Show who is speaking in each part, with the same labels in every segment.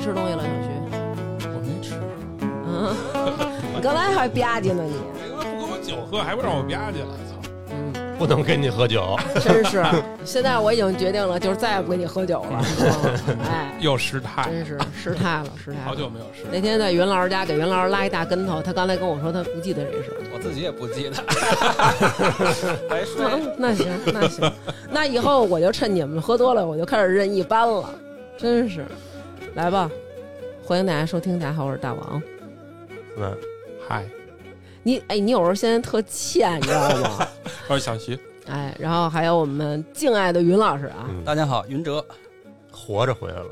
Speaker 1: 吃东西了，小
Speaker 2: 我没吃，
Speaker 1: 徐？ 你刚才还吧唧呢，你
Speaker 2: 那哎不给我酒喝，还不让我吧唧了，操！
Speaker 3: 不能跟你喝酒，
Speaker 1: 嗯真是。啊现在我已经决定了，就是再也不跟你喝酒 了。嗯哎，
Speaker 2: 又失态，
Speaker 1: 真是失态了，失态
Speaker 2: 好
Speaker 1: 了。
Speaker 2: 久没有失态。
Speaker 1: 那天在袁老师家给袁老师拉一大跟头，他刚才跟我说他不记得这事儿。
Speaker 4: 我自己也不记得，白
Speaker 1: 那
Speaker 4: 说。
Speaker 1: 嗯那行，那行，那以后我就趁你们喝多了，我就开始任一般了，真是。来吧，欢迎大家收听，大家好，我是大王。
Speaker 3: 嗯，
Speaker 2: 嗨，
Speaker 1: 你哎，你有时候现在特欠，你知道吗？
Speaker 2: 我是小徐，
Speaker 1: 哎，然后还有我们敬爱的云老师啊，
Speaker 3: 嗯
Speaker 4: 大家好，云哲，
Speaker 3: 活着回来了。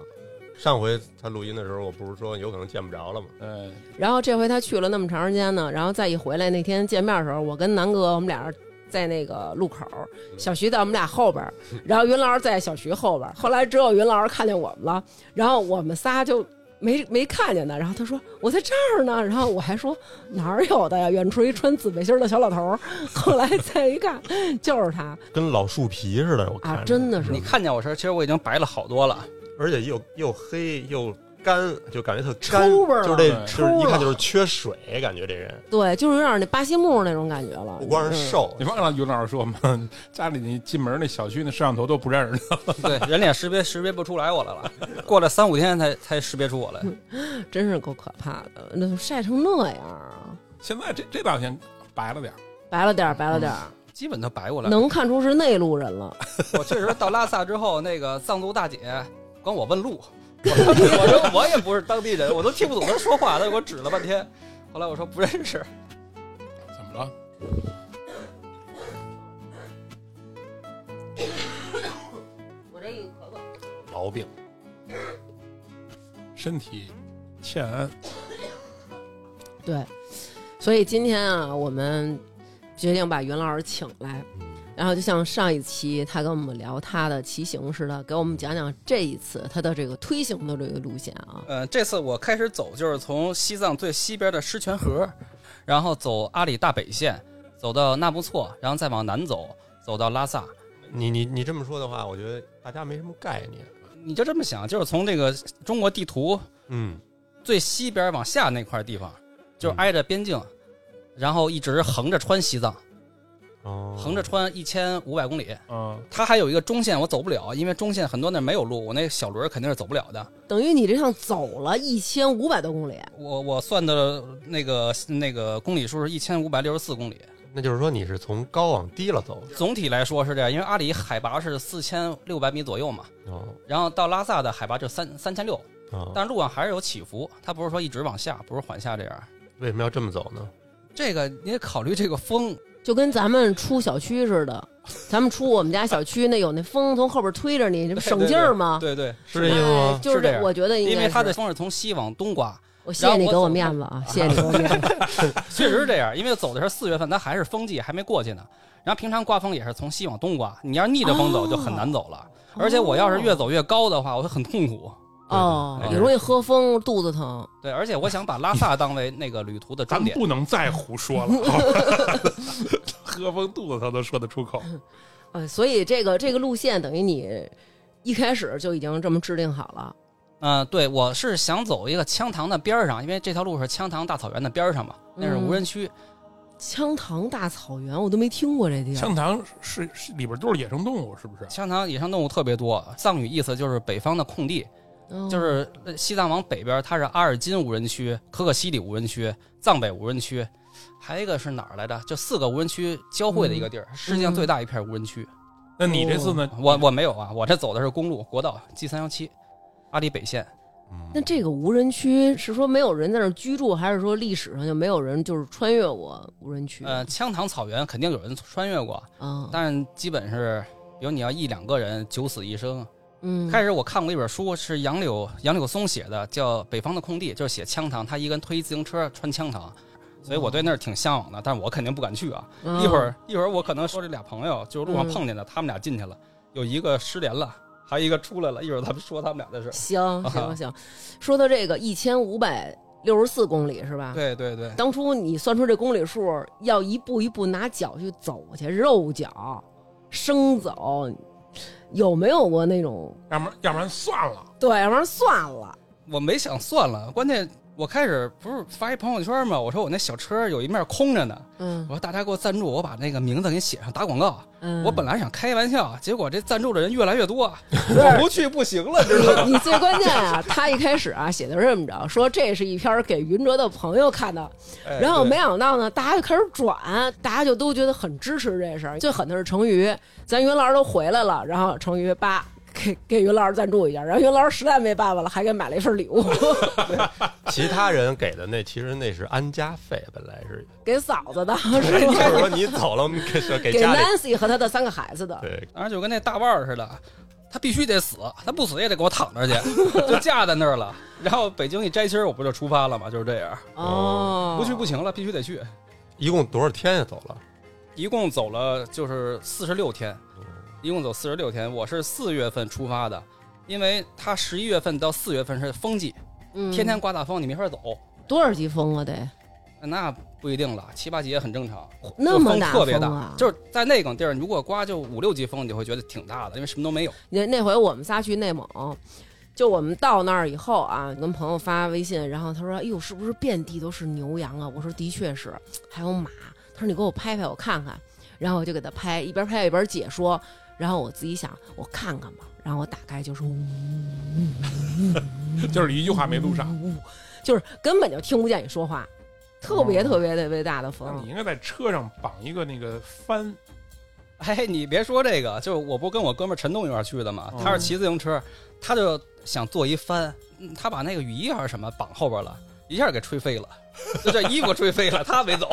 Speaker 3: 上回他录音的时候，我不是说有可能见不着了吗？
Speaker 2: 呃，
Speaker 1: 然后这回他去了那么长时间呢，然后再一回来那天见面的时候，我跟南哥我们俩在那个路口，小徐在我们俩后边儿，然后云老师在小徐后边儿。后来只有云老师看见我们了，然后我们仨就没没看见他。然后他说我在这儿呢，然后我还说哪儿有的呀，远处一穿紫背心儿的小老头儿。后来再一看，就是他
Speaker 3: 跟老树皮似的，我看
Speaker 1: 啊
Speaker 3: 着，
Speaker 1: 真的是
Speaker 4: 你看见我时候，其实我已经白了好多了。
Speaker 3: 而且又又黑又干，就感觉特干，
Speaker 1: 抽味儿
Speaker 3: 就是
Speaker 1: 了，哎
Speaker 2: 对
Speaker 3: 这就是一看就是缺水，感觉这人
Speaker 1: 对，就是有点那巴西木那种感觉了。
Speaker 3: 不光是
Speaker 1: 嗯
Speaker 3: 瘦
Speaker 2: 你，忘了于老师说吗？ 家里你进门那小区那摄像头都不认识他，
Speaker 4: 对，人脸识别识别不出来我来了，过了三五天才才识别出我来。
Speaker 1: 真是够可怕的，那都晒成那样啊！
Speaker 2: 现在这这两天白了点儿，
Speaker 1: 白了点儿，白了点儿，
Speaker 4: 基本都白我了。
Speaker 1: 能看出是内陆人了。
Speaker 4: 我确实到拉萨之后，那个藏族大姐管我问路，我说我说我也不是当地人，我都听不懂她说话，她给我指了半天。后来我说不认识，
Speaker 2: 怎么了？
Speaker 1: 我这一咳嗽，
Speaker 3: 毛病。
Speaker 2: 身体欠安，
Speaker 1: 对，所以今天啊，我们决定把袁老师请来，然后就像上一期他跟我们聊他的骑行似的，给我们讲讲这一次他的这个推行的这个路线啊。
Speaker 4: 呃，这次我开始走就是从西藏最西边的狮泉河，然后走阿里大北线，走到纳木错，然后再往南走，走到拉萨。
Speaker 3: 你你你这么说的话，我觉得大家没什么概念。
Speaker 4: 你就这么想，就是从这个中国地图
Speaker 3: 嗯，
Speaker 4: 最西边往下那块地方，就是挨着边境，然后一直横着穿西藏，
Speaker 3: 哦，
Speaker 4: 横着穿一千五百公里。
Speaker 2: 嗯，
Speaker 4: 它还有一个中线，我走不了，因为中线很多那儿没有路，我那小轮儿肯定是走不了的。
Speaker 1: 等于你这趟走了一千五百多公里，
Speaker 4: 我我算的那个那个公里数是一千五百六十四公里，
Speaker 3: 那就是说你是从高往低了走。
Speaker 4: 总体来说是这样，因为阿里海拔是四千六百米左右嘛，
Speaker 3: 哦
Speaker 4: 然后到拉萨的海拔就三三千六，
Speaker 3: 哦，
Speaker 4: 但是路上还是有起伏，它不是说一直往下，不是缓下这样。
Speaker 3: 为什么要这么走呢？
Speaker 4: 这个你得考虑这个风，
Speaker 1: 就跟咱们出小区似的，咱们出我们家小区那有那风从后边推着你，这不省劲儿吗？
Speaker 4: 对对，
Speaker 3: 是这意思吗
Speaker 1: 哎？就是
Speaker 4: 这样
Speaker 1: 我觉得应该
Speaker 4: 因为它的
Speaker 1: 是
Speaker 4: 风是从西往东刮，
Speaker 1: 我谢谢你
Speaker 4: 然后我
Speaker 1: 给我面
Speaker 4: 走
Speaker 1: 子啊，谢谢你给我面子。
Speaker 4: 确实是这样。因为走的是四月份，它还是风季还没过去呢。然后平常刮风也是从西往东刮，你要是逆着风走就很难走了。而且我要是越哎走越高的话，我会很痛苦。
Speaker 1: 哦，
Speaker 4: 对
Speaker 1: 也容易喝风，肚子疼。
Speaker 4: 对，而且我想把拉萨当为那个旅途的
Speaker 2: 咱
Speaker 4: 终点。
Speaker 2: 不能再胡说了，好吧喝风肚子他都说得出口。
Speaker 1: 呃，所以这个这个路线等于你一开始就已经这么制定好了。
Speaker 4: 嗯、对，我是想走一个羌塘的边儿上，因为这条路是羌塘大草原的边儿上嘛，那是无人区。
Speaker 1: 羌塘大草原，我都没听过这地儿。
Speaker 2: 香堂是是里边都是野生动物，是不是？
Speaker 4: 羌塘野生动物特别多，藏语意思就是北方的空地，
Speaker 1: 哦
Speaker 4: 就是呃西藏往北边，它是阿尔金无人区、可可西里无人区、藏北无人区，还有一个是哪儿来着？就四个无人区交汇的一个地儿，世界上最大一片无人区。
Speaker 2: 那你这次呢？
Speaker 4: 我我没有啊，我这走的是公路国道 G 三幺七，阿里北线。
Speaker 3: 嗯
Speaker 1: 那这个无人区是说没有人在那儿居住，还是说历史上就没有人就是穿越过无人区？
Speaker 4: 呃，羌塘草原肯定有人穿越过，
Speaker 1: 嗯
Speaker 4: 但基本是，比如你要一两个人，九死一生。
Speaker 1: 嗯，
Speaker 4: 开始我看过一本书，是杨柳杨柳松写的，叫《北方的空地》，就是写羌塘，他一个人推自行车穿羌塘，所以我对那儿挺向往的，但是我肯定不敢去啊。
Speaker 1: 嗯
Speaker 4: 一会儿一会儿我可能说这俩朋友就是路上
Speaker 1: 嗯
Speaker 4: 碰见的，他们俩进去了，有一个失联了，还有一个出来了，一会儿咱们说他们俩的事儿。
Speaker 1: 行行行，说到这个一千五百六十四公里是吧？
Speaker 4: 对对对，
Speaker 1: 当初你算出这公里数，要一步一步拿脚去走去，肉脚生走，有没有过那种
Speaker 2: 要不然要不然算了。
Speaker 1: 对，要不然算了，
Speaker 4: 我没想算了，关键我开始不是发一朋友圈嘛，我说我那小车有一面空着呢，我
Speaker 1: 嗯
Speaker 4: 说大家给我赞助，我把那个名字给写上打广告。
Speaker 1: 嗯，
Speaker 4: 我本来想开玩笑，结果这赞助的人越来 越多，
Speaker 1: 不是
Speaker 4: 我不去不行了，知道吗？
Speaker 1: 你最关键啊，他一开始啊写的是这么着，说这是一篇给云哲的朋友看的，
Speaker 4: 哎
Speaker 1: 然后
Speaker 4: 对
Speaker 1: 没想到呢，大家就开始转，大家就都觉得很支持这事儿。最狠的是成瑜，咱云老师都回来了，然后成瑜叭给给云老师赞助一下，然后云老师实在没办法了，还给买了一份礼物
Speaker 3: 嗯 其他人给的那其实那是安家费，本来是，
Speaker 1: 给嫂子的，
Speaker 3: 就是是
Speaker 1: 吧？
Speaker 3: 说你走了，我们给给
Speaker 1: 给
Speaker 3: 家里
Speaker 1: Nancy 和他的三个孩子的，
Speaker 3: 对，
Speaker 4: 当时就跟那大腕儿似的，他必须得死，他不死也得给我躺那儿去， 就架在那儿了。然后北京一摘星儿，我不就出发了吗？就是这样，
Speaker 1: 哦，
Speaker 4: 不去不行了，必须得去。
Speaker 3: 一共多少天呀？走了，
Speaker 4: 一共走了就是四十六天，一共走四十六天。我是四月份出发的，因为他十一月份到四月份是风季，
Speaker 1: 嗯
Speaker 4: 天天刮大风，你没法走。
Speaker 1: 多少级风啊？得
Speaker 4: 那不一定了，七八级也很正常。
Speaker 1: 那么
Speaker 4: 风
Speaker 1: 大
Speaker 4: 特别
Speaker 1: 风
Speaker 4: 大
Speaker 1: 啊，
Speaker 4: 就是在那种地儿，如果刮就五六级风，你就会觉得挺大的，因为什么都没有。
Speaker 1: 那那回我们仨去内蒙，就我们到那儿以后啊，跟朋友发微信，然后他说：“哎呦，是不是遍地都是牛羊啊？”我说：“的确是，还有马。”他说：“你给我拍拍，我看看。”然后我就给他拍，一边拍一边解说。然后我自己想，我看看吧。然后我打开就是
Speaker 4: 嗯
Speaker 1: 呜，
Speaker 2: 就是一句话没录上。
Speaker 1: 就是根本就听不见你说话，特别
Speaker 2: 哦
Speaker 1: 特别特别大的
Speaker 2: 那你
Speaker 1: 风。
Speaker 2: 应该在车上绑一个那个帆，
Speaker 4: 哎，你别说这个，就是我不是跟我哥们儿陈栋一块儿去的嘛，
Speaker 2: 嗯
Speaker 4: 他是骑自行车，他就想做一翻，嗯他把那个雨衣还是什么绑后边了，一下给吹飞了，就这衣服吹飞了，他没走，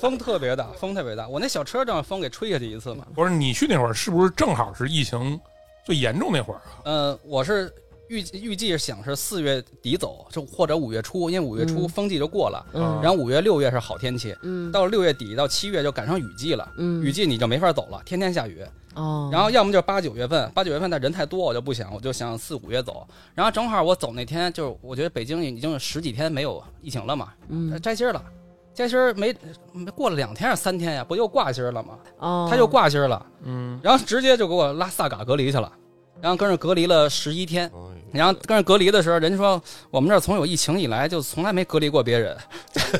Speaker 4: 风特别大，风特别大，我那小车让风给吹下去一次嘛，
Speaker 2: 不是你去那会儿是不是正好是疫情最严重那会儿啊？
Speaker 4: 呃，我是预计预计想是四月底走，就或者五月初，因为五月初
Speaker 1: 嗯
Speaker 4: 风季就过了，
Speaker 1: 嗯
Speaker 4: 然后五月六月是好天气，
Speaker 1: 嗯
Speaker 4: 哦到六月底到七月就赶上雨季了，
Speaker 1: 嗯
Speaker 4: 雨季你就没法走了，天天下雨，
Speaker 1: 哦，
Speaker 4: 然后要么就是八九月份，八九月份那人太多，我就不想，我就想四五月走。然后正好我走那天，就是我觉得北京已经有十几天没有疫情了嘛，呃
Speaker 1: 嗯
Speaker 4: 摘星儿了，摘星儿没没过了两天还是三天呀，不又挂星儿了吗？
Speaker 1: 哦，
Speaker 4: 呃他就挂星儿了，
Speaker 2: 嗯，
Speaker 4: 然后直接就给我拉萨嘎隔离去了，然后跟着隔离了十一天。
Speaker 3: 哎
Speaker 4: 然后跟着隔离的时候，人家说我们这儿从有疫情以来就从来没隔离过别人，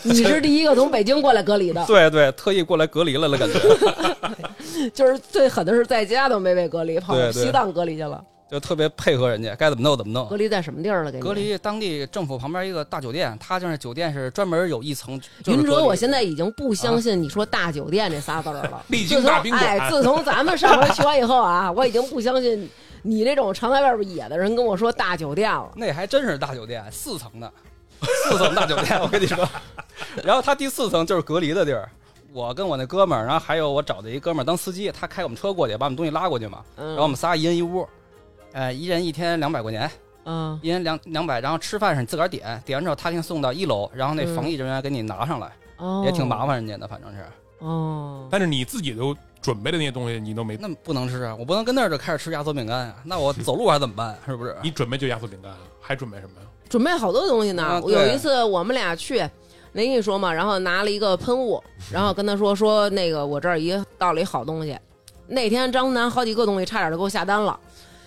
Speaker 1: 你是第一个从北京过来隔 离的，
Speaker 4: 对对，特意过来隔离来了，感觉
Speaker 1: 就是最狠的是在家都没被隔离，跑
Speaker 4: 对对
Speaker 1: 西藏隔离去了。
Speaker 4: 就特别配合人家，该怎么弄怎么弄
Speaker 1: 隔。离在什么地儿了？给你
Speaker 4: 隔。离当地政府旁边一个大酒店，他就是酒店是专门有一层。就是
Speaker 1: 云
Speaker 4: 隔
Speaker 1: 哲，
Speaker 4: 离啊
Speaker 1: 我现在已经不相信你说大酒店这仨字儿 了。
Speaker 2: 丽
Speaker 1: 自
Speaker 2: 晶
Speaker 1: 从
Speaker 2: 大宾馆，
Speaker 4: 啊
Speaker 1: 哎，自从咱们上回去完以后啊，我已经不相信你这种常在外边野的人跟我说大酒店了。
Speaker 4: 那还真是大酒店，四层的，四层大酒店，我跟你说。 然后他第四层就是隔离的地儿。我跟我那哥们儿，然后还有我找的一哥们儿当司机，他开我们车过去，把我们东西拉过去嘛。
Speaker 1: 嗯，
Speaker 4: 然后我们仨一人一屋，呃，一人一天两百块钱，
Speaker 1: 嗯
Speaker 4: 一人两两百。然后吃饭是你自个儿点，点完之后他给你送到一楼，然后那
Speaker 1: 嗯
Speaker 4: 防疫人员给你拿上来，
Speaker 1: 哦，
Speaker 4: 也挺麻烦人家的，反正是。
Speaker 1: 哦。
Speaker 2: 但是你自己都准备的那些东西你都没，
Speaker 4: 那不能吃啊！我不能跟那儿就开始吃压缩饼干啊！那我走路还怎么办？是不是？
Speaker 2: 你准备就压缩饼干，还准备什么呀？
Speaker 1: 准备好多东西呢。
Speaker 4: 啊
Speaker 1: 有
Speaker 4: 对
Speaker 1: 一次我们俩去，没跟你说嘛，然后拿了一个喷雾，然后跟他说说那个我这儿一到了一好东西。那天张楠好几个东西差点就给我下单了，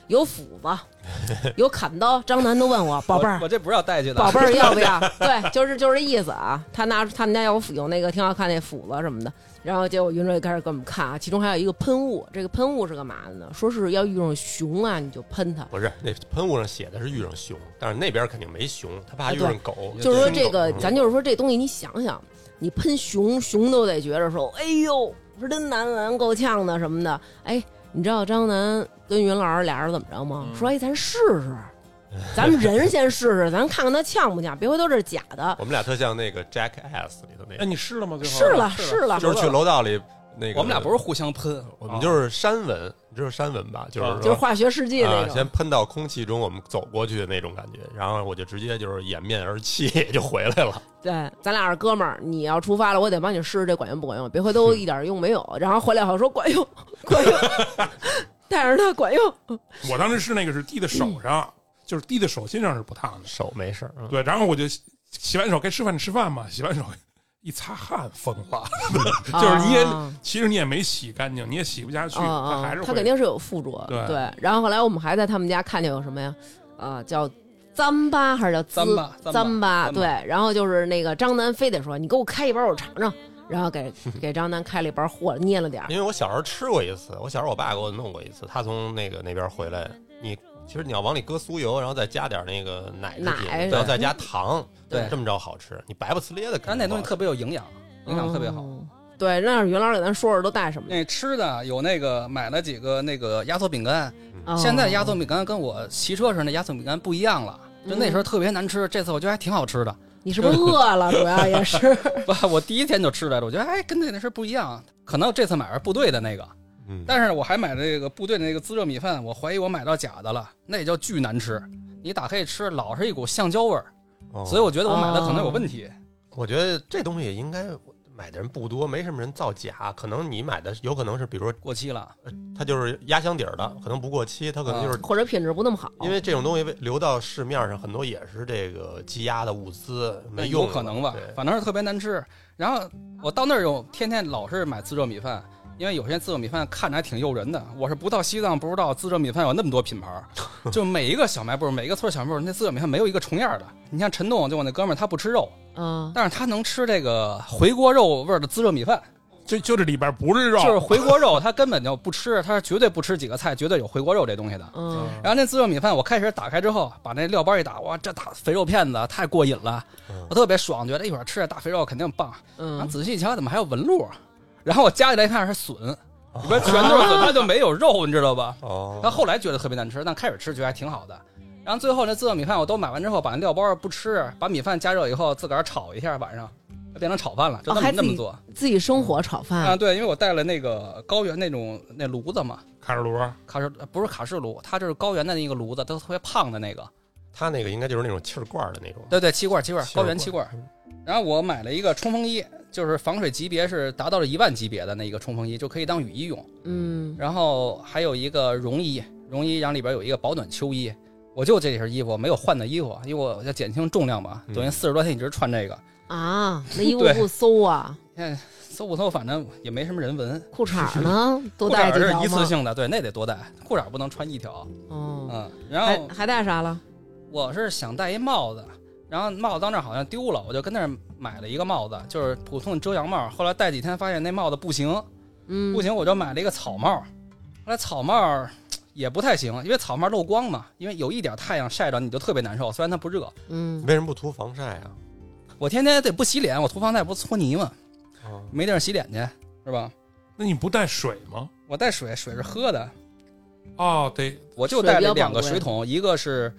Speaker 1: 有斧子，有砍刀，张楠都问我宝贝儿
Speaker 4: 我，我这不是要带去的，
Speaker 1: 宝贝儿要不要？对，就是就是这意思啊。他拿出他们家有有那个挺好看那斧子什么的，然后结果云哲就开始给我们看啊，其中还有一个喷雾，这个喷雾是干嘛的呢？说是要遇上熊啊，你就喷它。
Speaker 3: 不是，那喷雾上写的是遇上熊，但是那边肯定没熊，他怕遇上狗。
Speaker 1: 啊
Speaker 3: 嗯
Speaker 1: 就是说这
Speaker 3: 有
Speaker 1: 个
Speaker 3: 点，
Speaker 1: 咱就是说这东西，你想想，你喷熊，熊都得觉着说，哎呦，说真难闻，够呛的什么的。哎，你知道张楠跟云老师俩人怎么着吗？
Speaker 2: 嗯
Speaker 1: 说，哎，咱试试，咱们人先试试，咱看看他呛不呛，别回头这是假的。
Speaker 3: 我们俩特像那个 Jackass 里头那
Speaker 2: 那
Speaker 3: 个，
Speaker 2: 哎你试了吗？最后
Speaker 1: 试了，
Speaker 4: 是
Speaker 1: 试了，
Speaker 3: 就是去楼道里那个。
Speaker 4: 我们俩不是，互相喷，
Speaker 3: 我们就是山文，你知道山文吧？就是
Speaker 2: 啊
Speaker 1: 就是
Speaker 3: 说
Speaker 1: 化学试剂那
Speaker 3: 啊，
Speaker 1: 种
Speaker 3: 先。喷到空气中，我们走过去的那种感觉，然后我就直接就是掩面而泣， 就回来了。
Speaker 1: 对，咱俩是哥们儿，你要出发了，我得帮你试试这管用不管用，别回头一点用没有。然后回来后说管用，管用， 带着它管用。
Speaker 2: 我当时是那个是滴在手上，就是滴在手心上是不烫的。
Speaker 3: 手没事儿，嗯
Speaker 2: 对，然后我就洗洗完手该吃饭吃饭嘛，洗完手一擦汗疯了，就是你也
Speaker 1: 啊
Speaker 2: 其实你也没洗干净，你也洗不下去，它
Speaker 1: 啊
Speaker 2: 还是
Speaker 1: 他
Speaker 2: 会
Speaker 1: 肯定是有附着，
Speaker 2: 对
Speaker 1: 然后后来我们还在他们家看见有什么呀？啊、叫糌粑还是叫
Speaker 4: 糌
Speaker 1: 糌
Speaker 4: 粑
Speaker 1: 糌
Speaker 4: 糌粑
Speaker 1: 粑
Speaker 4: 糌粑
Speaker 1: 对，然后就是那个张楠非得说你给我开一包我尝尝，然后给给张楠开了一包货，捏了点儿
Speaker 3: 因为我小时候吃过一次，我小时候我爸给我弄过一次，他从那个那边回来，你其实你要往里搁酥油，然后再加点那个奶制品，
Speaker 1: 奶
Speaker 3: 然后再加糖，
Speaker 4: 对
Speaker 3: 这么着好吃。你白不呲咧的，
Speaker 4: 但是那东西特别有营养，营养特别好。
Speaker 1: 嗯对，那是袁老师给咱说说都带什么？
Speaker 4: 那吃的有那个买了几个那个压缩饼干，
Speaker 1: 哦
Speaker 4: 现在压缩饼干跟我骑车时候那压缩饼干不一样了，就那时候特别难吃，这次我觉得还挺好吃的。
Speaker 1: 你是不是饿了？主要也是
Speaker 4: 不，我第一天就吃来着，我觉得哎，跟那那时候不一样。可能这次买的是部队的那个，
Speaker 3: 嗯，
Speaker 4: 但是我还买了这个部队的那个自热米饭，我怀疑我买到假的了，那也叫巨难吃。你打开一吃，老是一股橡胶味儿，
Speaker 3: 哦
Speaker 4: 所以我觉得我买的可能有问题。
Speaker 3: 我觉得这东西应该买的人不多，没什么人造假，可能你买的有可能是，比如说
Speaker 4: 过期了，
Speaker 3: 它就是压箱底儿的，可能不过期，它可能就是。
Speaker 1: 或者品质不那么好，
Speaker 4: 啊
Speaker 3: 因为这种东西流到市面上，很多也是这个积压的物资，
Speaker 4: 那
Speaker 3: 没用
Speaker 4: 有
Speaker 3: 了。
Speaker 4: 可能吧
Speaker 3: 对，
Speaker 4: 反正是特别难吃。然后我到那儿有天天老是买自热米饭，因为有些自热米饭看着还挺诱人的。我是不到西藏不知道自热米饭有那么多品牌儿， 就每一个小卖部、每一个村儿小卖部，那自热米饭没有一个重样儿的。你像陈栋，就我那哥们儿，他不吃肉，
Speaker 1: 嗯，
Speaker 4: 但是他能吃这个回锅肉味儿的自热米饭，
Speaker 2: 就就这里边不是肉，
Speaker 4: 就是回锅肉，他根本就不吃，他是绝对不吃几个菜，绝对有回锅肉这东西的。
Speaker 1: 嗯，
Speaker 4: 然后那自热米饭，我开始打开之后，把那料包一打，哇，这大肥肉片子太过瘾了，我特别爽，觉得一会儿吃这大肥肉肯定棒。然后
Speaker 1: 嗯，
Speaker 4: 仔细一瞧，怎么还有纹路？啊然后我夹起来一看是笋，
Speaker 1: 哦
Speaker 4: 里边全都 是笋，它就没有肉，你知道吧？但
Speaker 3: 哦，
Speaker 4: 后来觉得特别难吃，但开始吃觉得还挺好的。然后最后那自热米饭我都买完之后，把那料包不吃，把米饭加热以后自个儿炒一下，晚上它变成炒饭了，就
Speaker 1: 哦
Speaker 4: 那么、
Speaker 1: 还
Speaker 4: 那
Speaker 1: 自
Speaker 4: 么
Speaker 1: 己
Speaker 4: 做
Speaker 1: 自己生火炒
Speaker 3: 嗯
Speaker 4: 啊。
Speaker 1: 饭，
Speaker 4: 对，因为我带了那个高原那种那炉子嘛，
Speaker 2: 卡式炉，
Speaker 4: 卡式呃不是卡式炉，它就是高原的那个炉子，都特别胖的那个。
Speaker 3: 它那个应该就是那种气儿罐儿的那种。
Speaker 4: 对对，气罐儿气罐儿，
Speaker 3: 气
Speaker 4: 高
Speaker 3: 罐儿嗯
Speaker 4: 原气罐儿。然后我买了一个冲锋衣，就是防水级别是达到了一万级别的那一个冲锋衣，就可以当雨衣用。
Speaker 1: 嗯，
Speaker 4: 然后还有一个绒衣，绒衣然后里边有一个保暖秋衣，我就这身衣服我没有换的衣服，因为我要减轻重量嘛，
Speaker 3: 嗯
Speaker 4: 等于四十多天一直穿这个。
Speaker 1: 啊，那衣服
Speaker 4: 对
Speaker 1: 不馊啊，
Speaker 4: 现在搜不搜，反正也没什么人闻。
Speaker 1: 裤衩呢
Speaker 4: 裤
Speaker 1: 多带
Speaker 4: 衩
Speaker 1: 几
Speaker 4: 是
Speaker 1: 条
Speaker 4: 一次
Speaker 1: 吗？
Speaker 4: 性的，对，那得多带。裤衩不能穿一条，
Speaker 1: 嗯，
Speaker 4: 嗯。然
Speaker 3: 哎
Speaker 1: 还
Speaker 4: 后
Speaker 1: 还带啥了？
Speaker 4: 我是想戴一帽子，然后帽子到那儿好像丢了，我就跟那儿买了一个帽子，就是普通的遮阳帽。后来戴几天发现那帽子不行，
Speaker 1: 嗯
Speaker 4: 不，行我就买了一个草帽。后来草帽儿也不太行，因为草帽漏光嘛，因为有一点太阳晒着你就特别难受，虽然它不热。
Speaker 1: 嗯，
Speaker 3: 为什么不涂防晒啊？
Speaker 4: 我天天得不洗脸，我涂防晒不是搓泥吗？
Speaker 3: 哦
Speaker 4: 没地儿洗脸去，是吧？
Speaker 2: 那你不带水吗？
Speaker 4: 我带水，水是喝的，
Speaker 2: 哦，得
Speaker 4: 我就带
Speaker 1: 水比
Speaker 4: 了
Speaker 1: 较
Speaker 4: 两个
Speaker 1: 宝贵
Speaker 4: 水桶，一个是。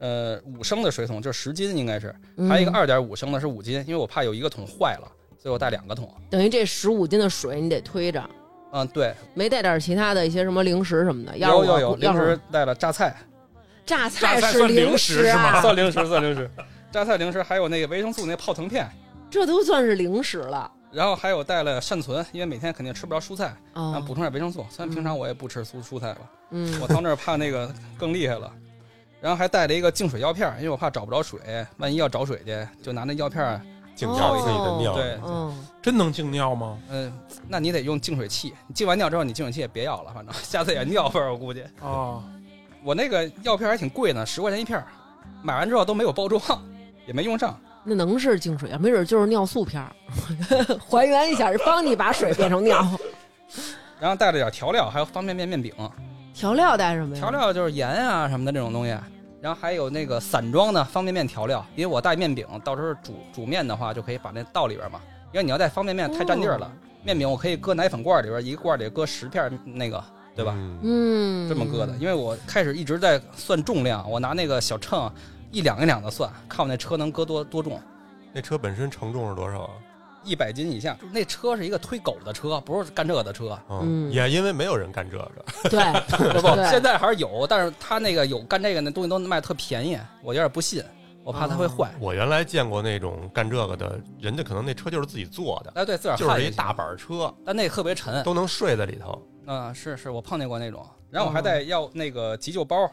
Speaker 4: 呃，五升的水桶就是十斤，应该是，
Speaker 1: 嗯
Speaker 4: 还有一个，二点五升的是五斤，因为我怕有一个桶坏了，所以我带两个桶。
Speaker 1: 等于这十五斤的水你得推着，
Speaker 4: 嗯，对，
Speaker 1: 没带点其他的一些什么零食什么的。要
Speaker 4: 有
Speaker 1: 是
Speaker 4: 有
Speaker 1: 我
Speaker 4: 有，
Speaker 1: 不要
Speaker 4: 零
Speaker 1: 是
Speaker 4: 食带了榨菜，
Speaker 1: 榨
Speaker 2: 榨菜
Speaker 1: 是
Speaker 2: 算零
Speaker 1: 食
Speaker 2: 食是
Speaker 1: 啊
Speaker 2: 吗，
Speaker 4: 算零食，算零食， 榨菜零食，还有那个维生素那泡腾片，
Speaker 1: 这都算是零食了。
Speaker 4: 然后还有带了善存，因为每天肯定吃啊不着蔬菜，然后
Speaker 1: 哦
Speaker 4: 补，充点维生素。虽然平常我也不吃蔬蔬菜了，
Speaker 1: 嗯
Speaker 4: 我到那儿怕那个更厉害了。然后还带了一个净水药片，因为我怕找不着水，万一要找水去，就拿那药片。
Speaker 3: 净掉自己的
Speaker 1: 哦
Speaker 3: 尿。
Speaker 4: 对，
Speaker 1: 嗯，
Speaker 2: 真能净尿吗？
Speaker 4: 嗯、那你得用净水器，你净完尿之后，你净水器也别要了，反正 下次也尿味儿，我估计。啊
Speaker 2: 哦，
Speaker 4: 我那个药片还挺贵呢，十块钱一片儿，买完之后都没有包装， 也没用上。
Speaker 1: 那能是净水啊？没准就是尿素片儿， 还原一下，帮你把水变成尿。
Speaker 4: 然后带了点调料，还有方便面面饼，
Speaker 1: 调料带什么呀？
Speaker 4: 调料就是盐啊什么的这种东西，然后还有那个散装的方便面调料，因为我带面饼，到时候煮煮面的话就可以把那倒里边嘛，因为你要带方便面太占地儿
Speaker 1: 哦
Speaker 4: 了，面饼我可以搁奶粉罐里边，一个罐里搁十片那个，对吧？
Speaker 3: 嗯，
Speaker 1: 嗯，
Speaker 4: 这么搁的，因为我开始一直在算重量，我拿那个小秤一两一两的算，看我那车能搁多多重。
Speaker 3: 那车本身承重是多少啊？
Speaker 4: 一百斤以下，那车是一个推狗的车，不是干这个的车。
Speaker 1: 嗯
Speaker 3: 也因为没有人干这个，
Speaker 1: 对，
Speaker 4: 不不，
Speaker 1: 对
Speaker 4: 现在还是有，但是他那个有干这个那东西都卖特便宜，我有点不信，我怕它会坏。
Speaker 3: 我原来见过那种干这个的，人家可能那车就是自己做的，
Speaker 4: 哎，对，自个儿
Speaker 3: 就
Speaker 4: 焊
Speaker 3: 是
Speaker 4: 也
Speaker 3: 一
Speaker 4: 行
Speaker 3: 大，板车，
Speaker 4: 但那个特别沉。
Speaker 3: 都能睡在里头。
Speaker 4: 嗯、是是，我碰见过那种。然后我还
Speaker 3: 哦
Speaker 4: 带要那个急救包，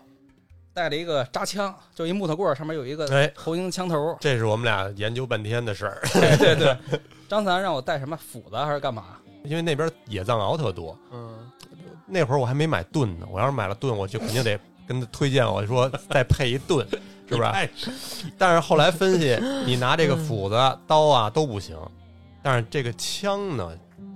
Speaker 4: 带了一个扎枪，就一木头棍儿，上面有一个
Speaker 3: 哎，。
Speaker 4: 投影枪头
Speaker 3: 这是我们俩研究半天的事儿，
Speaker 4: 对对对，张三让我带什么斧子还是干嘛？
Speaker 3: 因为那边野藏獒特多。
Speaker 2: 嗯，
Speaker 3: 那会儿我还没买盾呢，我要是买了盾，我就肯定得跟他推荐我说再配一盾，是吧？
Speaker 2: 哎，
Speaker 3: 但是后来分析，你拿这个斧子、
Speaker 4: 嗯
Speaker 3: 刀啊都不行，但是这个枪呢，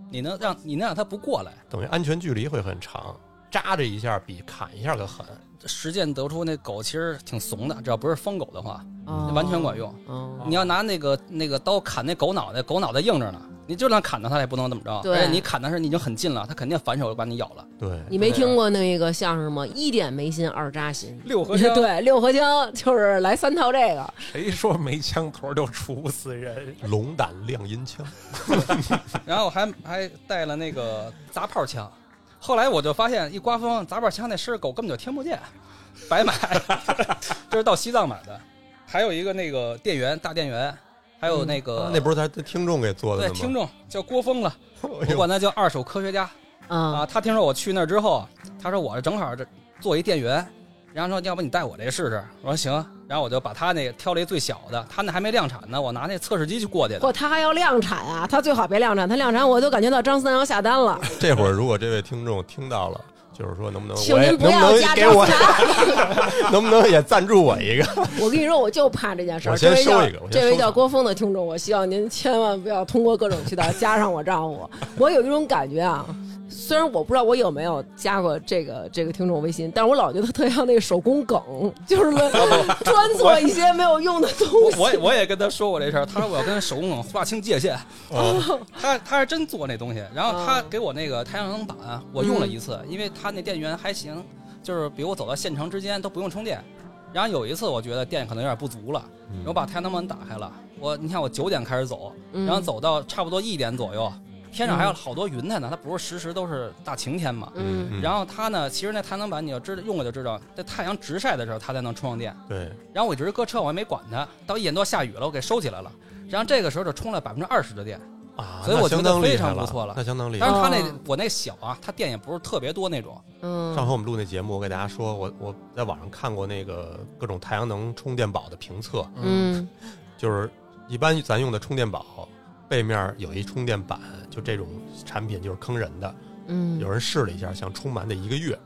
Speaker 4: 你能让你能让他不过来，
Speaker 3: 等于安全距离会很长，扎这一下比砍一下可狠。
Speaker 4: 实践得出那狗其实挺怂的，只要不是疯狗的话，
Speaker 1: 哦
Speaker 4: 完全管用。
Speaker 1: 哦，
Speaker 4: 你要拿那个那个刀砍那狗脑袋，狗脑袋硬着呢，你就算砍到它也不能怎么着。
Speaker 1: 对
Speaker 4: 而且你砍的时候你已经很近了，它肯定反手就把你咬了。
Speaker 3: 对，
Speaker 1: 你没听过那个相声吗？一点没心，二扎心。
Speaker 4: 六合 枪，
Speaker 1: 对，六合枪就是来三套这个，
Speaker 2: 谁说没枪头就杵不死人？
Speaker 3: 龙胆亮银枪，
Speaker 4: 然后还还带了那个砸炮枪。后来我就发现，一刮风，砸炮枪那声儿狗根本就听不见，白 买，这是到西藏买的。还有一个那个店员，大店员，还有那个、
Speaker 3: 嗯啊那不是他他听众给做的
Speaker 4: 对
Speaker 3: 呢吗？哎
Speaker 4: 听众叫郭峰了，
Speaker 3: 众
Speaker 4: 我管他叫二手科学家。啊，
Speaker 1: 嗯，
Speaker 4: 他听说我去那儿之后，他说我正好这做一店员，然后说要不你带我这试试，我说行，然后我就把他那个挑了一最小的，他那还没量产呢，我拿那测试机去过去的
Speaker 1: 嚯，。他还要量产啊！他最好别量产，他量产我都感觉到张三要下单了，
Speaker 3: 这会儿如果这位听众听到了，就是说能不能
Speaker 1: 请
Speaker 3: 我也
Speaker 1: 您
Speaker 3: 能
Speaker 1: 不
Speaker 3: 不
Speaker 1: 要
Speaker 3: 能
Speaker 1: 加
Speaker 3: 给
Speaker 1: 张
Speaker 3: 我
Speaker 1: 三。
Speaker 4: 啊
Speaker 3: 能不能也赞助我 一个？
Speaker 1: 我跟你说，我就怕这件事儿。
Speaker 3: 我先
Speaker 1: 这位叫
Speaker 3: 收一个我
Speaker 1: 这
Speaker 3: 先
Speaker 1: 位
Speaker 3: 收
Speaker 1: 叫
Speaker 3: 藏
Speaker 1: 郭峰的听众，我希望您千万不要通过各种渠道加上我丈 夫。我有一种感觉啊，虽然我不知道我有没有加过这个这个听众微信，但是我老觉得特像那个手工梗，就是 说专做一些没有用的东
Speaker 4: 我
Speaker 1: 西。
Speaker 4: 我也我也跟他说过这事儿，他说我要跟手工梗划清界限，
Speaker 3: 哦
Speaker 4: 他他是真做那东西，然后他
Speaker 1: 嗯
Speaker 4: 给我那个太阳能板，我用了一次，因为他那电源还行，就是比我走到县城之间都不用充电。然后有一次我觉得电可能有点不足了，
Speaker 3: 嗯
Speaker 4: 我把太阳能板打开了，我你看我九点开始走，
Speaker 1: 嗯
Speaker 4: 然后走到差不多一点左右，天上还有好多云彩呢，它不是时时都是大晴天嘛。
Speaker 1: 嗯
Speaker 3: 嗯
Speaker 4: 然后它呢，其实那太阳能板你要知道用过就知道，在太阳直晒的时候它才能充上电。
Speaker 3: 对，
Speaker 4: 然后我一直搁车，我还没管它，到一点多下雨了，我给收起来了。然后这个时候就充了百分之二十的电，
Speaker 3: 啊，
Speaker 4: 所以我觉得
Speaker 3: 那相当厉
Speaker 4: 非
Speaker 3: 害
Speaker 4: 常不错了
Speaker 3: 那相当厉害
Speaker 4: 但
Speaker 1: 当。
Speaker 4: 是它那、
Speaker 1: 哦
Speaker 4: 我那小啊，它电也不是特别多那种，
Speaker 3: 上
Speaker 1: 嗯，
Speaker 3: 回我们录那节目，我给大家说，我我在网上看过那个各种太阳能充电宝的评测，
Speaker 1: 嗯，
Speaker 3: 就是一般咱用的充电宝背面有一充电板，就这种产品就是坑人的。
Speaker 1: 嗯，
Speaker 3: 有人试了一下，想充满得一个月，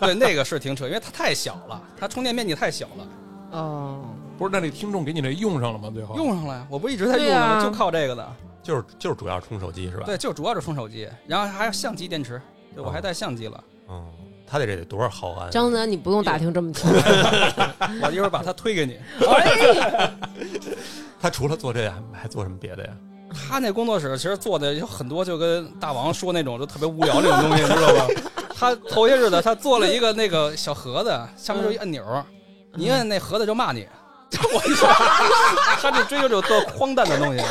Speaker 4: 对，那个是挺扯，因为它太小了，它充电面积太小了。
Speaker 1: 哦，
Speaker 2: 嗯不是，那这听众给你这用上了吗？最后
Speaker 4: 用上了，我不一直在用
Speaker 1: 对
Speaker 4: 吗？
Speaker 1: 啊
Speaker 4: 就靠这个的。
Speaker 3: 哦就是就是主要充手机是吧？哦
Speaker 4: 对，就主要是充手机，然后还有相机电池，对我还带相机了。
Speaker 3: 嗯，他得这得多少毫安？啊
Speaker 1: 张楠，你不用打听这么清。
Speaker 4: 我一会儿把它推给你。
Speaker 3: 他除了做这还还做什么别的呀？
Speaker 4: 他那工作室其实做的有很多，就跟大王说那种就特别无聊那种东西，你知道吧？他头些日子他做了一个那个小盒子，下面就一按钮，你摁那盒子就骂你。 我一说，他就追求这种特荒诞的东西，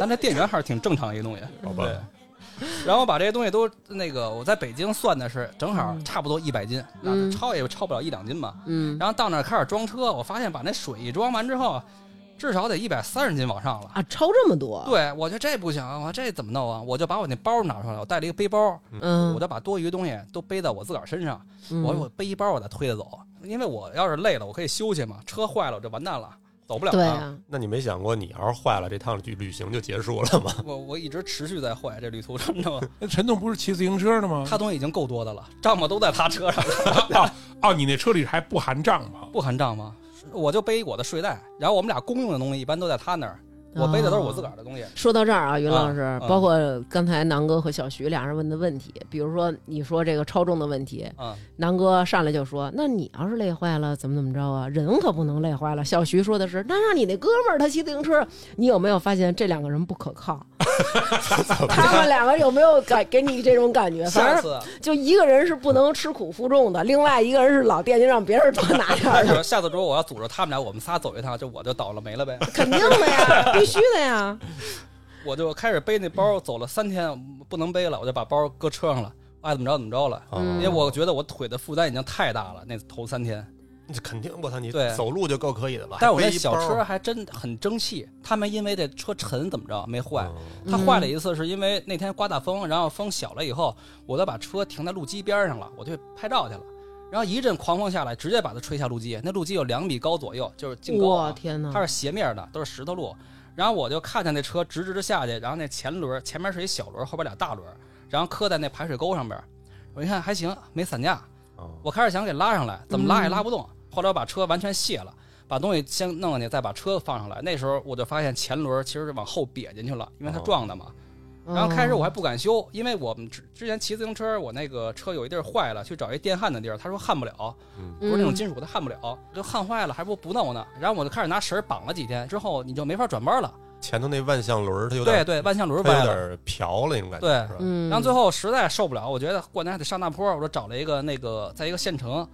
Speaker 4: 但这店员还是挺正常一个东西。
Speaker 3: 好吧
Speaker 4: 对，然后把这些东西都那个，我在北京算的是正好差不多一百斤，然后
Speaker 1: 嗯
Speaker 4: 超也超不了一两斤吧。
Speaker 1: 嗯，
Speaker 4: 然后到那儿开始装车，我发现把那水一装完之后，至少得一百三十斤往上了。
Speaker 1: 啊，超这么多，
Speaker 4: 对，我觉得这不行，我这怎么弄啊？我就把我那包拿出来，我带了一个背包，
Speaker 1: 嗯，
Speaker 4: 我就把多余的东西都背到我自个儿身上。
Speaker 1: 嗯
Speaker 4: 我说我背一包，我再推着走，因为我要是累了，我可以休息嘛。车坏了我就完蛋了，走不了了。
Speaker 1: 对啊，
Speaker 3: 那你没想过，你要是坏了，这趟旅旅行就结束了吗？
Speaker 4: 我我一直持续在坏这旅途上，你知道吗？
Speaker 2: 那陈总不是骑自行车的吗？
Speaker 4: 他东西已经够多的了，账目都在他车上，
Speaker 2: 哦，你那车里还不含账吗？
Speaker 4: 不含账吗？我就背我的睡袋，然后我们俩公用的东西一般都在他那儿，我背的都是我自个儿的东西。
Speaker 1: 说到这儿啊，云老师，
Speaker 4: 啊啊
Speaker 1: 包括刚才南哥和小徐俩人问的问题，比如说你说这个超重的问题，
Speaker 4: 嗯，
Speaker 1: 南哥上来就说：“那你要是累坏了，怎么怎么着啊？人可不能累坏了。”小徐说的是：“那让你那哥们儿他骑自行车，你有没有发现这两个人不可 靠？他们两个有没有感给你这种感觉？反
Speaker 4: 下
Speaker 1: 正
Speaker 4: 次
Speaker 1: 就一个人是不能吃苦负重的，另外一个人是老惦记让别人多拿点儿
Speaker 4: 但
Speaker 1: 的，
Speaker 4: 是下次周我要组织他们俩，我们仨走一趟，就我就倒了霉了呗。
Speaker 1: 肯定的呀，必须的 呀。
Speaker 4: 我就开始背那包，
Speaker 3: 嗯
Speaker 4: 走了三天不能背了，我就把包搁车上了，爱怎么着怎么着
Speaker 3: 哦
Speaker 4: 了。
Speaker 1: 嗯
Speaker 4: 因为我觉得我腿的负担已经太大了，那头三天。
Speaker 3: 你肯定，我操，你
Speaker 4: 对
Speaker 3: 走路就够可以的了。
Speaker 4: 但是我
Speaker 3: 还
Speaker 4: 那
Speaker 3: 背一
Speaker 4: 小
Speaker 3: 包
Speaker 4: 车还真很争气，他没因为这车沉怎么着没坏。
Speaker 3: 嗯
Speaker 4: 它坏了一次是因为那天刮大风，然后风小了以后，我就把车停在路基边上了，我就拍照去了。然后一阵狂风下来，直接把它吹下路基，那路基有两米高左右，就是净高、
Speaker 1: 我
Speaker 4: 啊。
Speaker 1: 天
Speaker 3: 嗯
Speaker 1: 哪！
Speaker 4: 它是斜面的，都是石头路。然后我就看见那车直直的下去，然后那前轮前面是一小轮，后边俩大轮，然后磕在那排水沟上边。我一看还行，没散架，
Speaker 3: 哦嗯
Speaker 4: 我开始想给拉上来，怎么拉也拉不动。后来我把车完全卸了，把东西先弄进去，再把车放上来。那时候我就发现前轮其实是往后瘪进去了，因为它
Speaker 3: 哦
Speaker 4: 撞的嘛。然后
Speaker 1: 嗯
Speaker 4: 开始我还不敢修，因为我们之之前骑自行车，我那个车有一地儿坏了，去找一电焊的地儿，他说焊不了，
Speaker 3: 嗯
Speaker 4: 不是那种金属，它焊不了，就焊坏了，还不不弄呢。然后我就开始拿绳儿绑了几天，之后你就没法转弯了。
Speaker 3: 前头那万向轮儿它有
Speaker 4: 对
Speaker 3: 点
Speaker 4: 对，万向轮
Speaker 3: 它有
Speaker 4: 歪了。
Speaker 3: 点瓢了那种感觉，
Speaker 4: 对
Speaker 3: 是吧？
Speaker 1: 嗯，
Speaker 4: 然后最后实在受不了，我觉得过年还得上大坡，我就找了一个那个，在一个县城，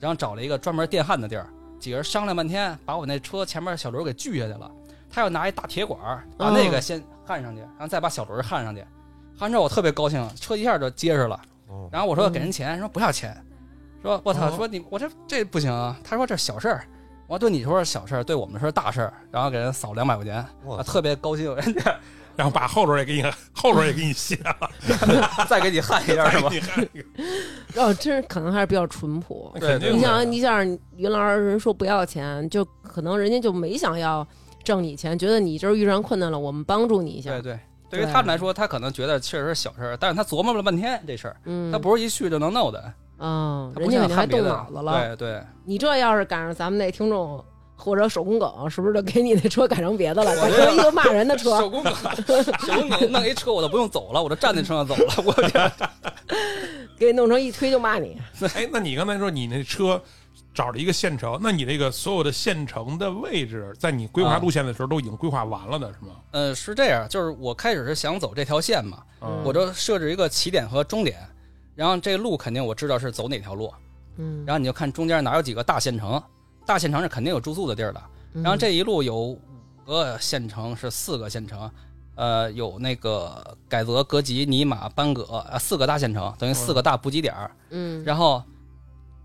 Speaker 4: 然后找了一个专门电焊的地儿，几个人商量半天，把我那车前面小轮给锯下去了。他要拿一大铁管儿把那个先焊上去，然后再把小轮焊上去。焊之后我特别高兴，车一下就结实了。
Speaker 3: 哦
Speaker 4: 然后我说
Speaker 1: 嗯
Speaker 4: 给人钱，说不要钱，说我操，
Speaker 3: 哦
Speaker 4: 说你我这这不行啊。他说这小事儿，我说对你说是小事儿，对我们说是大事儿。然后给人扫两百块钱，
Speaker 3: 哇
Speaker 4: 啊，特别高兴， 人家
Speaker 2: 然后把后轮也给你， 后轮也给你 卸了，
Speaker 4: 再给你焊一下是吧？
Speaker 2: 你看
Speaker 1: 哦，真是可能还是比较淳朴。
Speaker 4: 对，
Speaker 3: 肯定
Speaker 4: 对
Speaker 1: 你
Speaker 3: 的
Speaker 1: 想啊，你想云老师人说不要钱，就可能人家就没想要挣你钱，觉得你就是遇上困难了，我们帮助你一下
Speaker 4: 对。对，对于
Speaker 1: 对
Speaker 4: 他们来说，他可能觉得确实是小事儿，但是他琢磨了半天这事儿，
Speaker 1: 嗯，
Speaker 4: 他不是一去就能弄的，
Speaker 1: 嗯，
Speaker 4: 他
Speaker 1: 人
Speaker 4: 不
Speaker 1: 家肯
Speaker 4: 像
Speaker 1: 定还
Speaker 4: 看别
Speaker 1: 动
Speaker 4: 的
Speaker 1: 脑子了。
Speaker 4: 对对，
Speaker 1: 你这要是赶上咱们那听众或者手工梗，是不是就给你那车改成别的了？
Speaker 4: 我
Speaker 1: 改
Speaker 4: 觉得
Speaker 1: 成一个骂人的车。
Speaker 4: 手工 梗，手工梗弄一车我都不用走了，我就站在车上走了，我觉得
Speaker 1: 给你弄成一推就骂你。
Speaker 2: 哎，那你刚才说你那车找了一个县城，那你这个所有的县城的位置，在你规划
Speaker 4: 啊
Speaker 2: 路线的时候都已经规划完了的是吗？
Speaker 4: 嗯是这样，就是我开始是想走这条线嘛，
Speaker 2: 嗯
Speaker 4: 我就设置一个起点和终点，然后这路肯定我知道是走哪条路，
Speaker 1: 嗯，
Speaker 4: 然后你就看中间哪有几个大县城，大县城是肯定有住宿的地儿的，
Speaker 1: 嗯
Speaker 4: 然后这一路有五个县城，是四个县城，呃，有那个改泽、格吉、尼玛、班戈，呃，四个大县城，等于四个大补给点儿。
Speaker 1: 嗯，
Speaker 4: 然后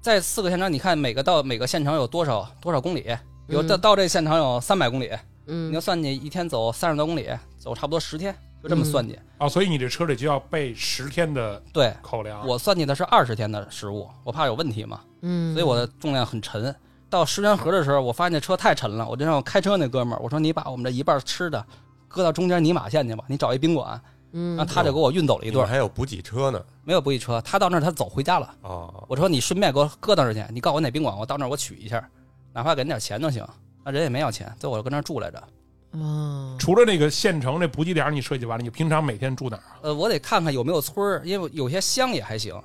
Speaker 4: 在四个县城，你看每个到每个县城有多少多少公里？有
Speaker 1: 嗯
Speaker 4: 到到这县城有三百公里，
Speaker 1: 嗯
Speaker 4: 你就算计一天走三十多公里，走差不多十天，就这么
Speaker 1: 嗯
Speaker 4: 算计。
Speaker 2: 哦，所以你这车里就要备十天的
Speaker 4: 对
Speaker 2: 口粮。
Speaker 4: 我算计的是二十天的食物，我怕有问题嘛，
Speaker 1: 嗯，
Speaker 4: 所以我的重量很沉。到石泉河的时候，我发现这车太沉了，我就让我开车那哥们儿，我说你把我们这一半吃的搁到中间尼玛县去吧，你找一宾馆，
Speaker 1: 嗯，
Speaker 4: 然后他就给我运走了一
Speaker 3: 一
Speaker 4: 顿
Speaker 3: 段，还有补给车呢，
Speaker 4: 没有不一车，他到那儿他走回家了。
Speaker 3: 哦，
Speaker 4: 我说你顺便给我搁那儿去，你告诉我哪宾馆，我到那儿我取一下，哪怕给人点钱都行。那人也没要钱，最后我就跟那儿住来着。
Speaker 1: 啊，
Speaker 2: 除了那个县城这补给点儿你设计完了，你平常每天住哪儿啊？
Speaker 4: 呃，我得看看有没有村儿，因为有些乡也还行，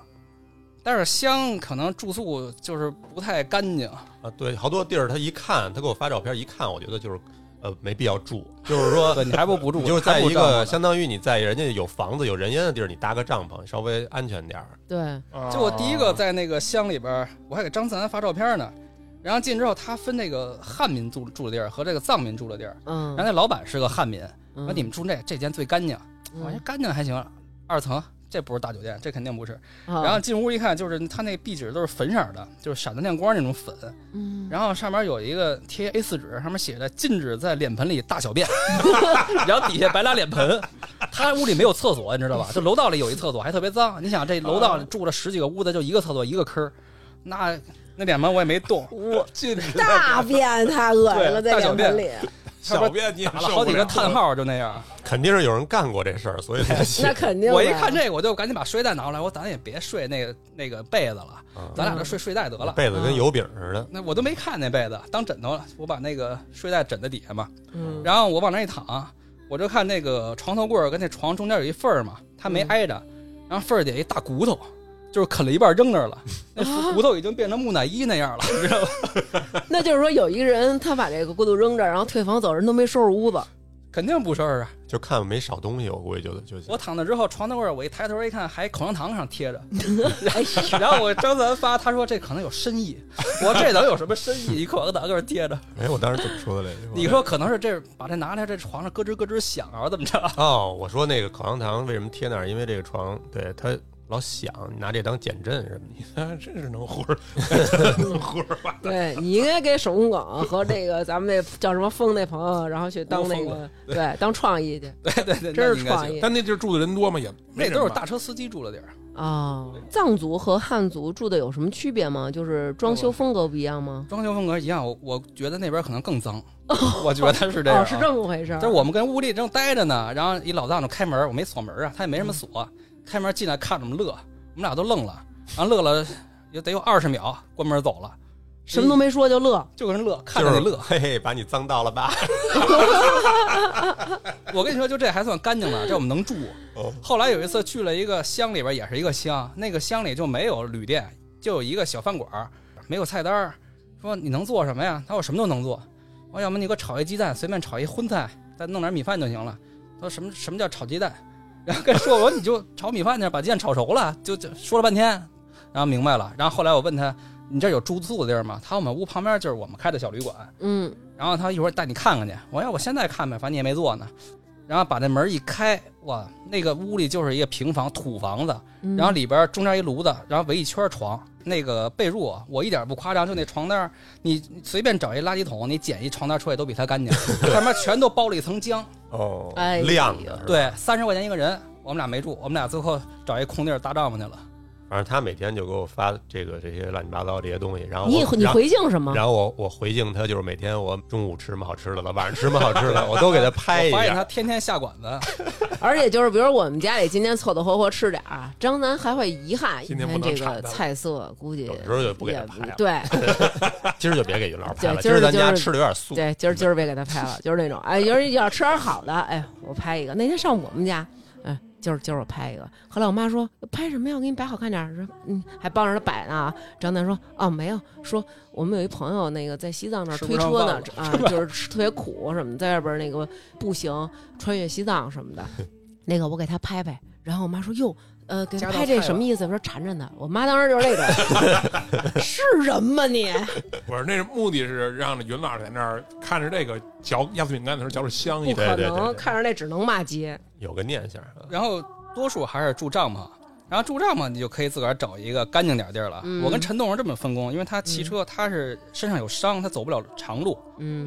Speaker 4: 但是乡可能住宿就是不太干净。
Speaker 3: 啊，对，好多地儿他一看，他给我发照片一看，我觉得就是呃没必要住，就是说
Speaker 4: 对你还不如不住，
Speaker 3: 你就是在
Speaker 4: 还不
Speaker 3: 一
Speaker 4: 如这样
Speaker 3: 个
Speaker 4: 吧
Speaker 3: 相当于你在人家有房子有人烟的地儿，你搭个帐篷稍微安全点儿。
Speaker 1: 对，
Speaker 2: 啊
Speaker 4: 就我第一
Speaker 1: 哦
Speaker 4: 个在那个乡里边儿，我还给张自然发照片呢。然后进之后，他分那个汉民住住的地儿和这个藏民住的地儿。
Speaker 1: 嗯，
Speaker 4: 然后那老板是个汉民，说
Speaker 1: 那
Speaker 4: 你们住这这间最干净。我说
Speaker 1: 嗯，
Speaker 4: 干净还行，二层这不是大酒店，这肯定不是。
Speaker 1: 啊
Speaker 4: 然后进屋一看，就是他那壁纸都是粉色的，就是闪着亮光那种粉。
Speaker 1: 嗯
Speaker 4: 然后上面有一个贴 A 4纸，上面写着“禁止在脸盆里大小便”， 然后底下白拉脸盆。他屋里没有厕所，你知道吧？就楼道里有一厕所，还特别脏。你想这楼道里住了十几个屋子，就一个厕所一个坑儿，那那脸盆我也没动，
Speaker 1: 我
Speaker 4: 进去
Speaker 1: 大便太恶心了，
Speaker 4: 对
Speaker 1: 在
Speaker 4: 大小
Speaker 1: 脸盆里，
Speaker 2: 小便你也
Speaker 4: 打了好几个叹号，就那样。
Speaker 3: 肯定是有人干过这事儿， 所以才写
Speaker 1: 那肯定的。
Speaker 4: 我一看这，我就赶紧把睡袋拿过来，我咱也别睡那个那个被子了，
Speaker 3: 嗯
Speaker 4: 咱俩就睡睡袋得了。嗯
Speaker 3: 被子跟油饼似的。
Speaker 4: 那我都没看那被子，当枕头了。我把那个睡袋枕在底下嘛，
Speaker 1: 嗯，
Speaker 4: 然后我往那一躺，我就看那个床头柜儿跟那床中间有一缝儿嘛，它没
Speaker 1: 嗯
Speaker 4: 挨着，然后缝儿底下一大骨头，就是啃了一半扔那 儿了，那
Speaker 1: 啊
Speaker 4: 骨头已经变成木乃伊那样了，你知道吧？
Speaker 1: 那就是说有一个人他把这个过度扔这儿，然后退房走人都没收拾 屋子，
Speaker 4: 肯定不是事儿 啊！
Speaker 3: 就看没少东西，我估计就就
Speaker 4: 我躺那之后，床头柜儿我一抬头一看，还口香糖上贴 着，
Speaker 1: 哎呀，
Speaker 4: 然后我张三发，他说这可能有深意， 我说这能有什么深意？一口香糖搁这贴着，
Speaker 3: 哎，我当时怎么说的来着？
Speaker 4: 你说可能是这把这拿来这床上咯吱咯吱响啊，怎么着？
Speaker 3: 哦，我说那个口香糖为什么贴那儿？因为这个床对它老响，你拿这当减震什么的。
Speaker 2: 真是能胡 儿，能胡儿吧？
Speaker 1: 对你应该给手工梗和这个咱们那叫什么风那朋友，然后去当那
Speaker 4: 欧
Speaker 1: 个对当创意去
Speaker 4: 对对对，
Speaker 1: 真
Speaker 4: 那
Speaker 1: 是
Speaker 4: 应该
Speaker 1: 创
Speaker 4: 行。
Speaker 1: 意
Speaker 2: 但那地儿住的人多吗？也没
Speaker 4: 那
Speaker 2: 人
Speaker 4: 都是
Speaker 2: 吧
Speaker 4: 大车司机住的地儿，
Speaker 1: 哦。藏族和汉族住的有什么区别吗？就是装修风格不一样吗？
Speaker 4: 装修风格一样，我我觉得那边可能更脏，我觉得是这样、啊
Speaker 1: 哦，是这。么回事儿。
Speaker 4: 就是我们跟屋里正待着呢，然后一老大就开门，我没锁门啊，他也没
Speaker 1: 嗯
Speaker 4: 什么锁，开门进来看着我们乐，我们俩都愣了，然后乐了有得有二十秒，关门走了。
Speaker 1: 什么都没说就乐。
Speaker 4: 就跟人乐，看
Speaker 3: 就
Speaker 4: 着
Speaker 3: 是
Speaker 4: 你乐。
Speaker 3: 嘿嘿，把你脏到了吧？
Speaker 4: 我跟你说，就这还算干净的，这我们能住。
Speaker 3: 哦
Speaker 4: 后来有一次去了一个乡里边，也是一个乡，那个乡里就没有旅店，就有一个小饭馆儿，没有菜单儿。说你能做什么呀？他说我什么都能做。我说要么你给我炒一鸡蛋，随便炒一荤菜，再弄点米饭就行了。他说什么什么叫炒鸡蛋？然后跟说我说你就炒米饭去，把鸡蛋炒熟了，就就说了半天，然后明白了。然后后来我问他，你这儿有住宿的地儿吗？他说我们屋旁边就是我们开的小旅馆。
Speaker 1: 嗯，
Speaker 4: 然后他一会儿带你看看去。我说要我现在看呗，反正你也没做呢。然后把那门一开，哇，那个屋里就是一个平房土房子，
Speaker 1: 嗯
Speaker 4: 然后里边中间一炉子，然后围一圈床，那个被褥啊我一点不夸张，就那床单儿，你你随便找一垃圾桶，你捡一床单出来都比它干净，上面全都包了一层浆。
Speaker 3: 哦
Speaker 1: 哎呀
Speaker 3: 亮的。是吧，
Speaker 4: 对，三十块钱一个人，我们俩没住，我们俩最后找一空地儿搭帐篷去了。
Speaker 3: 反正他每天就给我发这个这些乱七八糟这些东西，
Speaker 4: 啊
Speaker 3: 然后我
Speaker 1: 你你
Speaker 3: 然后
Speaker 1: 回敬什么？
Speaker 3: 然后我我回敬他，就是每天我中午吃什么好吃的了，晚上吃什么好吃的，我都给他拍一
Speaker 4: 我发现
Speaker 3: 下。
Speaker 4: 他天天下馆子，
Speaker 1: 而且就是，比如我们家里今天凑凑合合吃点儿啊，张楠还会遗憾，
Speaker 2: 今天不
Speaker 1: 看
Speaker 2: 能
Speaker 1: 这
Speaker 2: 馋
Speaker 1: 个
Speaker 2: 他了
Speaker 1: 菜色估计
Speaker 3: 有时候就不给他拍了
Speaker 1: 也对
Speaker 3: 今儿就别给云老师拍了，
Speaker 1: 对
Speaker 3: 今
Speaker 1: 今儿
Speaker 3: 咱
Speaker 1: 就
Speaker 3: 家
Speaker 1: 是
Speaker 3: 吃的有点素。
Speaker 1: 对，今儿今儿别给他拍了，就是那种哎，有人要吃点好的，哎，我拍一个。那天上我们家，哎，今儿今儿我拍一个。后来我妈说拍什么呀？我给你摆好看点儿，说嗯，还帮着他摆呢啊。张楠说哦没有，说我们有一朋友那个在西藏那儿
Speaker 4: 吃
Speaker 1: 推
Speaker 4: 不上
Speaker 1: 车
Speaker 4: 饭
Speaker 1: 呢
Speaker 4: 了
Speaker 1: 啊，就是吃特别苦什么，在外边那个步行穿越西藏什么 的，那个我给他拍拍。然后我妈说哟。呃，给他
Speaker 4: 夹道
Speaker 1: 拍这
Speaker 4: 菜
Speaker 1: 什么
Speaker 4: 了
Speaker 1: 意思？我说缠着呢。我妈当时就是那种， 是人吗你？
Speaker 2: 不是，那目的是让云老师在那儿看着这个嚼压岁饼干的时候嚼着香一
Speaker 1: 不
Speaker 2: 点。
Speaker 1: 可
Speaker 3: 对对对
Speaker 1: 能，
Speaker 3: 对
Speaker 1: 看着那只能骂街。
Speaker 3: 有个念想。啊
Speaker 4: 然后多数还是住帐篷，然后住帐篷你就可以自个儿找一个干净点儿地儿了。
Speaker 1: 嗯
Speaker 4: 我跟陈栋是这么分工，因为他骑车，他是身上有伤，他走不了长路，因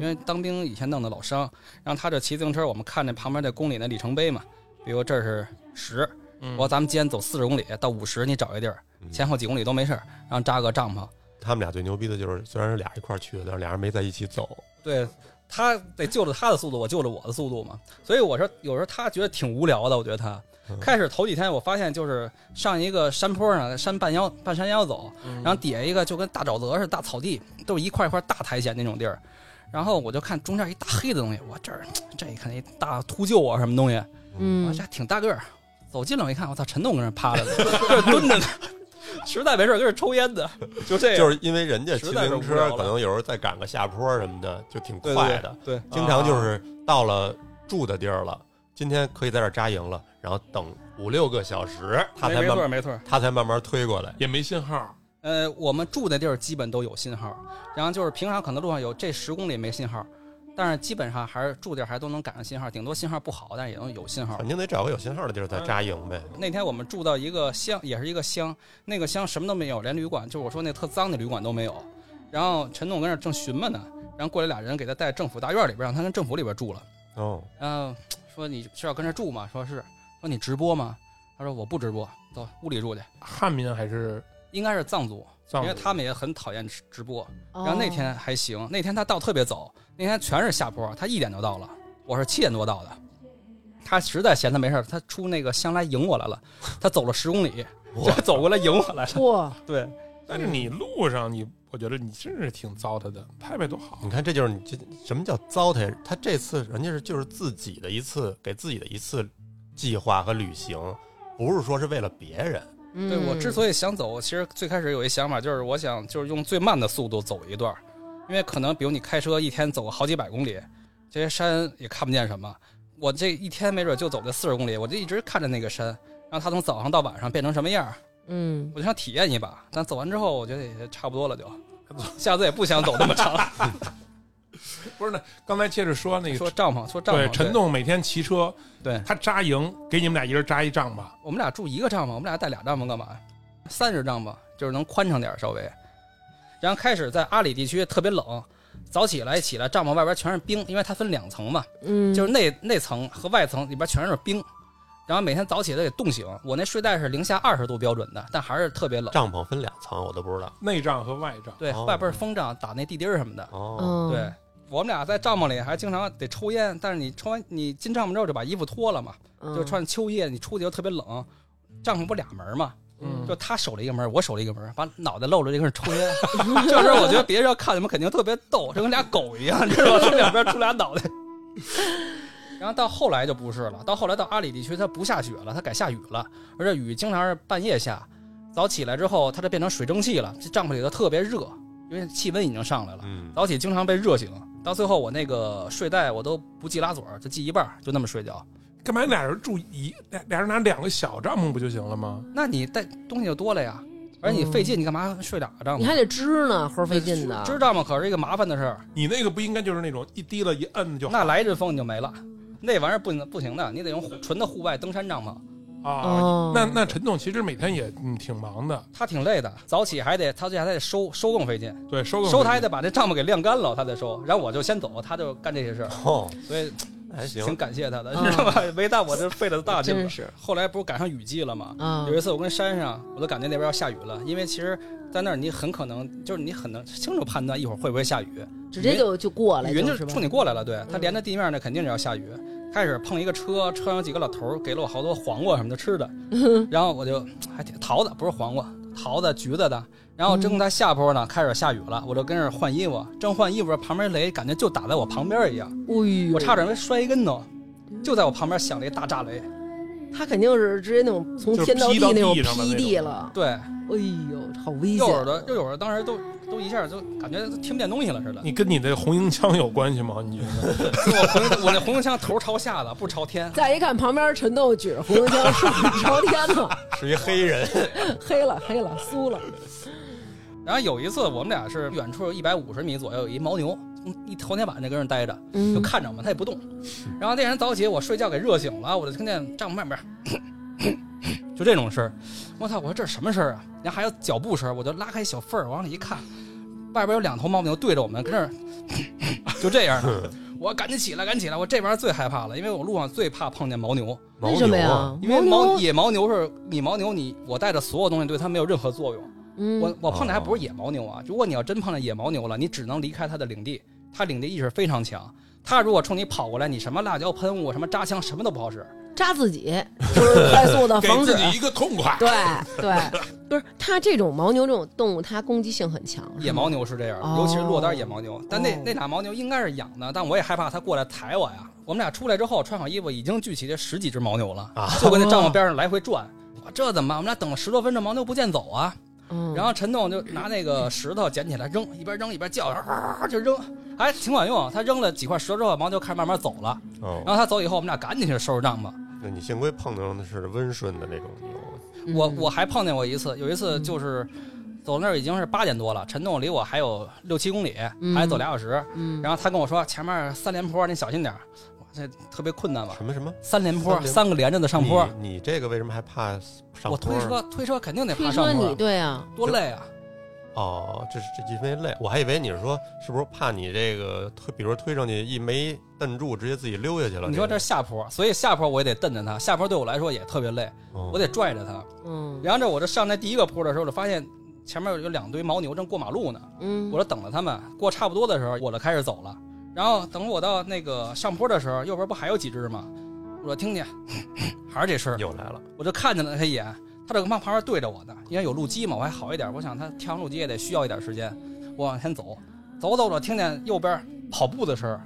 Speaker 1: 嗯
Speaker 4: 为当兵以前弄的老伤。然后他这骑自行车，我们看那旁边那公里那里程碑嘛，比如这儿是十，
Speaker 2: 嗯
Speaker 4: 我说咱们今天走四十公里到五十，你找一地儿，
Speaker 3: 嗯
Speaker 4: 前后几公里都没事儿，然后扎个帐篷。
Speaker 3: 他们俩最牛逼的就是，虽然是俩一块儿去的，但是俩人没在一起走。
Speaker 4: 对。他得救着他的速度，我救着我的速度嘛。所以我说，有时候他觉得挺无聊的。我觉得他
Speaker 3: 嗯
Speaker 4: 开始头几天，我发现就是上一个山坡上，山半腰半山腰走，
Speaker 2: 嗯
Speaker 4: 然后底下一个就跟大沼泽似的大草地，都是一块一块大苔藓那种地儿。然后我就看中间一大黑的东西，我这儿这一看一大秃鹫啊什么东西，我
Speaker 1: 嗯
Speaker 4: 这，还挺大个儿。走近了我一看，我操，陈栋跟那儿趴着呢， 跟那儿蹲着呢，实在没事儿跟那儿抽烟的，就这样，
Speaker 3: 就是是因为人家骑自
Speaker 4: 实在是
Speaker 3: 行
Speaker 4: 无聊
Speaker 3: 车
Speaker 4: 了
Speaker 3: 可能有时候再赶个下坡什么的，就挺快的。
Speaker 4: 对啊对
Speaker 3: 经常就是到了住的地儿了，今天可以在这儿扎营了，然后等五六个小时，他
Speaker 4: 没
Speaker 3: 才
Speaker 4: 没错儿
Speaker 3: 慢
Speaker 4: 没错儿。
Speaker 3: 他才慢慢推过来。
Speaker 2: 也没信号，
Speaker 4: 呃，我们住的地儿基本都有信号，然后就是平常可能路上有这十公里没信号，但是基本上还是住地儿还都能赶上信号，顶多信号不好，但是也能有信号
Speaker 3: 肯。定得找个有信号的地儿再扎营呗。
Speaker 4: 那天我们住到一个乡，也是一个乡，那个乡什么都没有，连旅馆，就是我说那特脏的旅馆都没有。然后陈总跟那儿正寻摸呢，然后过来俩人给他带政府大院里边，让他跟政府里边住了。
Speaker 3: 哦，
Speaker 4: 然后说你是要跟这儿住吗？说是。说你直播吗？他说我不直播，走屋里住去。
Speaker 2: 汉民还是
Speaker 4: 应该是藏族，
Speaker 2: 藏
Speaker 4: 因为
Speaker 2: 族
Speaker 4: 他们也很讨厌直直播。
Speaker 1: 然
Speaker 4: 然后那天还行，那天他到特别早，那天全是下坡，他一点就到了，我是七点多到的。他实在闲的没事儿，他出那个乡来迎我来了，他走了十公里，就
Speaker 3: 哇
Speaker 4: 走过来迎我来了。
Speaker 1: 哇，
Speaker 4: 对，
Speaker 2: 但是你路上你，我觉得你真是挺糟蹋的，拍拍多好。
Speaker 3: 你看这就是你这什么叫糟蹋？他这次人家是就是自己的一次给自己的一次计划和旅行，不是说是为了别人。
Speaker 4: 对我之
Speaker 1: 以
Speaker 4: 所以想走，其实最开始有一想法，就是我想就是用最慢的速度走一段儿，因为可能比如你开车一天走个好几百公里，这些山也看不见什么，我这一天没准就走这四十公里，我就一直看着那个山，让它从早上到晚上变成什么样儿，
Speaker 1: 嗯，
Speaker 4: 我就想体验一把。但走完之后，我觉得也差不多了就，下次也不想走那么 长。
Speaker 2: 不是呢，刚才接着说那
Speaker 4: 说
Speaker 2: 个，
Speaker 4: 帐篷，说帐篷，
Speaker 2: 对，陈栋每天骑车，
Speaker 4: 对，
Speaker 2: 他扎营，给你们俩一人扎一帐吧。
Speaker 4: 我们俩住一个帐篷，我们俩带俩帐篷干嘛呀？三十帐篷就是能宽敞点儿稍微。然后开始在阿里地区特别冷，早起来起来帐篷外边全是冰，因为它分两层嘛，
Speaker 1: 嗯，
Speaker 4: 就是内内层和外层里边全是冰。然后每天早起来得冻醒，我那睡袋是零下二十度标准的，但还是特别冷。
Speaker 3: 帐篷分两层，我都不知道。
Speaker 2: 内帐和外帐，
Speaker 4: 对，
Speaker 3: 哦
Speaker 4: 外边是风帐打那地钉儿什么的。
Speaker 3: 哦，
Speaker 1: 嗯，
Speaker 4: 对，我们俩在帐篷里还经常得抽烟，但是你抽完你进帐篷之后就把衣服脱了嘛，
Speaker 1: 嗯
Speaker 4: 就穿秋衣，你出去又特别冷，帐篷不俩门儿嘛，
Speaker 2: 嗯
Speaker 4: 就他守了一个门，我守了一个门，把脑袋露着这个人抽烟。 就是我觉得别人要看你们肯定特别逗，就跟俩狗一样，你知道吗？从两边出俩脑袋。 然后到后来就不是了，到后来到阿里地区，它不下雪了，它改下雨了，而且雨经常是半夜下，早起来之后它就变成水蒸气了，这帐篷里头特别热，因为气温已经上来了。
Speaker 3: 嗯，
Speaker 4: 早起经常被热醒，到最后我那个睡袋我都不系拉锁，就系一半儿，就那么睡觉。
Speaker 2: 干嘛俩人住一俩俩人拿两个小帐篷不就行了吗？
Speaker 4: 那你带东西就多了呀，而且你费劲，你干嘛睡俩
Speaker 1: 嗯
Speaker 4: 帐
Speaker 1: 你
Speaker 4: 篷
Speaker 1: 还？得支呢，齁费劲的。
Speaker 4: 支帐篷可是一个麻烦的事儿，
Speaker 2: 你那个不应该就是那种一滴了一摁就
Speaker 4: 那来一阵风你就没了，那玩意儿不能不行的，你得用户纯的户外登山帐篷，
Speaker 2: 啊
Speaker 1: 哦？
Speaker 2: 那那陈总其实每天也嗯挺忙的，
Speaker 4: 他挺累的，早起还得他这还得收收更费劲，
Speaker 2: 对，收个
Speaker 4: 收他还得把这帐篷给晾干了，他再收，然后我就先走，他就干这些事儿，
Speaker 3: 哦，
Speaker 4: 所以
Speaker 3: 还
Speaker 4: 挺
Speaker 3: 行，
Speaker 4: 感谢他的，
Speaker 1: 嗯
Speaker 4: 知道吧？没但我这费了大劲
Speaker 1: 真
Speaker 4: 了。
Speaker 1: 是
Speaker 4: 后来不是赶上雨季了吗？
Speaker 1: 啊
Speaker 4: 有，一次我跟山上，我都感觉那边要下雨了，因为其实，在那儿你很可能就是你很能清楚判断一会儿会不会下雨，
Speaker 1: 直接就就过来，
Speaker 4: 云就是
Speaker 1: 吧
Speaker 4: 嗯
Speaker 1: 哎
Speaker 4: 冲你过来了，对，它连着地面呢，肯定是要下雨。开始碰一个车，车上有几个老头儿给了我好多黄瓜什么的 吃的，然后我就还挺桃子不是黄瓜，桃子、橘子的。然后正在下坡呢，开始下雨了，我就跟着换衣服，正换衣服，旁边雷感觉就打在我旁边一样，
Speaker 1: 哎呦，
Speaker 4: 我差点没摔一跟头，就在我旁边响了一大炸雷。
Speaker 1: 他肯定是直接那种从天到地那种劈地了，
Speaker 4: 对，
Speaker 1: 哎呦，好危
Speaker 4: 右
Speaker 1: 险！啊
Speaker 4: 耳朵右耳朵当时都都一下就感觉都听不见东西了似的。
Speaker 2: 你跟你的红缨枪有关系吗？你觉得？
Speaker 4: 我红我那红缨枪头朝下的，不朝天。
Speaker 1: 再一看旁边陈豆举着红缨枪 竖着朝天呢，
Speaker 3: 是一黑人，
Speaker 1: 黑了黑了酥了，
Speaker 4: 然后有一次，我们俩是远处一百五十米左右有一牦牛，从一头天板就跟人待着，就
Speaker 1: 嗯，
Speaker 4: 看着我们，它也不动。然后那人早起，我睡觉给热醒了，我就听见帐篷外面咳咳咳 就这种声儿。我操！我说这是什么声儿啊？然后还有脚步声儿，我就拉开小缝儿往里一看，外边有两头牦牛对着我们，跟那儿咳 咳就这样 的。我赶紧起来，赶紧起来！我这玩意儿最害怕了，因为我路上最怕碰见牦牛，
Speaker 1: 为什么
Speaker 3: 牦牛啊
Speaker 1: 呀？
Speaker 4: 因为牦
Speaker 1: 牦
Speaker 4: 野牦牛是你牦牛你我带的所有东西对它没有任何作用。
Speaker 1: 牛，
Speaker 4: 我我碰的还不是野牦牛啊，如果你要真碰见野牦牛了，你只能离开它的领地，它领地意识非常强。它如果冲你跑过来，你什么辣椒喷雾、什么扎枪，什么都不好使。
Speaker 1: 嗯扎自己，就是快速 的
Speaker 2: 给
Speaker 1: 防止
Speaker 2: 自。己一个痛 快。
Speaker 1: 对对，不是它这种牦牛这种动物，它攻击性很强，
Speaker 4: 野牦牛是这样，
Speaker 1: 哦
Speaker 4: 尤其是落单野牦牛。但那
Speaker 1: 哦
Speaker 4: 那俩牦牛应该是养的，但我也害怕它过来踩我呀。我们俩出来之后，穿好衣服，已经聚齐这十几只牦牛了，
Speaker 3: 啊
Speaker 4: 就跟那帐篷边上来回转。我这怎么办？我们俩等了十多分钟，牦牛不见走啊。
Speaker 1: 嗯，
Speaker 4: 然后陈栋就拿那个石头捡起来扔，一边扔一边叫，啊就扔，哎，挺管用。他扔了几块石头之后，王就开始慢慢走了。然
Speaker 3: 哦，
Speaker 4: 后他走以后，我们俩赶紧去收拾帐篷。
Speaker 3: 那你幸亏碰到的是温顺的那种牛，
Speaker 1: 嗯
Speaker 4: 我我还碰见过一次，有一次就是走那儿已经是八点多了，陈栋离我还有六七公里，
Speaker 1: 嗯
Speaker 4: 还得走俩小时。
Speaker 1: 嗯，
Speaker 4: 然后他跟我说前面三连坡，你小心点儿。我这特别困难嘛，
Speaker 3: 什么什么
Speaker 4: 三连坡
Speaker 3: 三，连
Speaker 4: 三个连着的上坡。
Speaker 3: 你你这个为什么还怕上坡？
Speaker 4: 我推车推车肯定得爬
Speaker 1: 推
Speaker 4: 上
Speaker 1: 说
Speaker 4: 坡
Speaker 1: 你
Speaker 4: 啊，
Speaker 1: 对啊，
Speaker 4: 多累啊！
Speaker 3: 哦，这是这因为累，我还以为你是说是不是怕你这个推，比如说推上去一没蹬住，直接自己溜下去了。
Speaker 4: 你说这
Speaker 3: 那
Speaker 4: 是下坡，所以下坡我也得蹬着它，下坡对我来说也特别累，
Speaker 3: 个，哦
Speaker 4: 我得拽着它。
Speaker 1: 嗯
Speaker 4: 然后这我这上那第一个坡的时候，我就发现前面有两堆牦牛正过马路呢，
Speaker 1: 嗯，
Speaker 4: 我就等着他们过差不多的时候，我就开始走了。然后等我到那个上坡的时候，右边不还有几只吗？我说听见， 还是这声儿，
Speaker 3: 又来了，
Speaker 4: 我就看见了他一眼，他就往旁边对着我呢，因为有路基嘛，我还好一点。我想他跳上路基也得需要一点时间，我往前走，走走着听见右边跑步的声儿，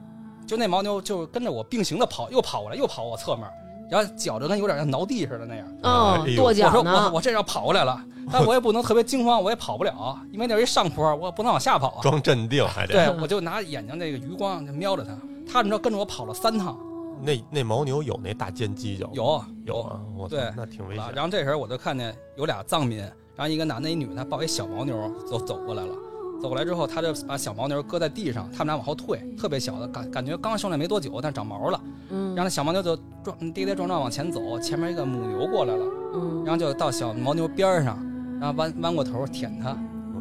Speaker 4: 就那牦牛就跟着我并行的跑，又跑过来，又跑我侧面，然后脚就跟有点像挠地似的那样。
Speaker 1: 哦
Speaker 3: 哎，呦
Speaker 1: 跺
Speaker 4: 我说
Speaker 1: 脚
Speaker 4: 我
Speaker 1: 呢，
Speaker 4: 我这要跑过来了，但我也不能特别惊慌，我也跑不了，因为那是一上坡，我不能往下跑啊。
Speaker 3: 装镇定还得。
Speaker 4: 对，我就拿眼睛那个余光就瞄着他，他你知道跟着我跑了三趟，
Speaker 3: 那那牦牛有那大尖犄角吗？
Speaker 4: 有
Speaker 3: 有啊，我操
Speaker 4: 对
Speaker 3: 那挺危
Speaker 4: 啊
Speaker 3: 险。
Speaker 4: 然后这时候我就看见有俩藏民，然后一个男的，一女的，抱一小牦牛走走过来了。走过来之后，他就把小牦牛搁在地上，他们俩往后退，特别小的感感觉刚生来没多久，但长毛了。
Speaker 1: 嗯
Speaker 4: 然后那小牦牛就撞跌跌撞撞往前走，前面一个母牛过来了，
Speaker 1: 嗯
Speaker 4: 然后就到小牦牛边儿上，然后弯弯过头舔它，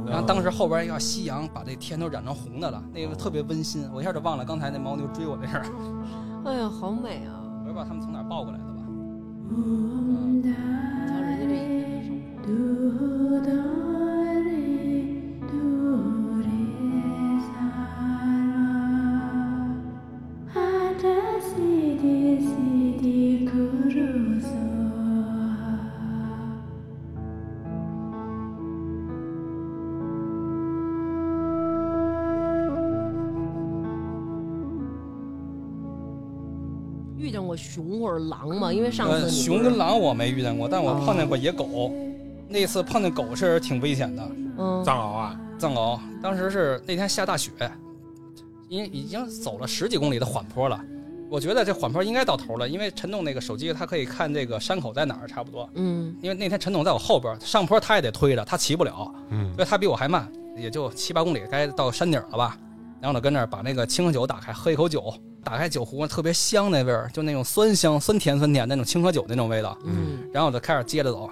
Speaker 4: 然后当时后边一个夕阳把这天都染成红的了，那个特别温馨，我一下就忘了刚才那牦牛追我那事儿，
Speaker 1: 哎呀，好美啊！
Speaker 4: 我也不知道他们从哪儿抱过来的吧。
Speaker 1: 瞧人家这一天的生活。
Speaker 5: Ada sidi sidi guru soha
Speaker 1: 见过熊或者狼吗？因为上次
Speaker 4: 呃，
Speaker 1: 你
Speaker 4: 熊跟狼我没遇见过，但我碰见过野狗。那次碰见狗是挺危险的，
Speaker 1: 嗯
Speaker 2: 藏獒啊，
Speaker 4: 藏獒。当时是那天下大雪，因为已经走了十几公里的缓坡了。我觉得这缓坡应该到头了，因为陈总那个手机它可以看这个山口在哪儿，差不多。
Speaker 1: 嗯
Speaker 4: 因为那天陈总在我后边，上坡他也得推着，他骑不了，
Speaker 3: 嗯
Speaker 4: 所以他比我还慢，也就七八公里，该到山顶了吧。然后呢，跟那儿把那个青稞酒打开，喝一口酒，打开酒壶特别香那味儿，就那种酸香、酸甜、酸甜那种青稞酒那种味道。
Speaker 1: 嗯
Speaker 4: 然后我就开始接着走。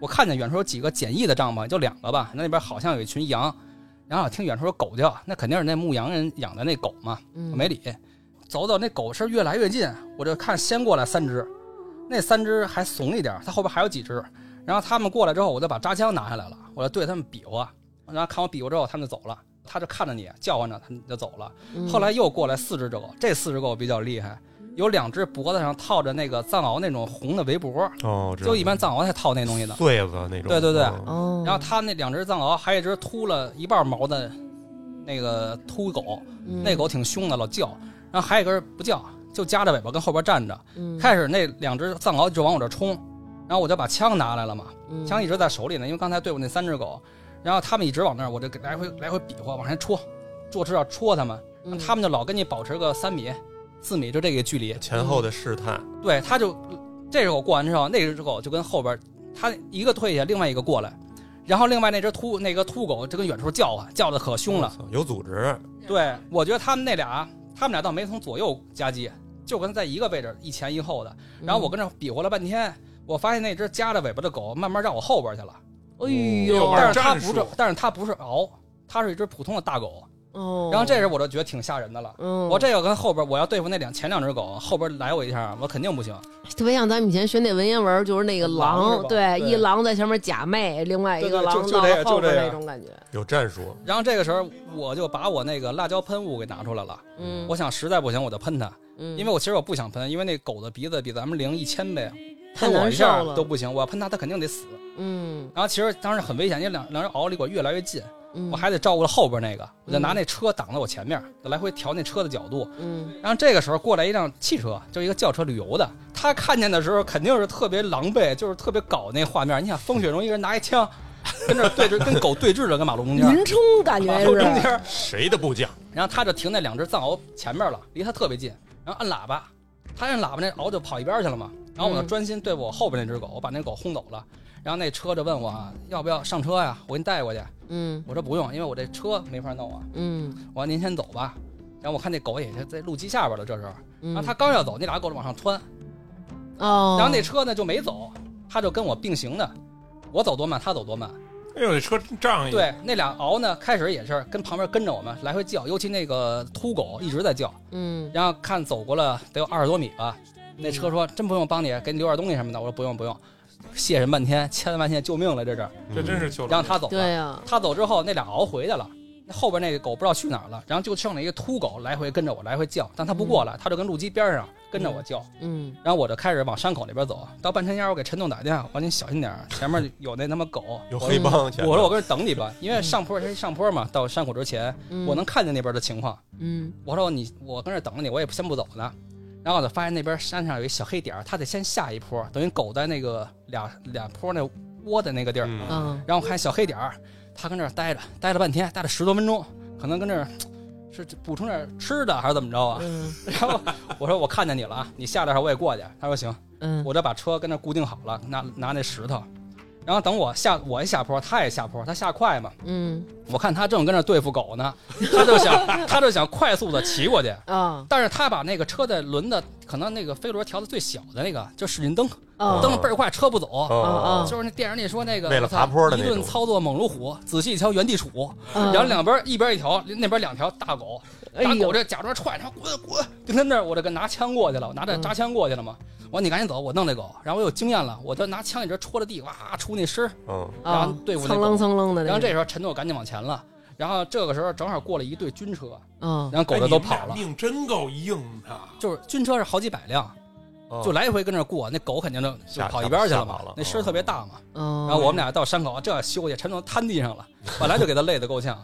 Speaker 4: 我看见远处有几个简易的帐篷，就两个吧，那边好像有一群羊，然后我听远处有狗叫，那肯定是那牧羊人养的那狗嘛，
Speaker 1: 嗯
Speaker 4: 我没理。走走，那狗是越来越近，我就看先过来三只，那三只还怂一点，它后边还有几只。然后他们过来之后，我就把扎枪拿下来了，我就对他们比划，然后看我比唤之后，他们就走了。他就看着你叫唤着，他们就走了。
Speaker 1: 嗯
Speaker 4: 后来又过来四只狗，这四只狗比较厉害，有两只脖子上套着那个藏獒那种红的围脖，
Speaker 3: 哦，知道
Speaker 4: 就一般藏獒才套那东西的。
Speaker 3: 穗子那种，
Speaker 4: 对对对
Speaker 3: 嗯
Speaker 1: 哦，
Speaker 4: 然后他那两只藏獒，还有一只秃了一半毛的那个秃狗，
Speaker 1: 嗯
Speaker 4: 那狗挺凶的，老叫。然后还有一个人不叫，就夹着尾巴跟后边站着。
Speaker 1: 嗯
Speaker 4: 开始那两只藏獒就往我这冲，然后我就把枪拿来了嘛，
Speaker 1: 嗯
Speaker 4: 枪一直在手里呢，因为刚才对付那三只狗，然后他们一直往那儿，我就给来回来回比划，往前戳，坐姿要戳他们，
Speaker 1: 嗯
Speaker 4: 他们就老跟你保持个三米、四米就这个距离，
Speaker 3: 前后的试探，
Speaker 4: 对，他就这只狗过完之后，那只狗就跟后边，它一个退下，另外一个过来，然后另外那只秃那个秃狗就跟远处叫啊，叫的可凶了。
Speaker 3: 有组织，
Speaker 4: 对，
Speaker 1: 嗯
Speaker 4: 我觉得他们那俩，他们俩倒没从左右夹击，就跟在一个位置，一前一后的。然
Speaker 1: 嗯
Speaker 4: 后我跟这比划了半天，我发现那只夹着尾巴的狗慢慢让我后边去了，
Speaker 1: 哎
Speaker 2: 又
Speaker 1: 呦
Speaker 2: 玩
Speaker 4: 但
Speaker 2: 儿
Speaker 4: 是它
Speaker 2: 战
Speaker 4: 不
Speaker 2: 术
Speaker 4: 是，但是它不是獒，它是一只普通的大狗。
Speaker 1: 哦，
Speaker 4: 然后这时候我就觉得挺吓人的了。
Speaker 1: 嗯
Speaker 4: 我这个跟后边，我要对付那两前两只狗，后边来我一下，我肯定不行。
Speaker 1: 特别像咱们以前学那文言文，就是那个
Speaker 4: 狼是吧
Speaker 1: 对，
Speaker 4: 对
Speaker 1: 一狼在前面假寐，另外一
Speaker 4: 对
Speaker 1: 个
Speaker 4: 对
Speaker 1: 狼
Speaker 4: 就
Speaker 1: 到
Speaker 4: 就这
Speaker 1: 了
Speaker 4: 样
Speaker 1: 后
Speaker 4: 就这
Speaker 1: 边那
Speaker 4: 样
Speaker 1: 种感觉。
Speaker 3: 有战术，
Speaker 4: 然后这个时候我就把我那个辣椒喷雾给拿出来了，
Speaker 1: 嗯，
Speaker 4: 我想实在不行我就喷它，
Speaker 1: 因
Speaker 4: 因为我其实我不想喷，因为那狗的鼻子比咱们灵一千倍，
Speaker 1: 太
Speaker 4: 喷我
Speaker 1: 难
Speaker 4: 一
Speaker 1: 受
Speaker 4: 下
Speaker 1: 了
Speaker 4: 都不行，我要喷它它肯定得死。
Speaker 1: 嗯
Speaker 4: 然后其实当时很危险，因为两两只獒离我越来越近，
Speaker 1: 嗯，
Speaker 4: 我还得照顾后边那个，我就拿那车挡在我前面，就来回调那车的角度。
Speaker 1: 嗯
Speaker 4: 然后这个时候过来一辆汽车，就一个轿车旅游的，他看见的时候肯定是特别狼狈，就是特别搞那画面。你想风雪中一个人拿一枪，跟这儿对着跟狗对峙着，跟马路中间，
Speaker 1: 云冲感 觉
Speaker 4: 马路
Speaker 1: 是
Speaker 4: 中间。
Speaker 3: 谁都不讲，
Speaker 4: 然后他就停在两只藏獒前面了，离他特别近，然后按喇叭，他按喇叭，那獒就跑一边去了嘛。然后我就专心对付我后边那只狗，我把那狗轰走了。然后那车就问我啊要不要上车呀、我给你带过去。
Speaker 1: 嗯
Speaker 4: 我说不用，因为我这车没法弄啊。
Speaker 1: 嗯，
Speaker 4: 我说您先走吧。然后我看那狗也是在路基下边了，这时候，
Speaker 1: 然
Speaker 4: 然后他刚要走，那俩狗就往上窜，
Speaker 1: 嗯哦，
Speaker 4: 然后那车呢就没走，他就跟我并行的，我走多慢，他走多慢。
Speaker 2: 哎呦，这车真仗义，
Speaker 4: 对，那俩獒呢开始也是跟旁边跟着我们来回叫，尤其那个秃狗一直在叫。
Speaker 1: 嗯
Speaker 4: 然后看走过了得有二十多米吧，那车说真不用帮你，给你留点东西什么的。我说不用不用，谢人半天，千万谢救命了这是。
Speaker 2: 这真是求了。哎
Speaker 4: 然后嗯他走了，
Speaker 1: 对啊呀，
Speaker 4: 他走之后那俩獒回去了，那后边那个狗不知道去哪儿了，然后就剩了一个秃狗来回跟着我来回叫，但他不过来，他就跟路基边上跟着我叫。
Speaker 1: 嗯
Speaker 4: 然后我就开始往山口那边走，到半山腰我给陈栋打电话，我说您小心点儿，前面有那他妈狗。
Speaker 3: 嗯有黑帮，
Speaker 4: 我说我跟这儿等你吧，因为上坡是上坡嘛，到山口之前
Speaker 1: 嗯，
Speaker 4: 我能看见那边的情况。
Speaker 1: 嗯
Speaker 4: 我说你，我跟这儿等着你，我也先不走呢。然后我就发现那边山上有一小黑点儿，它得先下一坡，等于狗在那个俩俩坡那窝的那个地儿。
Speaker 3: 嗯
Speaker 1: 啊
Speaker 4: 然后我看小黑点儿，它跟这儿待着，待了半天，待了十多分钟，可能跟这儿是补充点吃的还是怎么着啊？
Speaker 1: 嗯
Speaker 4: 然后我说我看见你了啊，你下来时候我也过去。他说行，
Speaker 1: 嗯，
Speaker 4: 我这把车跟那儿固定好了，拿拿那石头。然后等我下我一下坡，它也下坡，它下快嘛。
Speaker 1: 嗯
Speaker 4: 我看它正跟那儿对付狗呢，它就想它就想快速的骑过去。
Speaker 1: 啊
Speaker 4: 但是他把那个车的轮子，可能那个飞轮调的最小的那个，就使劲蹬，
Speaker 1: 啊
Speaker 4: 蹬得倍儿快，车不走。
Speaker 3: 嗯
Speaker 1: 啊
Speaker 4: 就是那电影里说那个，
Speaker 3: 哦为了爬坡的
Speaker 4: 一
Speaker 3: 那
Speaker 4: 顿
Speaker 3: 种
Speaker 4: 操作猛如虎，仔细一瞧原地杵，
Speaker 1: 嗯
Speaker 4: 然后两边儿一边一条，那边两条大狗，
Speaker 1: 哎
Speaker 4: 大
Speaker 1: 呦
Speaker 4: 狗这假装踹，然后滚滚，就跟那儿我这个拿枪过去了，我拿着
Speaker 1: 嗯
Speaker 4: 扎枪过去了嘛。我说你赶紧走，我弄那狗。然后我有经验了，我就拿枪一直戳着地，哇出那声儿。
Speaker 3: 嗯，
Speaker 1: 啊
Speaker 4: 然后对付那
Speaker 1: 蹭楞
Speaker 4: 狗
Speaker 1: 蹭楞的那
Speaker 4: 然
Speaker 1: 种，
Speaker 4: 后这时候陈总赶紧往前了，然后这个时候正好过了一队军车，
Speaker 1: 啊
Speaker 4: 然后狗
Speaker 2: 哎
Speaker 4: 子都跑
Speaker 2: 你
Speaker 4: 了
Speaker 2: 们俩。命真够硬的。
Speaker 4: 就是军车是好几百辆，
Speaker 3: 哦
Speaker 4: 就来回跟那儿过，那狗肯定就就
Speaker 3: 吓
Speaker 4: 跑一边去了
Speaker 3: 吓跑
Speaker 4: 嘛
Speaker 3: 了。
Speaker 4: 那声儿特别大嘛。
Speaker 1: 哦，
Speaker 4: 啊 然后我们俩到山口，这休息，陈总瘫地上了，本来就给他累得够呛。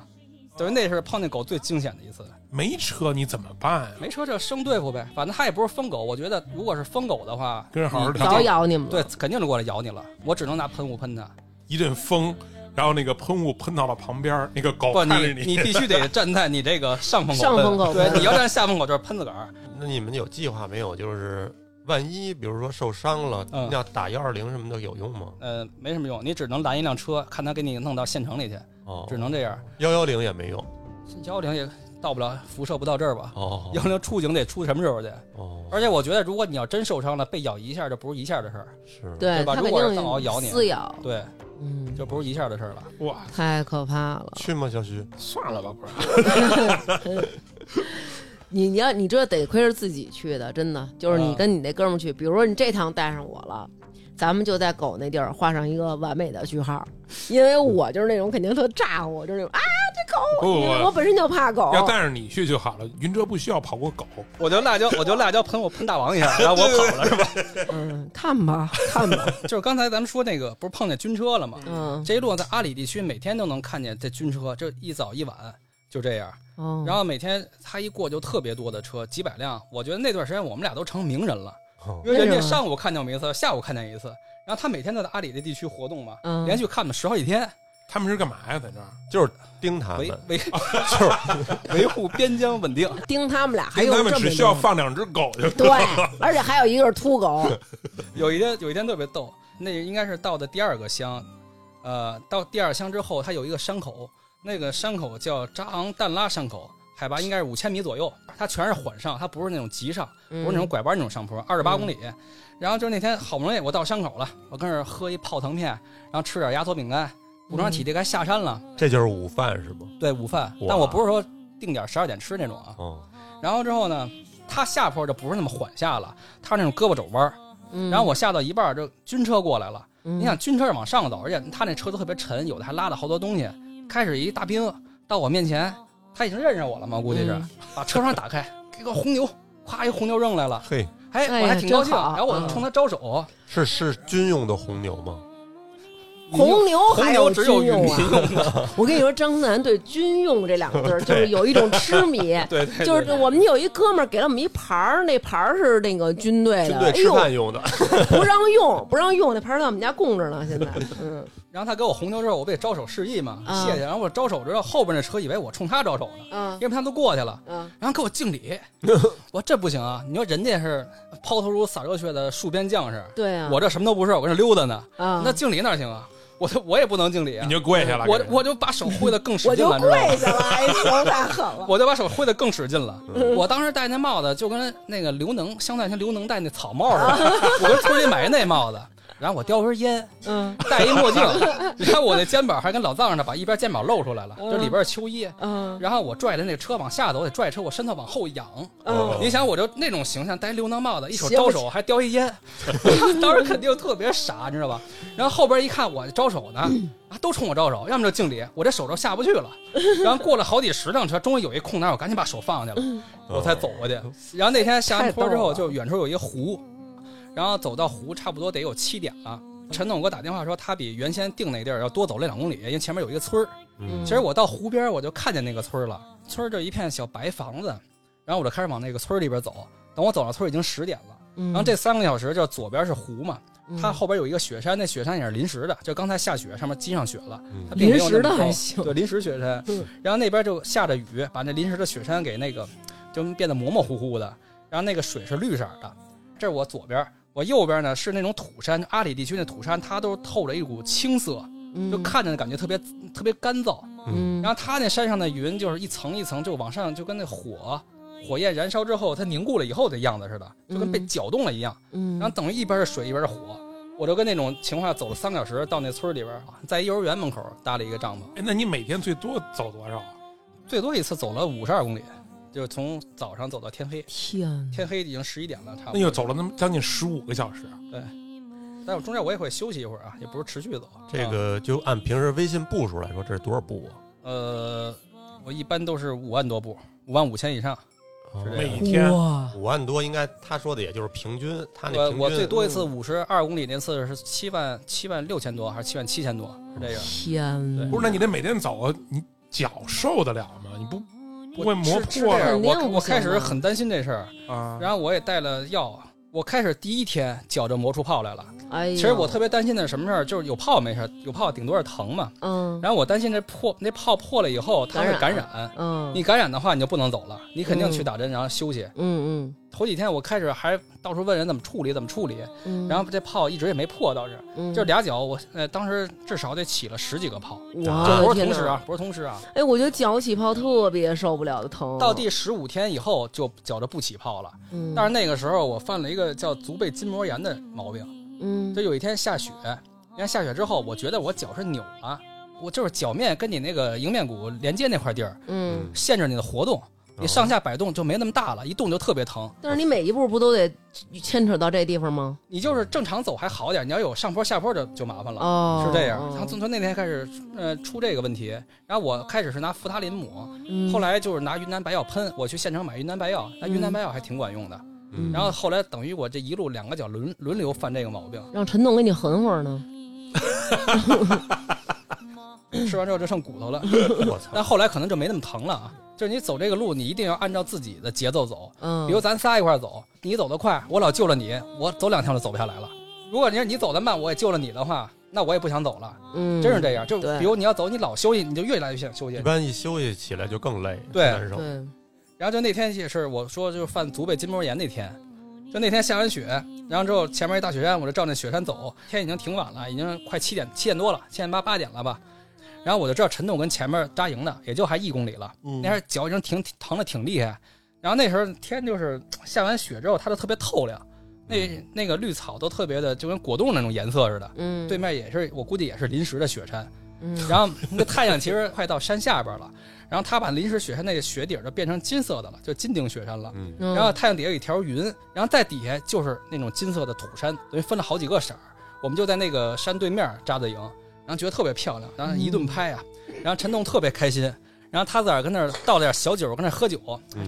Speaker 4: 等于那是碰见狗最惊险的一次。
Speaker 2: 没车你怎么办啊呀？
Speaker 4: 没车就生对付呗，反正它也不是疯狗，我觉得如果是疯狗的话，
Speaker 2: 跟人好好
Speaker 4: 你
Speaker 2: 聊
Speaker 1: 早咬你们了。
Speaker 4: 对，肯定是过来咬你了，我只能拿喷雾喷它。
Speaker 2: 一阵风，然后那个喷雾喷到了旁边儿，那个狗
Speaker 4: 不，
Speaker 2: 看
Speaker 4: 你
Speaker 2: 着
Speaker 4: 你 必须得站在你这个上风狗
Speaker 1: 上
Speaker 4: 喷，
Speaker 1: 风狗
Speaker 4: 对，
Speaker 1: 喷
Speaker 4: 你要站下风狗就是喷自个儿。
Speaker 3: 那你们有计划没有？就是万一比如说受伤了，
Speaker 4: 嗯
Speaker 3: 要打幺二零什么的有用吗？
Speaker 4: 呃，没什么用，你只能拦一辆车，看他给你弄到县城里去，
Speaker 3: 哦，
Speaker 4: 只能这样。
Speaker 3: 幺幺零也没用。
Speaker 4: 幺零也到不了，辐射不到这儿吧？
Speaker 3: 哦
Speaker 4: 幺零出警得出什么时候去？
Speaker 3: 哦，
Speaker 4: 而且我觉得，如果你要真受伤了，被咬一下就不是一下的事儿，
Speaker 3: 是
Speaker 1: 对
Speaker 4: 对吧
Speaker 1: 它
Speaker 4: 如
Speaker 1: 肯
Speaker 4: 果是藏獒咬
Speaker 1: 定
Speaker 4: 你
Speaker 1: 撕咬，
Speaker 4: 对，
Speaker 1: 嗯，
Speaker 4: 就不是一下的事儿了。
Speaker 2: 哇，
Speaker 1: 太可怕了。
Speaker 3: 去吗？小徐？
Speaker 2: 算了吧，不然
Speaker 1: 你你要你这得亏是自己去的，真的就是你
Speaker 2: 啊
Speaker 4: 嗯
Speaker 1: 跟你那哥们儿去，比如说你这趟带上我了。咱们就在狗那地儿画上一个完美的句号，因为我就是那种肯定特咋呼，就是那种啊，
Speaker 2: 不嗯不
Speaker 1: 因为我
Speaker 2: 不，
Speaker 1: 本身就怕狗，
Speaker 2: 要带着你去就好了。云哲不需要跑过狗，
Speaker 4: 我就 辣椒，我就辣椒喷我喷大王一 下，然后我跑了是吧？
Speaker 1: 嗯，看吧看吧，
Speaker 4: 就是刚才咱们说那个，不是碰见军车了吗？
Speaker 1: 嗯，
Speaker 4: 这一路在阿里地区，每天都能看见这军车，这一早一晚就这样。
Speaker 1: 哦
Speaker 4: 然后每天他一过就特别多的车，几百辆。我觉得那段时间我们俩都成名人了，
Speaker 3: 哦
Speaker 4: 因为人
Speaker 1: 为什么
Speaker 4: 家上午看见我们一次，下午看见一次。然后他每天都在阿里这地区活动嘛，
Speaker 1: 嗯
Speaker 4: 连续看了十好几天，
Speaker 2: 他们是干嘛呀？在这儿
Speaker 3: 就是盯他
Speaker 4: 维
Speaker 3: 们，
Speaker 4: 维 就是维护边疆稳定。
Speaker 1: 盯他们俩还
Speaker 2: 因
Speaker 1: 有
Speaker 2: 为他
Speaker 1: 这
Speaker 2: 们
Speaker 1: 么
Speaker 2: 只需要放两只狗就
Speaker 1: 对，而且还有一个是秃狗，
Speaker 4: 有一天有一天特别逗，那应该是到的第二个乡，呃，到第二乡之后，它有一个山口，那个山口叫扎昂旦拉山口，海拔应该是五千米左右，它全是缓上，它不是那种急上，
Speaker 1: 不
Speaker 4: 不是那种拐弯那种上坡，二十八公里。 然后就是那天好不容易我到山口了，我跟那儿喝一泡腾片，然后吃点压缩饼干，补充上体力该下山了。
Speaker 3: 这就是午饭是吗？
Speaker 4: 对，午饭，
Speaker 3: 哇
Speaker 4: 但我不是说定点十二点吃那种啊。
Speaker 3: 哦，
Speaker 4: 然后之后呢，它下坡就不是那么缓下了，它是那种胳膊肘弯儿。
Speaker 1: 嗯，
Speaker 4: 然后我下到一半儿，就军车过来了。
Speaker 1: 嗯，
Speaker 4: 你想军车是往上走，而且他那车都特别沉，有的还拉了好多东西。开始一大兵到我面前，他已经认识我了嘛，估计是、
Speaker 1: 嗯
Speaker 4: 把车窗打 开，给个红牛，咵一红牛扔来了，
Speaker 3: 嘿，
Speaker 4: 哎，
Speaker 1: 哎呀
Speaker 4: 我还挺高兴，
Speaker 1: 真好嗯
Speaker 4: 然后我就冲他招手。
Speaker 3: 是是军用的红牛吗？
Speaker 1: 红牛
Speaker 4: 红
Speaker 1: 还
Speaker 4: 牛只
Speaker 1: 军
Speaker 4: 有军
Speaker 1: 用啊，
Speaker 4: 用的，
Speaker 1: 我跟你说，张思楠对“军用”这两个字 儿就是有一种痴迷。
Speaker 4: 对对，对
Speaker 1: 就是我们有一哥们儿给了我们一牌儿，那牌儿是那个军队
Speaker 3: 军
Speaker 1: 的，
Speaker 3: 队
Speaker 1: 哎
Speaker 3: 吃
Speaker 1: 呦，
Speaker 3: 饭 用的。
Speaker 1: 不让用，不让用，那牌儿在我们家供着呢，现在，嗯，
Speaker 4: 然后他给我红牛之后，我不也招手示意嘛，
Speaker 1: 啊
Speaker 4: 谢谢。然后我招手之后，后边那车以为我冲他招手呢，
Speaker 1: 啊
Speaker 4: 因为他们都过去了。
Speaker 1: 啊，
Speaker 4: 然后给我 敬礼，我说这不行啊！你说人家是抛头颅洒热血的戍边将士，
Speaker 1: 对啊，
Speaker 4: 我这什么都不是，我跟这溜达呢。
Speaker 1: 啊，
Speaker 4: 那敬礼哪行啊？我就我也不能敬礼啊
Speaker 2: 你！就跪下了。
Speaker 4: 我
Speaker 2: 给人
Speaker 4: 我就把手挥得更使
Speaker 1: 我
Speaker 4: 劲
Speaker 1: 就
Speaker 4: 了，你知道吗
Speaker 1: 跪？下了，哎，手太狠了，
Speaker 4: 我就把手挥得更使劲了。
Speaker 2: 嗯
Speaker 4: 我当时戴那帽子就跟那个刘能乡下听刘能戴那草帽似
Speaker 1: 啊
Speaker 4: 的，我跟村里买那帽子。然后我叼根烟，
Speaker 1: 嗯
Speaker 4: 戴一 墨镜，然后我那肩膀还跟老藏似的，把一边肩膀露出来了，
Speaker 1: 嗯
Speaker 4: 就里边是秋衣。
Speaker 1: 嗯
Speaker 4: 然后我拽着那车往下走，我得拽车，我身子往后仰。
Speaker 1: 嗯，
Speaker 4: 你想，我就那种形象，戴刘能帽子，一手
Speaker 1: 邪不
Speaker 4: 招手，还叼一 烟，当时肯定特别傻，你知道吧？然后后边一看我招手 呢，啊，都冲我招手，要么就敬礼，我这手都下不去了。然后过了好几十辆车，终于有一空档，我赶紧把手放下去
Speaker 1: 嗯
Speaker 4: 了，我才走过去。
Speaker 1: 哦
Speaker 4: 然后那天下完坡之后，
Speaker 1: 太逗
Speaker 4: 就远处有一湖，然后走到湖差不多得有七点了。陈总给我打电话说，他比原先定那地儿要多走了两公里，因为前面有一个村儿。
Speaker 1: 嗯
Speaker 4: 其实我到湖边儿，我就看见那个村儿了，村儿就一片小白房子，然后我就开始往那个村儿里边走。等我走到村儿已经十点了，然后这三个小时就左边是湖嘛，
Speaker 1: 嗯
Speaker 4: 它后边有一个雪山，那雪山也是临时的，就刚才下雪，上面积上雪了，它并没
Speaker 1: 临
Speaker 4: 有那
Speaker 1: 时
Speaker 4: 么
Speaker 1: 的
Speaker 4: 高
Speaker 1: 还行，
Speaker 4: 对，临时雪山
Speaker 1: 嗯。
Speaker 4: 然后那边就下着雨，把那临时的雪山给那个就变得模模糊糊的。然后那个水是绿色的，这是我左边，我右边呢是那种土山，阿里地区那土山它都透着一股青色，就
Speaker 1: 嗯
Speaker 4: 看着感觉特别特别干燥。
Speaker 1: 嗯
Speaker 4: 然后它那山上的云就是一层一层就往上，就跟那火火焰燃烧之后它凝固了以后的样子似的，就跟被
Speaker 1: 嗯
Speaker 4: 搅动了一样。
Speaker 1: 嗯，
Speaker 4: 然后等于一边是水一边是火，我就跟那种情况下走了三个小时，到那村里边，在幼儿园门口搭了一个帐篷，
Speaker 2: 哎那你每天最多走多少？啊
Speaker 4: 最多一次走了五十二公里，就是从早上走到天黑，
Speaker 1: 天哪，
Speaker 4: 天黑已经十一点了，差
Speaker 2: 那
Speaker 4: 不多。
Speaker 2: 又走了那么将近十五个小时，啊
Speaker 4: 但我中间我也会休息一会儿啊，也不是持续走。
Speaker 3: 这
Speaker 4: 啊
Speaker 3: 个就按平时微信步数来说，这是多少步啊？
Speaker 4: 呃，我一般都是五万多步，五万五千以上。是这
Speaker 2: 每
Speaker 4: 样
Speaker 2: 天
Speaker 1: 哇，
Speaker 3: 哦五万多，应该他说的也就是平均，他那
Speaker 4: 我
Speaker 3: 平
Speaker 4: 我最
Speaker 3: 均
Speaker 4: 多一次五十二公里那次是七万七万六千多还是七万七千多？是这个。
Speaker 1: 天
Speaker 4: 对
Speaker 1: 哪，
Speaker 2: 不是？那你得每天走，你脚受得了吗？你不
Speaker 1: 嗯
Speaker 2: 不会磨
Speaker 4: 嗯是是这
Speaker 2: 破
Speaker 4: 样
Speaker 2: 了
Speaker 1: 肯定
Speaker 4: 我
Speaker 1: 不
Speaker 4: 我开
Speaker 1: 行
Speaker 4: 始
Speaker 1: 啊
Speaker 4: 很担心这事儿，
Speaker 2: 啊？
Speaker 4: 然后我也带了药。我开始第一天脚就磨出泡来了。
Speaker 1: 哎呦，
Speaker 4: 其实我特别担心的是什么事儿，就是有泡没事儿，有泡顶多是疼嘛。
Speaker 1: 嗯
Speaker 4: 然后我担心这破那泡破了以后它会感
Speaker 1: 感
Speaker 4: 染，
Speaker 1: 嗯
Speaker 4: 你感染的话你就不能走了，你肯定去
Speaker 1: 嗯
Speaker 4: 打针然后休息。
Speaker 1: 嗯
Speaker 4: 头几天我开始还到处问人怎么处理怎么处理，
Speaker 1: 嗯嗯，
Speaker 4: 然后这泡一直也没破，倒是
Speaker 1: 嗯
Speaker 4: 就俩脚我呃当时至少得起了十几个泡，
Speaker 1: 我
Speaker 4: 这
Speaker 1: 的
Speaker 4: 不是
Speaker 1: 天
Speaker 4: 同时
Speaker 1: 哪
Speaker 4: 啊，不是同时啊。
Speaker 1: 哎，我觉得脚起泡特别受不了的疼，
Speaker 4: 到第十五天以后就觉着不起泡了，
Speaker 1: 哦嗯，
Speaker 4: 但是那个时候我犯了一个叫足背筋膜炎的毛病。
Speaker 1: 嗯
Speaker 4: 就有一天下雪，你看下雪之后，我觉得我脚是扭了，我就是脚面跟你那个迎面骨连接那块地儿
Speaker 1: 嗯，
Speaker 4: 限制你的活动，
Speaker 1: 哦
Speaker 4: 你上下摆动就没那么大了，一动就特别疼。
Speaker 1: 但是你每一步不都得牵扯到这地方吗？
Speaker 4: 你就是正常走还好点，你要有上坡下坡就就麻烦了。
Speaker 1: 哦，
Speaker 4: 是这样，
Speaker 1: 哦
Speaker 4: 从从那天开始，呃，出这个问题，然后我开始是拿扶他林抹，
Speaker 1: 嗯
Speaker 4: 后来就是拿云南白药喷，我去现场买云南白药，那云南
Speaker 1: 嗯
Speaker 4: 白药还挺管用的。
Speaker 1: 嗯
Speaker 4: 然后后来等于我这一路两个脚轮轮流犯这个毛病，
Speaker 1: 让陈总给你狠会儿呢，嗯
Speaker 4: 吃完之后就剩骨头了。
Speaker 3: 嗯我操，
Speaker 4: 但后来可能就没那么疼了啊。就是你走这个路，你一定要按照自己的节奏走。
Speaker 1: 嗯，
Speaker 4: 比如咱仨一块儿走，你走得快，我老救了你，我走两天我就走不下来了。如果你是你走得慢，我也救了你的话，那我也不想走了。
Speaker 1: 嗯，
Speaker 4: 真是这样，就
Speaker 1: 对
Speaker 4: 比如你要走，你老休息，你就越来越想休息
Speaker 3: 一。般一休息起来就更累，
Speaker 4: 对
Speaker 3: 难受。
Speaker 1: 对，
Speaker 4: 然后就那天也是我说就是犯足背筋膜炎那天，就那天下完雪，然后之后前面一大雪山，我就照那雪山走，天已经挺晚了，已经快七点七点多了，七点八八点了吧。然后我就知道陈总跟前面扎营的，也就还一公里了，那时候脚已经挺疼的挺厉害。然后那时候天就是下完雪之后，它就特别透亮，那那个绿草都特别的就跟果冻那种颜色似的。
Speaker 1: 嗯，
Speaker 4: 对，面也是，我估计也是临时的雪山，
Speaker 1: 嗯，
Speaker 4: 然后那太阳其实快到山下边了，然后他把临时雪山那个雪底儿就变成金色的了，就金顶雪山了。
Speaker 3: 嗯，
Speaker 1: 嗯
Speaker 4: 然后太阳底下有一条云，然后在底下就是那种金色的土山，等于分了好几个色儿。我们就在那个山对面扎的营，然后觉得特别漂亮，然后一顿拍啊，
Speaker 1: 嗯
Speaker 4: 然后陈栋特别开心，然后他在那儿跟那儿倒了点小酒，跟那儿喝酒，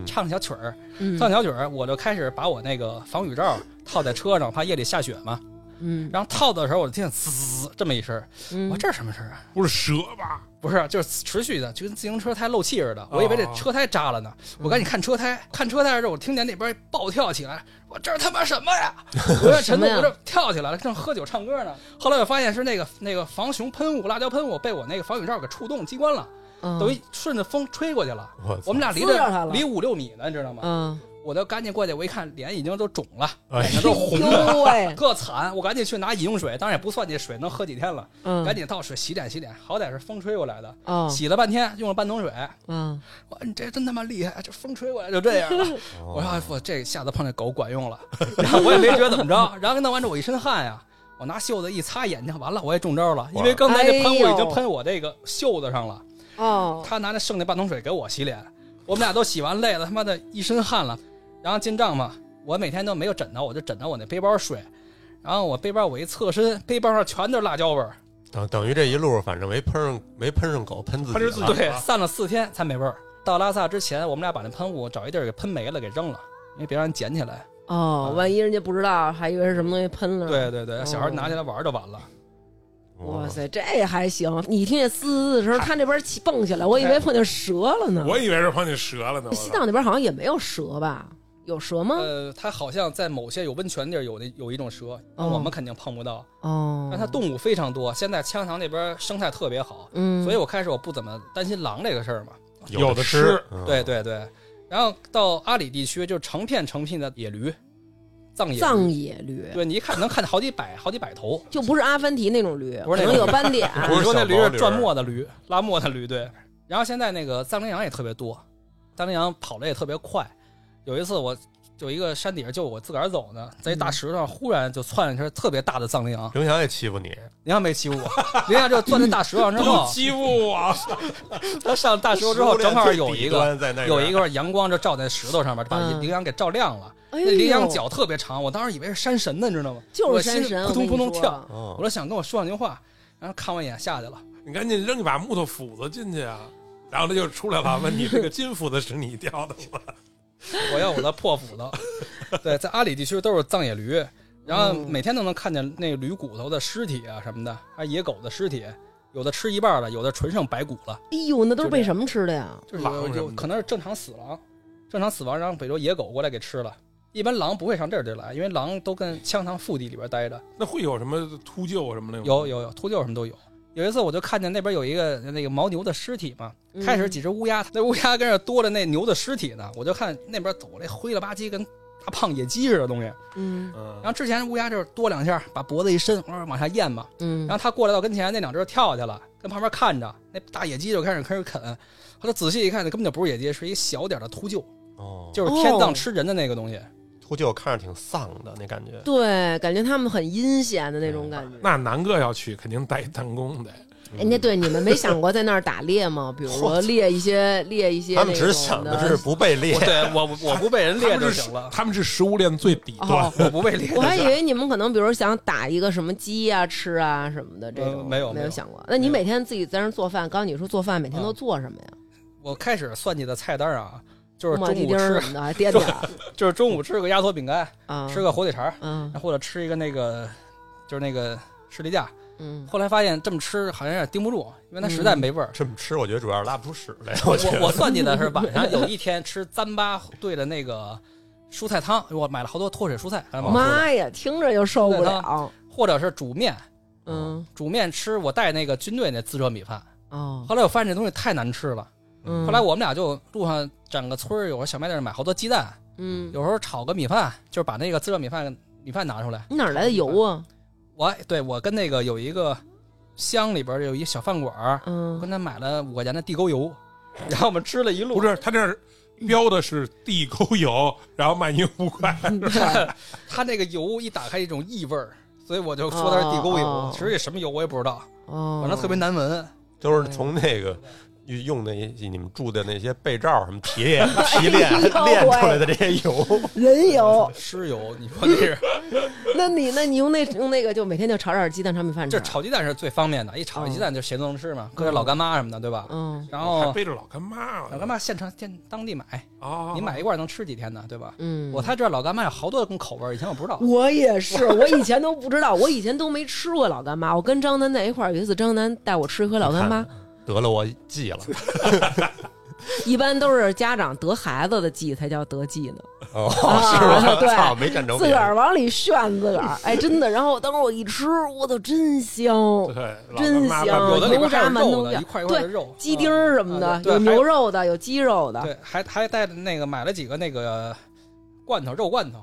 Speaker 4: 唱小曲儿，
Speaker 1: 嗯
Speaker 4: 唱小曲儿，我就开始把我那个防雨罩套在车上，怕夜里下雪嘛。
Speaker 1: 嗯，
Speaker 4: 然后套的时候，我就听见滋滋滋这么一声儿，我说这是什么声儿啊？
Speaker 2: 不是蛇吧？
Speaker 4: 不是，就是持续的，就跟自行车胎漏气似
Speaker 3: 哦
Speaker 4: 的。我以为这车胎扎了呢，
Speaker 3: 嗯
Speaker 4: 我赶紧看车胎， 看车胎的时候，我听见那边暴跳起来，我这是他妈什么呀？ 我说陈
Speaker 1: 什么呀
Speaker 4: 总，我这跳起来了，正喝酒唱歌呢。后来我发现是那个那个防熊喷雾、辣椒喷雾被我那个防雨罩给触动机关了，
Speaker 1: 嗯
Speaker 4: 等于顺着风吹过去了。
Speaker 3: 我
Speaker 4: 我
Speaker 3: 操，
Speaker 4: 们俩离
Speaker 1: 撕着它
Speaker 4: 着
Speaker 1: 了
Speaker 4: 离五六米呢，你知道吗？
Speaker 1: 嗯，
Speaker 4: 我就赶紧过去，我一看脸已经都肿了，
Speaker 3: 哎
Speaker 4: 脸上都红了，
Speaker 1: 呦喂，
Speaker 4: 特惨。我赶紧去拿饮用水，当然也不算这水能喝几天了，
Speaker 1: 嗯，
Speaker 4: 赶紧倒水洗脸洗脸，好歹是风吹过来的。
Speaker 1: 哦，
Speaker 4: 洗了半天，用了半桶水，
Speaker 1: 嗯，
Speaker 4: 哇，你这真他妈厉害！这风吹过来就这样了。我说哎我这下次碰见狗管用了，然后我也没觉得怎么着。然后弄完之后我一身汗呀，我拿袖子一擦眼睛，完了我也中招了，因为刚才这喷雾已经喷我这个袖子上了。
Speaker 1: 哦，
Speaker 4: 他拿那剩那半桶水给我洗脸，我们俩都洗完累了，他妈的一身汗了。然后进帐嘛，我每天都没有枕头，我就枕着我那背包睡。然后我背包我一侧身，背包上全都是辣椒味儿，
Speaker 3: 等等于这一路反正没喷上没喷上狗，喷自己
Speaker 2: 喷自己
Speaker 3: 了
Speaker 4: 对，
Speaker 2: 啊
Speaker 4: 散了四天才没味儿。到拉萨之前，我们俩把那喷雾找一地儿给喷没了，给扔了，因为别让人捡起来。
Speaker 1: 哦，万一人家不知道，还以为是什么东西喷了。，
Speaker 4: 啊对对对，小孩拿起来玩儿就完了。
Speaker 3: 嗯
Speaker 1: 哇，塞，这还行。你听见滋滋的时候，他那边起蹦起来，我以为碰见蛇了呢。
Speaker 2: 我以为是碰见蛇了呢。我
Speaker 1: 西藏那边好像也没有蛇吧？有蛇吗？
Speaker 4: 呃，它好像在某些有温泉地儿有那有一种蛇，
Speaker 1: 哦
Speaker 4: 我们肯定碰不到。
Speaker 1: 哦，
Speaker 4: 但它动物非常多，现在羌塘那边生态特别好，
Speaker 1: 嗯，
Speaker 4: 所以我开始我不怎么担心狼这个事儿嘛。
Speaker 2: 有的
Speaker 3: 的
Speaker 2: 吃，
Speaker 1: 哦
Speaker 3: 嗯
Speaker 4: 对对对，然后到阿里地区就成片成片的野驴，藏野
Speaker 1: 嗯
Speaker 4: 驴
Speaker 1: 藏野驴
Speaker 4: 对你一看能看见好几百好几百头。
Speaker 1: 就不是阿凡提那种驴，
Speaker 4: 不是那
Speaker 1: 可能
Speaker 4: 种
Speaker 1: 有斑点。
Speaker 3: 不
Speaker 4: 你
Speaker 3: 是
Speaker 4: 说那
Speaker 3: 小
Speaker 4: 驴
Speaker 3: 毛
Speaker 4: 是
Speaker 3: 驴
Speaker 4: 转磨的驴，拉磨的驴，对。然后现在那个藏羚羊也特别多，藏羚羊跑的也特别快。有一次我有一个山顶，就我自个儿走呢，在一大石头上忽然就窜了一只特别大的藏羚羊，
Speaker 3: 羚羊也欺负你，
Speaker 4: 羚羊没欺负我，羚羊就钻在大石头上 之
Speaker 2: 都
Speaker 4: 后，
Speaker 2: 欺负我，
Speaker 4: 它上大石头之后正好有一
Speaker 3: 底
Speaker 4: 个
Speaker 3: 端在那边
Speaker 4: 有一个阳光就照在石头上面，把
Speaker 1: 嗯
Speaker 4: 羚羊给照亮了。
Speaker 1: 哎
Speaker 4: 那羚羊
Speaker 1: 呦，
Speaker 4: 脚特别长，我当时以为是山神呢，你知道吗？
Speaker 1: 就是山神，
Speaker 4: 我
Speaker 1: 我跟
Speaker 4: 心里
Speaker 1: 你
Speaker 4: 扑通扑通
Speaker 1: 说
Speaker 4: 跳。我
Speaker 3: 哦，
Speaker 4: 说想跟我说两句话，然后看我一眼下去了。
Speaker 2: 你赶紧扔一把木头斧子进去啊！然后他就出来了，问你这个金斧子是你掉的吗？
Speaker 4: 我要我的破斧 头。对，在阿里地区都是藏野嗯驴，然后每天都能看见那个驴骨头的尸体啊什么的，还有野狗的尸体。有的吃一半了，有的纯剩白骨了，
Speaker 1: 哎呦，那都是被什么吃的呀？
Speaker 4: 就是
Speaker 2: 狼
Speaker 4: 有
Speaker 2: 什
Speaker 4: 有
Speaker 2: 么的
Speaker 4: 可能是正常死狼，正常死亡让北周野狗过来给吃了。一般狼不会上这儿来，因为狼都跟羌塘腹地里边待着。
Speaker 2: 那会有什么秃鹫啊什么那种？
Speaker 4: 有有有，秃鹫什么都有。有一次我就看见那边有一个那个牦牛的尸体嘛，
Speaker 1: 嗯
Speaker 4: 开始几只乌鸦，那乌鸦跟那多着那牛的尸体呢，我就看那边走来灰了吧唧，跟大胖野鸡似的东西。
Speaker 1: 嗯
Speaker 2: 嗯，
Speaker 4: 然后之前乌鸦就是多两下，把脖子一伸，往往下咽嘛。
Speaker 1: 嗯，
Speaker 4: 然后它过来到跟前，那两只就跳下去了，跟旁边看着，那大野鸡就开始开始啃。后来仔细一看，那根本就不是野鸡，是一小点的秃鹫，
Speaker 3: 哦，
Speaker 4: 就是
Speaker 1: 哦
Speaker 4: 天葬吃人的那个 东西。
Speaker 3: 秃鹫看着挺丧的那感觉，
Speaker 1: 对，感觉他们很阴险的那种感觉。
Speaker 2: 那南哥要去肯定带弹弓的，
Speaker 4: 嗯
Speaker 1: 哎那对你们没想过在那儿打猎 吗？比如说猎一些猎一些那
Speaker 3: 嗯他
Speaker 1: 种
Speaker 3: 们
Speaker 1: 的，哦
Speaker 3: 只想的是不被猎
Speaker 4: 我，对我我不被人
Speaker 2: 他
Speaker 4: 猎就
Speaker 2: 们是
Speaker 4: 行了，
Speaker 2: 他们是食物链最底端
Speaker 1: 哦，
Speaker 4: 我不被猎就行。
Speaker 1: 我还以为你们可能，比如想打一个什么鸡呀、吃啊什么的这种，
Speaker 4: 呃没有
Speaker 1: 没
Speaker 4: 没有
Speaker 1: 想过。那你
Speaker 4: 没
Speaker 1: 每
Speaker 4: 有嗯
Speaker 1: 天自己在那儿做饭，刚刚你说做饭每天都做什么呀？
Speaker 4: 我开始算计的菜单啊，就是
Speaker 1: 木马
Speaker 4: 中
Speaker 1: 地
Speaker 4: 午
Speaker 1: 丁儿什
Speaker 4: 吃，
Speaker 1: 么的，还点点儿
Speaker 4: 就是中午吃个压缩饼干，
Speaker 1: 啊，
Speaker 4: 吃个火腿肠，
Speaker 1: 嗯
Speaker 4: 或者吃一个那个，就是那个士力架。
Speaker 1: 嗯，
Speaker 4: 后来发现这么吃好像有点盯不住，因为它实在没味儿。
Speaker 3: 这么吃，我觉得主要是拉不出屎来， 我觉
Speaker 4: 我
Speaker 3: 得
Speaker 4: 我算计的是晚上有一天吃糌粑兑的那个蔬菜汤，我买了好多脱水蔬菜，还蛮好吃的
Speaker 1: 妈呀，听着就受不了。
Speaker 4: 或者是煮面，
Speaker 1: 嗯
Speaker 4: 煮面吃我带那个军队那自热米饭。
Speaker 1: 哦，
Speaker 4: 后来我发现这东西太难吃了，
Speaker 1: 嗯
Speaker 4: 后来我们俩就路上整个村儿，有时候小卖店买好多鸡蛋，
Speaker 1: 嗯，
Speaker 4: 有时候炒个米饭，就是把那个自热米饭米饭拿出来。
Speaker 1: 你哪儿来的油啊？
Speaker 4: 我对我跟那个有一个乡里边儿有一小饭馆儿，我
Speaker 1: 嗯
Speaker 4: 跟他买了五块钱的地沟油，然后我们吃了一路。
Speaker 2: 不是他这儿标的是地沟油，然后卖您五块，
Speaker 4: 他那个油一打开一种异味儿，所以我就说它是地沟油，
Speaker 1: 哦哦
Speaker 4: 其实也什么油我也不知道，
Speaker 1: 哦，
Speaker 4: 反正特别难闻。
Speaker 3: 都是从那个。用那你们住的那些被罩什么提炼提 炼
Speaker 1: 哎呦喂
Speaker 3: 炼出来的这些油，
Speaker 1: 人油。
Speaker 4: 尸油，你说那是？
Speaker 1: 那你那你用那用那个就每天就炒点鸡蛋炒米饭
Speaker 4: 这
Speaker 1: 吃。
Speaker 4: 炒鸡蛋是最方便的，一炒鸡蛋就谁都能吃嘛，搁点老干妈什么的，对吧？
Speaker 1: 嗯
Speaker 4: 然
Speaker 2: 还
Speaker 4: 后
Speaker 2: 背着老干妈了，
Speaker 4: 哦老干妈现成现当地买，
Speaker 2: 啊，
Speaker 4: 你买一罐能吃几天呢，对吧？
Speaker 1: 哦嗯，
Speaker 4: 我才知道老干妈有好多种口味儿，以前我不知道。
Speaker 1: 我也 是，我以前都不知道，我以前都没吃过老干妈。我跟张楠在一块儿，有一次张楠带我吃一回老干妈，
Speaker 3: 得了，我记了。
Speaker 1: 一般都是家长得孩子的忌才叫得忌呢，
Speaker 3: 哦，
Speaker 1: 啊
Speaker 3: 是吗？
Speaker 1: 对
Speaker 3: 操，没占着
Speaker 1: 自
Speaker 3: 别
Speaker 1: 个
Speaker 3: 人。
Speaker 1: 儿往里炫自个儿，哎，真的。然后当时我一吃，我操，真香，
Speaker 2: 对，老干
Speaker 1: 真
Speaker 2: 妈
Speaker 1: 香，
Speaker 2: 拌
Speaker 4: 有的里
Speaker 1: 嗯油
Speaker 4: 边还有
Speaker 1: 炸馒
Speaker 4: 肉
Speaker 1: 头
Speaker 4: 呢
Speaker 1: 酱
Speaker 4: 一块一块的
Speaker 1: 对，
Speaker 4: 肉
Speaker 1: 鸡丁儿什么
Speaker 4: 啊
Speaker 1: 的，
Speaker 4: 对
Speaker 1: 有
Speaker 4: 还有
Speaker 1: 牛肉的，有鸡肉的，
Speaker 4: 对，还还带那个买了几个那个罐头肉罐头，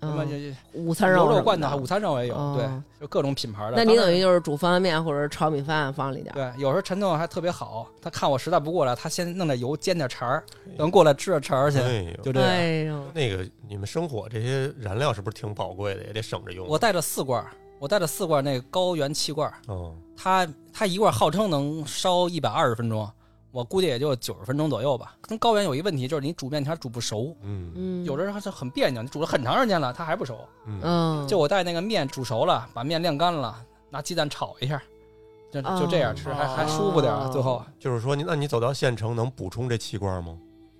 Speaker 4: 什么
Speaker 1: 嗯，
Speaker 4: 牛
Speaker 1: 午餐肉
Speaker 4: 肉罐头，午
Speaker 1: 餐。
Speaker 4: 餐肉也有，
Speaker 1: 哦
Speaker 4: 对，就各种品牌的。
Speaker 1: 那你
Speaker 4: 当
Speaker 1: 等
Speaker 4: 然
Speaker 1: 于就是煮方便面或者炒米饭放里点儿，
Speaker 4: 对，有时候陈总还特别好，他看我实在不过来，他先弄点油煎点肠儿，等过来吃点肠儿去，
Speaker 3: 哎呦，
Speaker 4: 就这样。
Speaker 1: 哎呦，
Speaker 3: 那个你们生火这些燃料是不是挺宝贵的？也得省着用。啊
Speaker 4: 我带了四罐儿，我带了四罐儿那个高原气罐儿，
Speaker 3: 哦，
Speaker 4: 它它一罐儿号称能烧一百二十分钟，我估计也就九十分钟左右吧。跟高原有一问题就是你煮面条煮不熟，
Speaker 3: 嗯
Speaker 1: 嗯，
Speaker 4: 有的时候是很别扭，你煮了很长时间了，它还不熟。
Speaker 3: 嗯，
Speaker 1: 嗯，
Speaker 4: 就我带那个面煮熟了，把面晾干了，拿鸡蛋炒一下，就就这样吃，还
Speaker 1: 哦
Speaker 4: 还舒服点儿。最后
Speaker 3: 就是说，你那你走到县城能补充这气罐吗？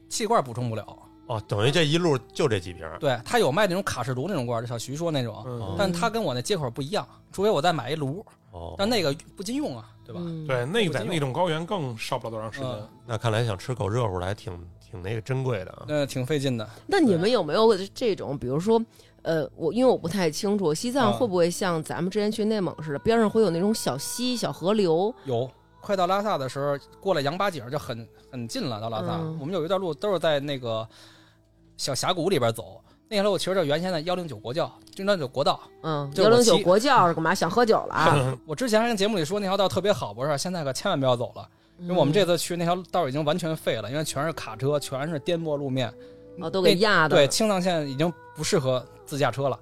Speaker 4: 气罐儿补充不了，
Speaker 3: 哦，等于这一路就这几瓶儿。
Speaker 4: 对，它有卖那种卡式炉那种罐儿，就小徐说那种。
Speaker 2: 嗯，
Speaker 4: 但它跟我那接口不一样，除非我再买一炉，
Speaker 3: 哦，
Speaker 4: 但那个不禁用啊，对吧？
Speaker 1: 嗯
Speaker 2: 对，那个在那种高原更烧不了多长时间
Speaker 4: 嗯。
Speaker 3: 那看来想吃口热乎的还挺挺那个珍贵的啊。
Speaker 4: 那挺费劲的。
Speaker 1: 那你们有没有这种，比如说，呃，我因为我不太清楚，西藏
Speaker 4: 啊
Speaker 1: 会不会像咱们之前去内蒙似的，边上会有那种小溪、小河流？
Speaker 4: 有快到拉萨的时候，过了羊八井就很很近了，到拉萨。
Speaker 1: 嗯
Speaker 4: 我们有一段路都是在那个小峡谷里边走。那条路其实就原先的幺零九国教，就那九国道。
Speaker 1: 嗯，
Speaker 4: 就
Speaker 1: 幺
Speaker 4: 是
Speaker 1: 零
Speaker 4: 我
Speaker 1: 九
Speaker 4: 骑
Speaker 1: 国教是干嘛？想喝酒了啊？
Speaker 3: 嗯
Speaker 4: 我之前还跟节目里说那条道特别好，不是？现在可千万不要走了，因
Speaker 1: 因
Speaker 4: 为我们这次去那条道已经完全废了，因为全是卡车，全是颠簸路面。
Speaker 1: 哦都给
Speaker 4: 那
Speaker 1: 压的，
Speaker 4: 对，，青藏线已经不适合自驾车了。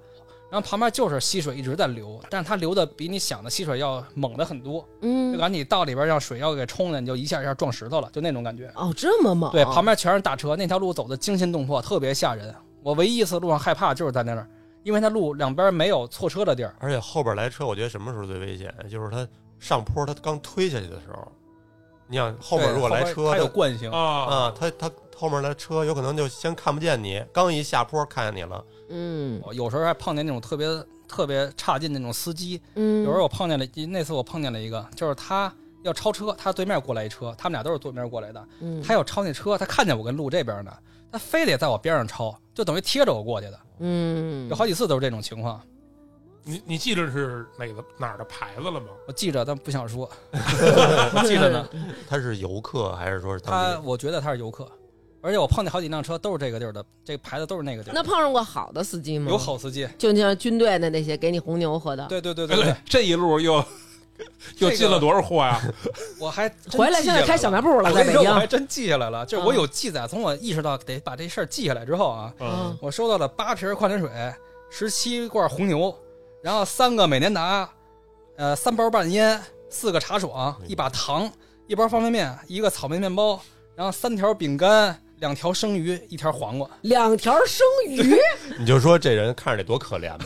Speaker 4: 然后旁边就是溪水一直在流，但是它流的比你想的溪水要猛的很多，就
Speaker 1: 嗯，
Speaker 4: 感觉你到里边让水要给冲了，你就一下一下撞石头了，就那种感觉。
Speaker 1: 哦，这么猛，
Speaker 4: 对，旁边全是大车，那条路走的惊心动魄，特别吓人。我唯一一次路上害怕就是在那儿，因为那路两边没有错车的地儿。
Speaker 3: 而且后边来车，我觉得什么时候最危险？就是它上坡，它刚推下去的时候。你想后边
Speaker 4: 对
Speaker 3: 如果来车，
Speaker 4: 它有
Speaker 3: 它
Speaker 4: 惯性，
Speaker 2: 啊，
Speaker 3: 啊，它它后面来车有可能就先看不见你，刚一下坡看见你了。
Speaker 1: 嗯
Speaker 4: 我有时候还碰见那种特别特别差劲那种司机。
Speaker 1: 嗯，
Speaker 4: 有时候我碰见了，那次我碰见了一个，就是他要超车，他对面过来一车，他们俩都是对面过来的，
Speaker 1: 嗯，
Speaker 4: 他要超那车，他看见我跟路这边呢，他非得在我边上超，就等于贴着我过去的，
Speaker 1: 嗯
Speaker 4: 有，好几次都是这种情况。
Speaker 2: 你你记得是哪个哪儿的牌子了吗？
Speaker 4: 我记着，但不想说， 记着呢。
Speaker 3: 他是游客还是说是当地
Speaker 4: 他
Speaker 3: 人？
Speaker 4: 我觉得他是游客，而且我碰见好几辆车都是这个地儿的，这个牌子都是那个地儿
Speaker 1: 那
Speaker 4: 的。
Speaker 1: 碰上过好的司机吗？啊
Speaker 4: 有，好司机，
Speaker 1: 就像军队的那些给你红牛喝的，
Speaker 4: 对对对
Speaker 2: 哎
Speaker 4: 对 对，，
Speaker 2: 这一路又又进了多少货呀？
Speaker 4: 我还真
Speaker 1: 回来
Speaker 4: 记
Speaker 1: 现在
Speaker 4: 下
Speaker 1: 开
Speaker 4: 了
Speaker 1: 小卖部了，
Speaker 4: 我
Speaker 1: 在
Speaker 4: 跟
Speaker 1: 北
Speaker 4: 你说，
Speaker 1: 京
Speaker 4: 我。还真记下来了，就是我
Speaker 1: 嗯
Speaker 4: 有记载，从我意识到得把这事儿记下来之后啊，
Speaker 1: 嗯
Speaker 4: 我收到了八瓶矿泉水，十七罐红牛，然后三个美年达，呃，三包半烟，四个茶爽，一把糖，一包方便面，一个草莓面包，然后三条饼干，两条生鱼，一条黄瓜。
Speaker 1: 两条生鱼，
Speaker 3: 你就说这人看着得多可怜吧，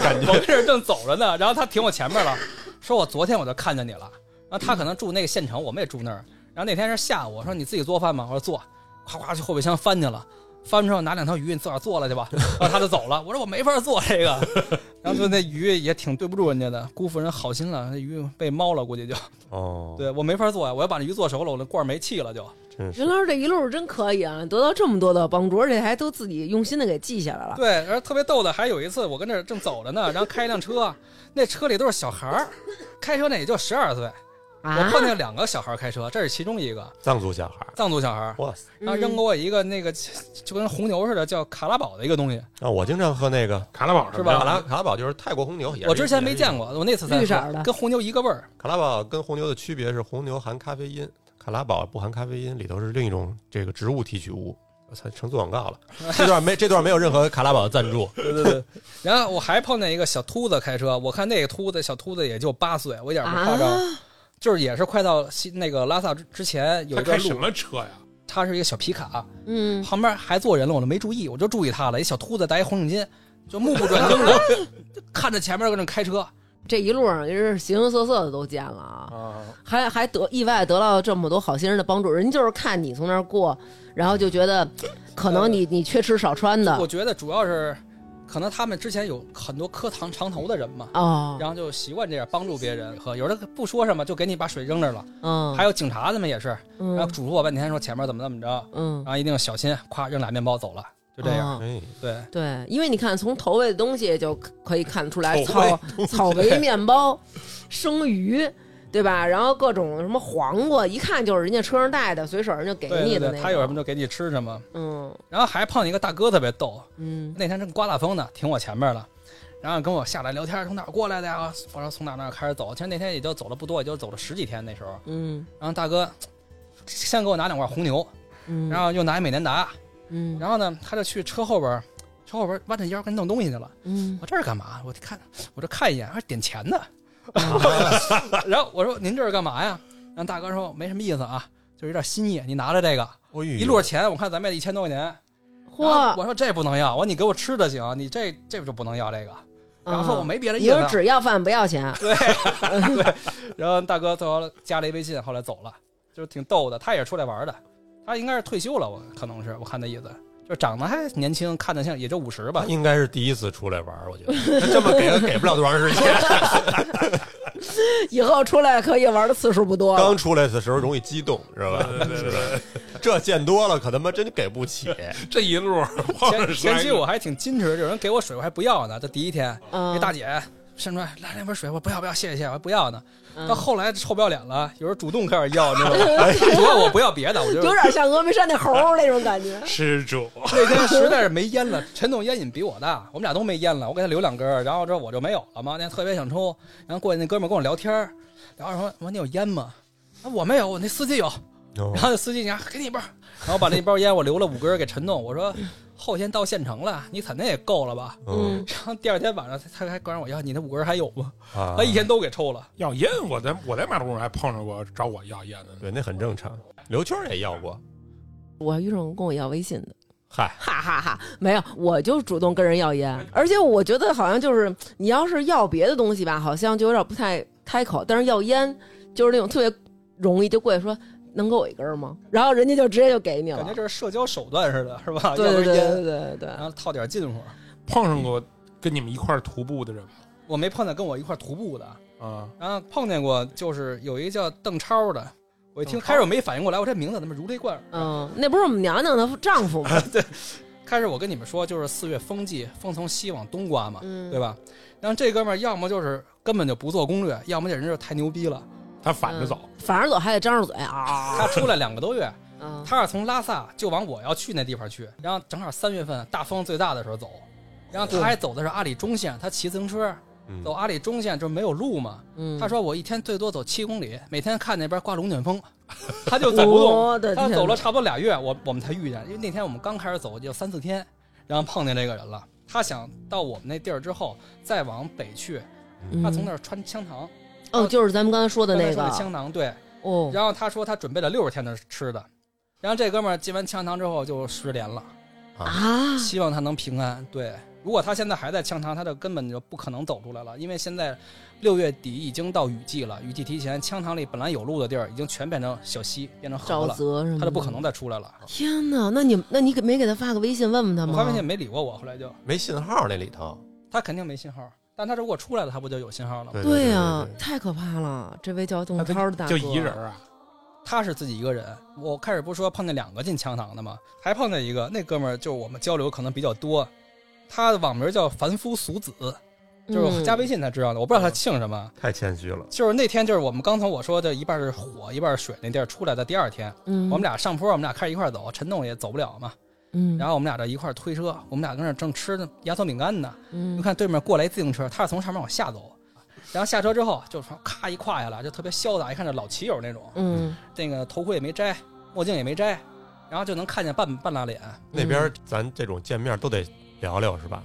Speaker 3: 感
Speaker 4: 我
Speaker 3: 觉
Speaker 4: 跟这儿正走着呢，然后他停我前面了，说我昨天我就看见你了。然后他可能住那个县城，我们也住那儿。然后那天是下午，我说你自己做饭吗？我说做，夸夸去后备箱翻去了，翻之后拿两条鱼，你自个儿做了去吧。然后他就走了，我说我没法做这个。然后就那鱼也挺对不住人家的，辜负人好心了，那鱼被猫了，估计就
Speaker 3: 哦，
Speaker 4: 对我没法做呀，啊我要把那鱼做熟了，我那罐儿没气了就。
Speaker 3: 真是
Speaker 1: 云老师这一路真可以啊，得到这么多的帮助，而且还都自己用心的给记下来了。
Speaker 4: 对，然后特别逗的，还有一次我跟那儿正走着呢，然后开一辆车，那车里都是小孩儿，开车那也就十二岁。我
Speaker 1: 啊，
Speaker 4: 碰见两个小孩开车，这是其中一个
Speaker 3: 藏族小孩儿，
Speaker 4: 藏族小孩，
Speaker 3: 哇塞！
Speaker 4: 然后扔给我一个那个就就跟红牛似的，叫卡拉宝的一个东西，
Speaker 3: 啊，我经常喝那个
Speaker 2: 卡拉宝
Speaker 4: 是吧
Speaker 3: 卡拉卡拉宝，就是泰国红牛，也是
Speaker 4: 我之前
Speaker 3: 一
Speaker 4: 没见。过，我那次才
Speaker 1: 绿
Speaker 4: 喝
Speaker 1: 色儿的
Speaker 4: 跟红牛一个味儿。
Speaker 3: 卡拉宝跟红牛的区别是，红牛含咖啡因，卡拉宝不含咖啡因，里头是另一种这个植物提取物。我操，成做广告 了！这段没这段没有任何卡拉宝的赞助。
Speaker 4: 对对对。然后我还碰见一个小秃子开车，我看那个秃子小秃子也就八岁，我一点儿
Speaker 1: 啊
Speaker 4: 不夸张，就是也是快到西那个拉萨之之前有
Speaker 2: 他
Speaker 4: 一段
Speaker 2: 开什
Speaker 4: 路，
Speaker 2: 么车呀？
Speaker 4: 他是一个小皮卡，
Speaker 1: 嗯，
Speaker 4: 旁边还坐人了，我都没注意，我就注意他了，一小秃子戴一红领巾，就目 不转 睛的看着前面跟那开车。
Speaker 1: 这一路上真是形形色色的都见了啊，
Speaker 2: 啊，
Speaker 1: 还还得意外得到这么多好心人的帮助，人家就是看你从那儿过，然后就觉得可能你你缺吃少穿
Speaker 4: 我
Speaker 1: 的
Speaker 4: 觉得主要是，可能他们之前有很多磕糖长头的人嘛，
Speaker 1: 哦，
Speaker 4: 然后就习惯这样帮助别人喝。有的不说什么，就给你把水扔这儿了。
Speaker 1: 嗯，
Speaker 4: 还有警察他们也是，然后
Speaker 1: 嗯
Speaker 4: 嘱咐我半天说前面怎么怎么着，
Speaker 1: 嗯
Speaker 4: 然，后一定小心，咵扔俩面包走了，就这样。
Speaker 1: 哦
Speaker 3: 哎，
Speaker 4: 对，
Speaker 1: 对，因为你看从头喂的东西就可可以看出来，
Speaker 2: 头喂
Speaker 1: 草草莓面包、生鱼，对吧？然后各种什么黄瓜，一看就是人家车上带的，随手人家给
Speaker 4: 对
Speaker 1: 你
Speaker 4: 对
Speaker 1: 的那
Speaker 4: 对，
Speaker 1: 种。
Speaker 4: 他有什么就给你吃什么。
Speaker 1: 嗯
Speaker 4: 然后还碰见一个大哥特别逗，
Speaker 1: 嗯
Speaker 4: 那天正刮大风呢，停我前面了，然后跟我下来聊天，从哪儿过来的呀？我说从哪儿哪儿开始走，其实那天也就走了不多，也就走了十几天那时候。
Speaker 1: 嗯
Speaker 4: 然后大哥先给我拿两罐红牛，
Speaker 1: 嗯，
Speaker 4: 然后又拿一美年达，
Speaker 1: 嗯
Speaker 4: 然后呢，他就去车后边儿，车后边儿弯着腰跟弄东西去了。
Speaker 1: 嗯
Speaker 4: 我这是干嘛？我看，我这看一眼，还是点钱呢。然后我说：“您这是干嘛呀？”然后大哥说：“没什么意思啊，就是有点心意。你拿着这个，
Speaker 3: 我一
Speaker 4: 一摞钱，我看咱卖了一千多块钱。”然后
Speaker 1: 嚯，
Speaker 4: 我说：“这不能要。”我说：“你给我吃的行，你这这就不能要这个。”然后说：“我
Speaker 1: 嗯
Speaker 4: 没别的
Speaker 1: 你
Speaker 4: 意思
Speaker 1: 就
Speaker 4: 啊。
Speaker 1: 只要饭不要钱，
Speaker 4: 然后大哥最后加了一微信，后来走了，就是挺逗的。他也是出来玩的，他应该是退休了，我可能是我看那意思，就长得还年轻，看着像也就五十吧
Speaker 3: 他。应该是第一次出来玩儿，我 觉得他这么给给不了多长时间。
Speaker 1: 以后出来可以玩的次数不多了
Speaker 3: 刚。出来的时候容易激动，知道吧？
Speaker 2: 对对对对，
Speaker 3: 这见多了可他妈真给不起。
Speaker 4: 哎
Speaker 2: 这一路晃
Speaker 4: 前
Speaker 2: 着
Speaker 4: 前期
Speaker 2: 摔。
Speaker 4: 我还挺矜持，有人给我水我还不要呢。这第一天，那
Speaker 1: 嗯，
Speaker 4: 大姐伸出来来两瓶水，我不要不要，谢谢谢谢，我还不要呢。
Speaker 1: 嗯
Speaker 4: 到后来臭不要脸了，有人主动开始要，你知道吗？主要我不要别的，我就
Speaker 1: 有点像峨眉山那猴儿那种感觉
Speaker 2: 施主，
Speaker 4: 那天实在是没烟了，陈总烟瘾比我大，我们俩都没烟了，我给他留两根儿，然后这我就没有了嘛。那天特别想抽，然后过去那哥们儿跟我聊天儿，然后说：“我你有烟吗？”啊，我没有，我那司机有。
Speaker 3: 哦
Speaker 4: 然后那司机你看，给你一包，然后把那包烟我留了五根儿给陈总，我说后天到县城了，你肯定也够了吧？
Speaker 1: 嗯，
Speaker 4: 然后第二天晚上他还管我要，你那五根儿还有吗？
Speaker 3: 啊
Speaker 4: 他一天都给抽了。
Speaker 2: 要烟，我在我在马路上还碰着过找我要烟的呢。
Speaker 3: 对，那很正常。刘圈儿也要过，
Speaker 1: 我遇上过跟我要微信的。
Speaker 3: 嗨，
Speaker 1: 哈哈哈，没有，我就主动跟人要
Speaker 4: 嗯
Speaker 1: 烟，而且我觉得好像就是你要是要别的东西吧，好像就有点不太开口，但是要烟就是那种特别容易就过去说能给我一根儿吗？然后人家就直接就给你了
Speaker 4: 感觉，这是社交手段似的，是吧？
Speaker 1: 对对
Speaker 4: 要根
Speaker 1: 对
Speaker 4: 烟
Speaker 1: 对对对
Speaker 4: 然后套点近乎。
Speaker 2: 碰上过跟你们一块儿徒步的人吗，
Speaker 4: 我没碰到跟我一块儿徒步的，
Speaker 2: 啊，
Speaker 4: 然后碰见过，就是有一个叫邓超的，我一听
Speaker 2: 邓超
Speaker 4: 开始我没反应过来，我这名字怎么如雷贯耳？
Speaker 1: 嗯，那不是我们娘娘的丈夫 吗？
Speaker 4: 开始我跟你们说，就是四月风季，风从西往东刮嘛，
Speaker 1: 嗯，
Speaker 4: 对吧？然后这哥们儿要么就是根本就不做攻略，要么这人就是太牛逼了。
Speaker 2: 他反着走，
Speaker 1: 反正走还得张着嘴啊。
Speaker 4: 他出来两个多月，
Speaker 1: 嗯，
Speaker 4: 他是从拉萨就往我要去那地方去，然后正好三月份大风最大的时候走，然后他还走的是阿里中线，他骑自行车
Speaker 3: 嗯
Speaker 4: 走阿里中线就没有路嘛。
Speaker 1: 嗯
Speaker 4: 他说我一天最多走七公里，每天看那边刮龙卷风，他就走不动。
Speaker 1: 我的
Speaker 4: 他
Speaker 1: 天，
Speaker 4: 走了差不多俩月，我我们才遇见，因为那天我们刚开始走就三四天，然后碰见这个人了。他想到我们那地儿之后再往北去，
Speaker 1: 嗯，
Speaker 4: 他从那儿穿香糖，
Speaker 1: 哦，就是咱们刚才说的那
Speaker 4: 穿
Speaker 1: 个
Speaker 4: 香糖对，
Speaker 1: 哦，
Speaker 4: 然后他说他准备了六十天的吃的，然后这哥们儿进完枪堂之后就失联了，
Speaker 1: 啊，
Speaker 4: 希望他能平安。对，如果他现在还在枪堂，他就根本就不可能走出来了，因为现在六月底已经到雨季了，雨季提前，枪堂里本来有路的地儿已经全变成小溪，变成河
Speaker 1: 沼
Speaker 4: 了，
Speaker 1: 泽什么的，
Speaker 4: 他就不可能。再出来了。
Speaker 1: 天哪，那你那你给没给他发个微信问问他
Speaker 4: 我
Speaker 1: 吗？
Speaker 4: 发微信没理过我，后来就
Speaker 3: 没信号那里头，
Speaker 4: 他肯定没信号，但他如果出来了，他不就有信号了吗？
Speaker 3: 对
Speaker 1: 对
Speaker 3: 对
Speaker 1: 呀、
Speaker 3: 对
Speaker 1: 太可怕了！这位叫
Speaker 2: 他
Speaker 1: 邓
Speaker 2: 就
Speaker 1: 超的大哥
Speaker 2: 就一人儿啊，
Speaker 4: 他是自己一个人。我开始不是说碰见两个进枪堂的吗？还碰见一个，那哥们儿就是我们交流可能比较多，他的网名叫凡夫俗子，就是
Speaker 1: 嗯
Speaker 4: 加微信才知道的。我不知道他姓什么。
Speaker 3: 太谦虚了。
Speaker 4: 就是那天，就是我们刚从我说的一半是火，一半是水那地儿出来的第二天，
Speaker 1: 嗯，嗯
Speaker 4: 我们俩上坡，我们俩开始一块儿走，陈栋也走不了嘛，
Speaker 1: 嗯，
Speaker 4: 然后我们俩这一块儿推车，我们俩跟那儿正吃着压缩饼干呢，
Speaker 1: 嗯
Speaker 4: 就看对面过来一自行车，他是从上面往下走，然后下车之后就从咔一跨下来，就特别潇洒，一看就老骑友那种，
Speaker 1: 嗯
Speaker 4: 那个头盔也没摘，墨镜也没摘，然后就能看见半半拉脸。
Speaker 3: 那边咱这种见面都得聊聊是吧？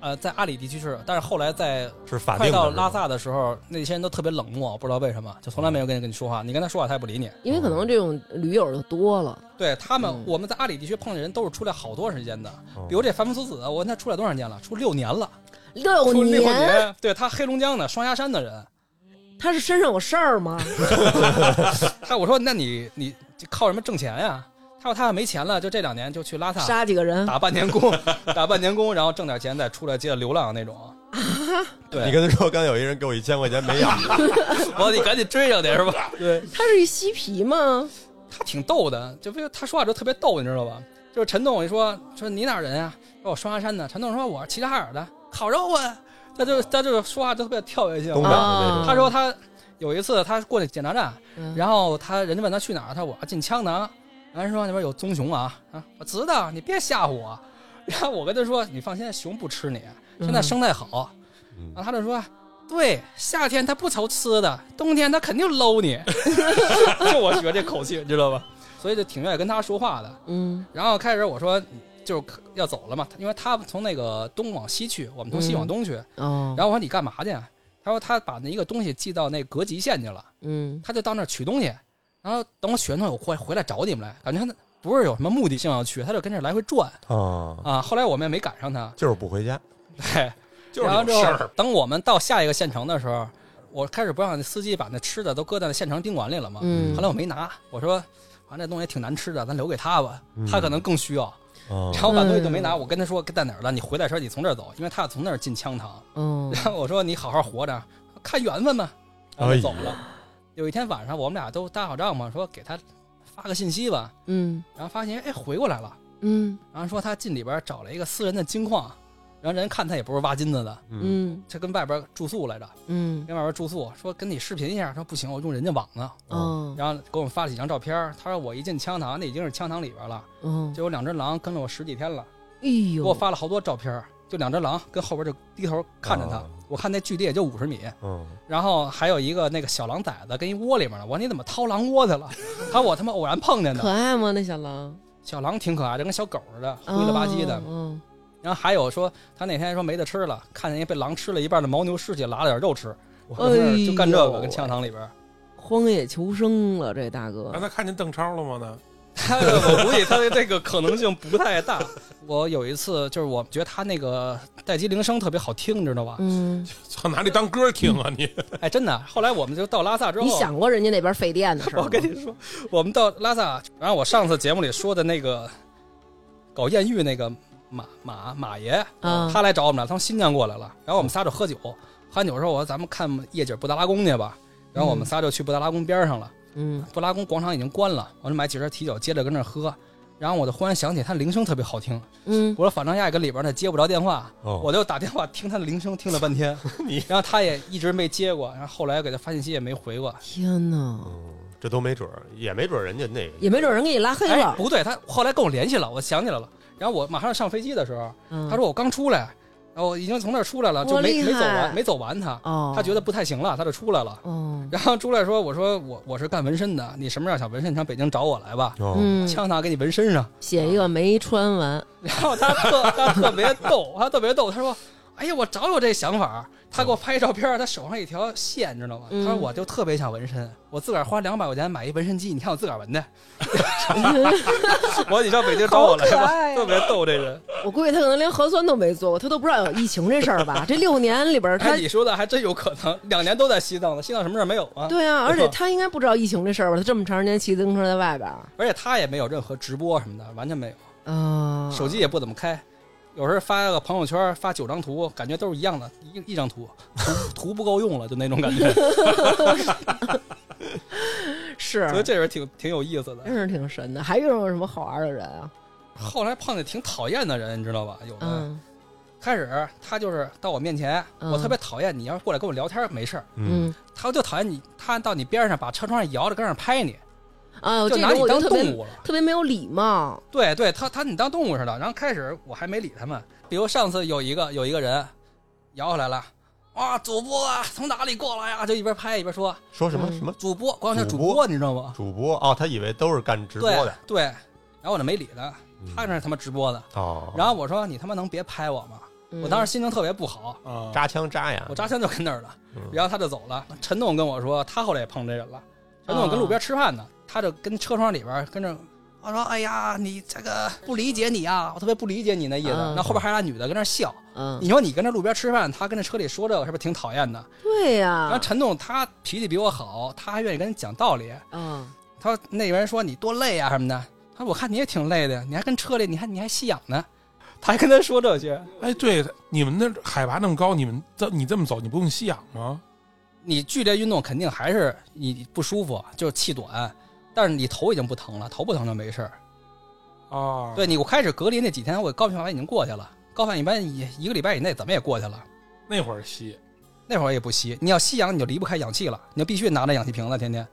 Speaker 4: 呃，在阿里地区是，但是后来在
Speaker 3: 是法定
Speaker 4: 快
Speaker 3: 的
Speaker 4: 到
Speaker 3: 是吧
Speaker 4: 拉萨的时候，那些人都特别冷漠，我不知道为什么，就从来没有跟人跟你说话。你跟他说话，他也不理你。
Speaker 1: 因为可能这种驴友就多了，
Speaker 4: 对他们，
Speaker 1: 嗯
Speaker 4: 我们在阿里地区碰见人都是出来好多时间的，
Speaker 3: 哦
Speaker 4: 比如这凡夫俗子，我问他出来多少年了，出六年了，
Speaker 1: 六
Speaker 4: 出六
Speaker 1: 年
Speaker 4: 年。对他黑龙江的双鸭山的人，
Speaker 1: 他是身上有事儿吗？
Speaker 4: 他我说那你你靠什么挣钱呀？他说他要没钱了，就这两年就去拉萨
Speaker 1: 杀几个人？
Speaker 4: 打半年工，打半年工，然后挣点钱再出来接着流浪那种。对，
Speaker 3: 你跟他说，刚才有一人给我一千块钱 没要，
Speaker 4: 我得赶紧追上点是 吧？对
Speaker 1: 他是一嬉皮吗？
Speaker 4: 他挺逗的，就为他说话就特别逗，你知道吧？就是陈栋一说说你哪儿人啊？说我双鸭山的。陈栋说我是齐齐哈尔的，烤肉啊。他就他就说话就特别跳跃性。
Speaker 3: 东北的那
Speaker 1: 啊
Speaker 3: 种。
Speaker 4: 他说他有一次他过去检查站，
Speaker 1: 嗯
Speaker 4: 然后他人家问他去哪儿，他说我啊要进羌塘。然后人说那边有棕熊啊啊，我知道，你别吓唬我。 然后我跟他说你放心，熊不吃你，现在生态好。
Speaker 3: 嗯
Speaker 4: 然后他就说：“对，夏天他不愁吃的，冬天他肯定搂你。” 就我学这口气，你知道吧？所以就挺愿意跟他说话的。
Speaker 1: 嗯
Speaker 4: 然后开始我说就是要走了嘛，因为他从那个东往西去，我们从西往东去。
Speaker 1: 哦，
Speaker 4: 然后我说你干嘛去啊？他说他把那一个东西寄到那格吉县去了，
Speaker 1: 嗯
Speaker 4: 他就到那儿取东西。然后等我取完东西，我回回来找你们来，感觉他不是有什么目的性要去，他就跟这儿来回转
Speaker 2: 嗯
Speaker 3: 哦，
Speaker 4: 啊。后来我们也没赶上他，
Speaker 3: 就是不回家，
Speaker 4: 对。
Speaker 2: 就是
Speaker 4: 然后
Speaker 2: 有
Speaker 4: 之
Speaker 2: 事
Speaker 4: 后
Speaker 2: 儿，
Speaker 4: 等我们到下一个县城的时候，我开始不让那司机把那吃的都搁在那县城宾馆里了嘛。
Speaker 1: 嗯
Speaker 4: 后来我没拿，我说反正这东西挺难吃的，咱留给他吧，
Speaker 2: 嗯
Speaker 4: 他可能更需要。
Speaker 3: 哦
Speaker 4: 然后把东西就没拿，我跟他说在哪儿了，你回来的时候你从这儿走，因为他要从那儿进羌塘。
Speaker 1: 哦，
Speaker 4: 然后我说你好好活着，看缘分吧。然后就走
Speaker 3: 哎
Speaker 4: 了。有一天晚上我们俩都搭好帐嘛，说给他发个信息吧，
Speaker 1: 嗯
Speaker 4: 然后发现哎回过来了，
Speaker 1: 嗯
Speaker 4: 然后说他进里边找了一个私人的金矿，然后人看他也不是挖金子的，
Speaker 3: 嗯，
Speaker 1: 嗯
Speaker 4: 他跟外边住宿来着。
Speaker 1: 嗯
Speaker 4: 跟外边住宿，说跟你视频一下，说不行，我用人家网呢。
Speaker 1: 哦
Speaker 4: 然后给我们发了几张照片儿，他说我一进羌塘，那已经是羌塘里边了，
Speaker 1: 哦，
Speaker 4: 就有两只狼跟了我十几天了，
Speaker 1: 哎
Speaker 4: 给
Speaker 1: 呦，
Speaker 4: 我发了好多照片儿，就两只狼跟后边就低头看着他
Speaker 3: 哦，
Speaker 4: 我看那距离也就五十米，
Speaker 3: 嗯，
Speaker 4: 然后还有一个那个小狼崽子跟一窝里面呢，我说你怎么掏狼窝去 了？他说我他妈偶然碰见
Speaker 1: 可
Speaker 4: 的，
Speaker 1: 爱吗？那小狼
Speaker 4: 小狼挺可爱的，跟小狗似的，
Speaker 1: 哦
Speaker 4: 灰了吧唧的。
Speaker 1: 嗯
Speaker 4: 然后还有说他那天说没得吃了，看见一被狼吃了一半的牦牛尸体，拉了点肉吃，我跟那儿就干这
Speaker 1: 哎呦
Speaker 4: 个，跟羌塘里边儿。
Speaker 1: 哎荒野求生了，这大哥
Speaker 2: 刚， 才看见邓超了吗？呢，
Speaker 4: 他我估计他的这个可能性不太大。我有一次就是我觉得他那个待机铃声特别好听，你知道吧？
Speaker 1: 嗯，
Speaker 4: 啊
Speaker 2: 操，拿这当歌听啊你！
Speaker 4: 哎，真的。后来我们就到拉萨之后，啊
Speaker 1: 你想过人家那边费电的事儿
Speaker 4: 我
Speaker 1: 吗？
Speaker 4: 跟你说，我们到拉萨，然后我上次节目里说的那个搞艳遇那个马马马爷，
Speaker 1: 啊
Speaker 4: 他来找我们了，他从新疆过来了，然后我们仨就喝酒。还有扭说：“我说咱们看夜景布达拉宫去吧。”然后我们仨就去布达拉宫边上了。
Speaker 1: 嗯
Speaker 4: 布拉宫广场已经关了，我就买几瓶啤酒，接着跟那儿喝。然后我就忽然想起他铃声特别好听，
Speaker 1: 嗯，
Speaker 4: 我说反正压根里边他接不着电话，
Speaker 3: 哦
Speaker 4: 我就打电话听他的铃声，听了半天，然后他也一直没接过，然后后来给他发信息也没回过。
Speaker 1: 天哪，
Speaker 3: 嗯，这都没准儿，也没准儿人家那个
Speaker 1: 也没准人给你拉黑
Speaker 4: 哎
Speaker 1: 了，。
Speaker 4: 不对，他后来跟我联系了，我想起来了。然后我马上上飞机的时候，
Speaker 1: 嗯
Speaker 4: 他说我刚出来，然后我已经从那儿出来了，就
Speaker 1: 哇
Speaker 4: 没
Speaker 1: 厉
Speaker 4: 没走
Speaker 1: 害
Speaker 4: 完，没走完他，
Speaker 1: 哦，
Speaker 4: 他觉得不太行了，他就出来了。
Speaker 1: 哦，
Speaker 4: 然后出来说：“我说我我是干纹身的，你什么样想纹身，你上北京找我来吧，
Speaker 3: 哦，
Speaker 1: 嗯，
Speaker 4: 枪他给你纹身上。
Speaker 1: 写一个没穿完，”
Speaker 4: 然后他特他特别逗，他特别逗，他说：“哎呀，我早有这想法。”他给我拍照片，他手上一条线，你知道吗？
Speaker 1: 嗯
Speaker 4: 他说：“我就特别想纹身，我自个儿花两百块钱买一纹身机，你看我自个儿 纹的。我说你上北京找我来
Speaker 1: 好可
Speaker 4: 吧，
Speaker 1: 爱啊
Speaker 4: 特别逗这人。
Speaker 1: 我估计他可能连核酸都没做过，他都不知道有疫情这事儿 吧？这六年里边儿他
Speaker 4: 哎，你说的还真有可能，两年都在西藏了，西藏什么事儿没有啊？
Speaker 1: 对啊，而且
Speaker 4: 吧
Speaker 1: 他应该不知道疫情这事儿吧？他这么长时间骑自行车在外边儿，
Speaker 4: 而且他也没有任何直播什么的，完全没有。
Speaker 1: 啊，
Speaker 4: 哦手机也不怎么开，有时候发个朋友圈发九张图，感觉都是一样的，一一张图，图图不够用了，就那种感觉。
Speaker 1: 是，
Speaker 4: 所以这人挺挺有意思
Speaker 1: 真
Speaker 4: 的。
Speaker 1: 是挺神的。还遇上过什么好玩的人啊？
Speaker 4: 后来碰见挺讨厌的人，你知道吧？有的、
Speaker 1: 嗯
Speaker 4: 开始他就是到我面前，
Speaker 1: 嗯
Speaker 4: 我特别讨厌你要是过来跟我聊天没事儿，
Speaker 3: 嗯，
Speaker 1: 嗯
Speaker 4: 他就讨厌你，他到你边上把车窗上摇着跟那儿拍你，
Speaker 1: 啊，
Speaker 4: 就
Speaker 1: 这
Speaker 4: 拿
Speaker 1: 种
Speaker 4: 你
Speaker 1: 我
Speaker 4: 当
Speaker 1: 就特
Speaker 4: 动
Speaker 1: 别
Speaker 4: 物了。
Speaker 1: 特别没有礼貌。
Speaker 4: 对对，他他你当动物似的。然后开始我还没理他们，比如上次有一个有一个人摇下来了，哇，主播啊，从哪里过来呀、就一边拍一边说
Speaker 3: 说什么
Speaker 1: 嗯
Speaker 3: 什么
Speaker 4: 主播，光叫主
Speaker 3: 主播
Speaker 4: 你知道吗？
Speaker 3: 主播哦，他以为都是干直播
Speaker 4: 对
Speaker 3: 的，
Speaker 4: 对。然后我就没理他，
Speaker 3: 嗯
Speaker 4: 他那是他妈直播的。
Speaker 3: 哦，
Speaker 4: 然后我说你他妈能别拍我
Speaker 1: 嗯
Speaker 4: 吗？我当时心情特别不好，
Speaker 2: 啊，
Speaker 3: 扎枪扎呀，
Speaker 4: 我扎枪就跟那儿了。
Speaker 3: 嗯
Speaker 4: 然后他就走了。陈总跟我说，他后来也碰这人了。陈总跟路边吃饭呢，他就跟车窗里边跟着。我说：“哎呀，你这个不理解你啊，我特别不理解你那意思。
Speaker 1: 嗯
Speaker 4: 那后边还有俩女的跟那儿笑，
Speaker 1: 嗯，
Speaker 4: 你说你跟这路边吃饭，他跟这车里说这个，是不是挺讨厌的？
Speaker 1: 对
Speaker 4: 然后
Speaker 1: 呀，
Speaker 4: 陈总他脾气比我好，他还愿意跟你讲道理。
Speaker 1: 嗯，
Speaker 4: 他说那人说你多累啊什么的，他说我看你也挺累的，你还跟车里，你还你还吸氧呢，他还跟他说这些。
Speaker 2: 哎，对，你们那海拔那么高，你们这你这么走，你不用吸氧吗？
Speaker 4: 你剧烈运动肯定还是你不舒服，就是气短，但是你头已经不疼了，头不疼就没事儿。
Speaker 2: 啊，
Speaker 4: 对你，我开始隔离那几天，我高反已经过去了，高反一般一一个礼拜以内怎么也过去了。
Speaker 2: 那会儿吸，
Speaker 4: 那会儿也不吸，你要吸氧你就离不开氧气了，你就必须拿着氧气瓶子天天，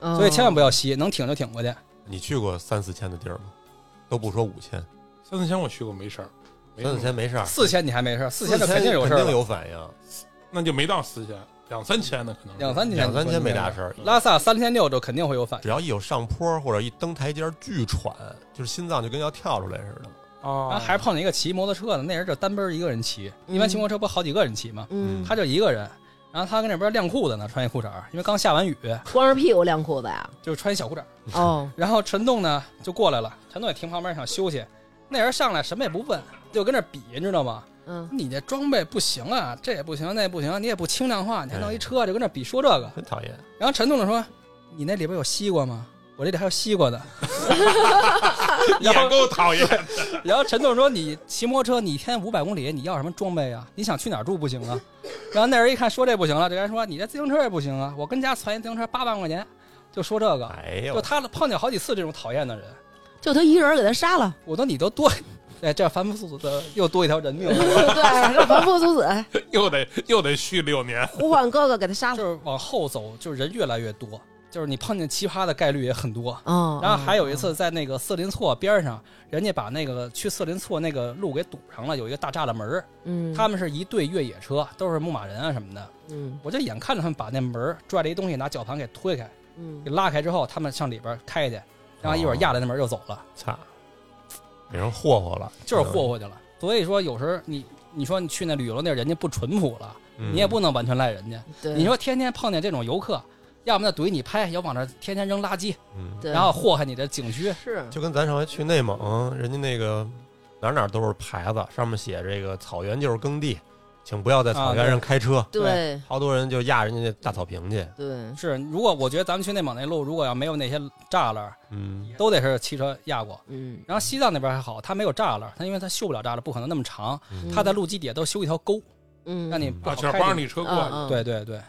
Speaker 1: 嗯
Speaker 4: 所以千万不要吸，能挺就挺
Speaker 3: 啊
Speaker 4: 过去。
Speaker 3: 你去过三四千的地儿吗？都不说五千，
Speaker 2: 三四千我去过没事儿，没
Speaker 3: 三四千没事儿，
Speaker 4: 四千你还没事儿，四
Speaker 3: 四
Speaker 4: 千就肯定有事儿
Speaker 3: 肯定
Speaker 4: 了，
Speaker 3: 有反应，
Speaker 2: 那就没到四千，两三千呢，可能是
Speaker 4: 两三千
Speaker 3: 两三千没啥事儿。
Speaker 4: 拉萨三千六就肯定会有反应。
Speaker 3: 只要一有上坡或者一登台阶儿巨喘，就是心脏就跟要跳出来似的。
Speaker 2: 啊，
Speaker 4: 然后还碰见一个骑摩托车的，那人就单奔儿一个人骑，
Speaker 1: 嗯
Speaker 4: 一般骑摩托车不好几个人骑吗？
Speaker 1: 嗯，
Speaker 4: 他就一个人，然后他跟那边晾裤子呢，穿一裤衩儿，因为刚下完雨，
Speaker 1: 光着屁股晾裤子呀？
Speaker 4: 就穿一小裤衩儿。
Speaker 1: 哦，
Speaker 4: 然后陈栋呢就过来了，陈栋也停旁边想休息，那人上来什么也不问，就跟那比，你知道吗？
Speaker 1: 嗯，
Speaker 4: 你这装备不行啊，这也不行，那也不行，你也不轻量化，你还弄一车，就跟那比说这个。
Speaker 3: 真讨厌，
Speaker 4: 然后陈栋就说：“你那里边有西瓜吗？我这里还有 西瓜的。
Speaker 2: 也够讨厌。”
Speaker 4: 然后陈栋说：“你骑摩托车，你一天五百公里，你要什么装备啊？你想去哪儿住不行啊？” 然后那人一看说这不行了，这人说：“你这自行车也不行啊，我跟家攒一自行车八万块钱。”就说这个，
Speaker 3: 哎
Speaker 4: 就
Speaker 3: 呦，
Speaker 4: 他碰见好几次这种讨厌的人。
Speaker 1: 就他一人给他杀了，
Speaker 4: 我说你都多， 哎，这反复的又多一条
Speaker 1: 嗯
Speaker 4: 人命了。
Speaker 1: 对，让防父阻 子
Speaker 2: 又得又得续六年。
Speaker 1: 哎呼唤哥哥给他杀
Speaker 4: 就
Speaker 1: 了。
Speaker 4: 是往后走，就是人越来越多，就是你碰见奇葩的概率也很多。
Speaker 1: 哦，
Speaker 4: 然后还有一次在那个色林错边上，人家把那个去色林错那个路给堵上了，有一个大栅栏门儿。
Speaker 1: 嗯，
Speaker 4: 他们是一队越野车，都是牧马人啊什么的。
Speaker 1: 嗯
Speaker 4: 我就眼看着他们把那门儿拽着一东西，拿绞盘给推开，
Speaker 1: 嗯
Speaker 4: 给拉开之后，他们上里边开去，然后一会儿压着那门儿就走了，
Speaker 3: 操，给人霍霍了，
Speaker 4: 就是霍霍去了。所以说，有时候你你说你去那旅游那人家不淳朴了，
Speaker 3: 嗯，
Speaker 4: 你也不能完全赖人家。
Speaker 1: 对，
Speaker 4: 你说天天碰见这种游客，要么就怼你拍，要往那天天扔垃圾，
Speaker 3: 嗯，
Speaker 1: 对，
Speaker 4: 然后祸害你的景区。
Speaker 1: 是
Speaker 3: 就跟咱上回去内蒙，人家那个哪儿哪儿都是牌子，上面写这个草原就是耕地，请不要在草原上开车。
Speaker 1: 对
Speaker 3: 好多人就压人家那大草坪去，
Speaker 1: 对，
Speaker 4: 是，如果我觉得咱们去内蒙那路，如果要没有那些栅栏，
Speaker 3: 嗯，
Speaker 4: 都得是汽车压过。
Speaker 1: 嗯，
Speaker 4: 然后西藏那边还好，它没有栅栏，它因为它修不了栅栏，不可能那么长，
Speaker 1: 嗯
Speaker 4: 它在路基底下都修一条沟，
Speaker 1: 嗯，
Speaker 4: 让你不
Speaker 2: 啊，
Speaker 4: 好
Speaker 2: 就是
Speaker 4: 开
Speaker 2: 不让
Speaker 4: 这
Speaker 2: 你车
Speaker 1: 嗯
Speaker 2: 过去。
Speaker 1: 嗯
Speaker 4: 对对对，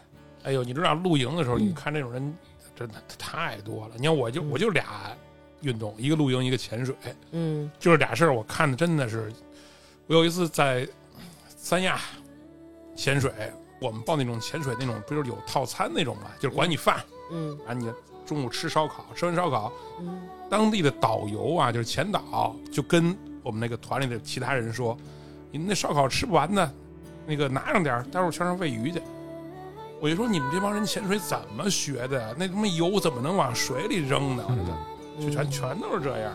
Speaker 2: 哎呦，你知道露营的时候，你看这种人真的太多了。你看，我就我就俩运动，一个露营，一个潜水，
Speaker 1: 嗯
Speaker 2: 就是俩事儿。我看的真的是，我有一次在三亚潜水，我们报那种潜水那种，不就是有套餐那种嘛，就是管你饭
Speaker 1: 嗯
Speaker 2: 啊，你中午吃烧烤，吃完烧烤，
Speaker 1: 嗯
Speaker 2: 当地的导游啊，就是前导，就跟我们那个团里的其他人说：“你们那烧烤吃不完呢，那个拿上点儿，待会儿全上喂鱼去。”我就说：“你们这帮人潜水怎么学的？那他妈油怎么能往水里扔呢？”我觉得
Speaker 1: 嗯，
Speaker 2: 就全全都是这样。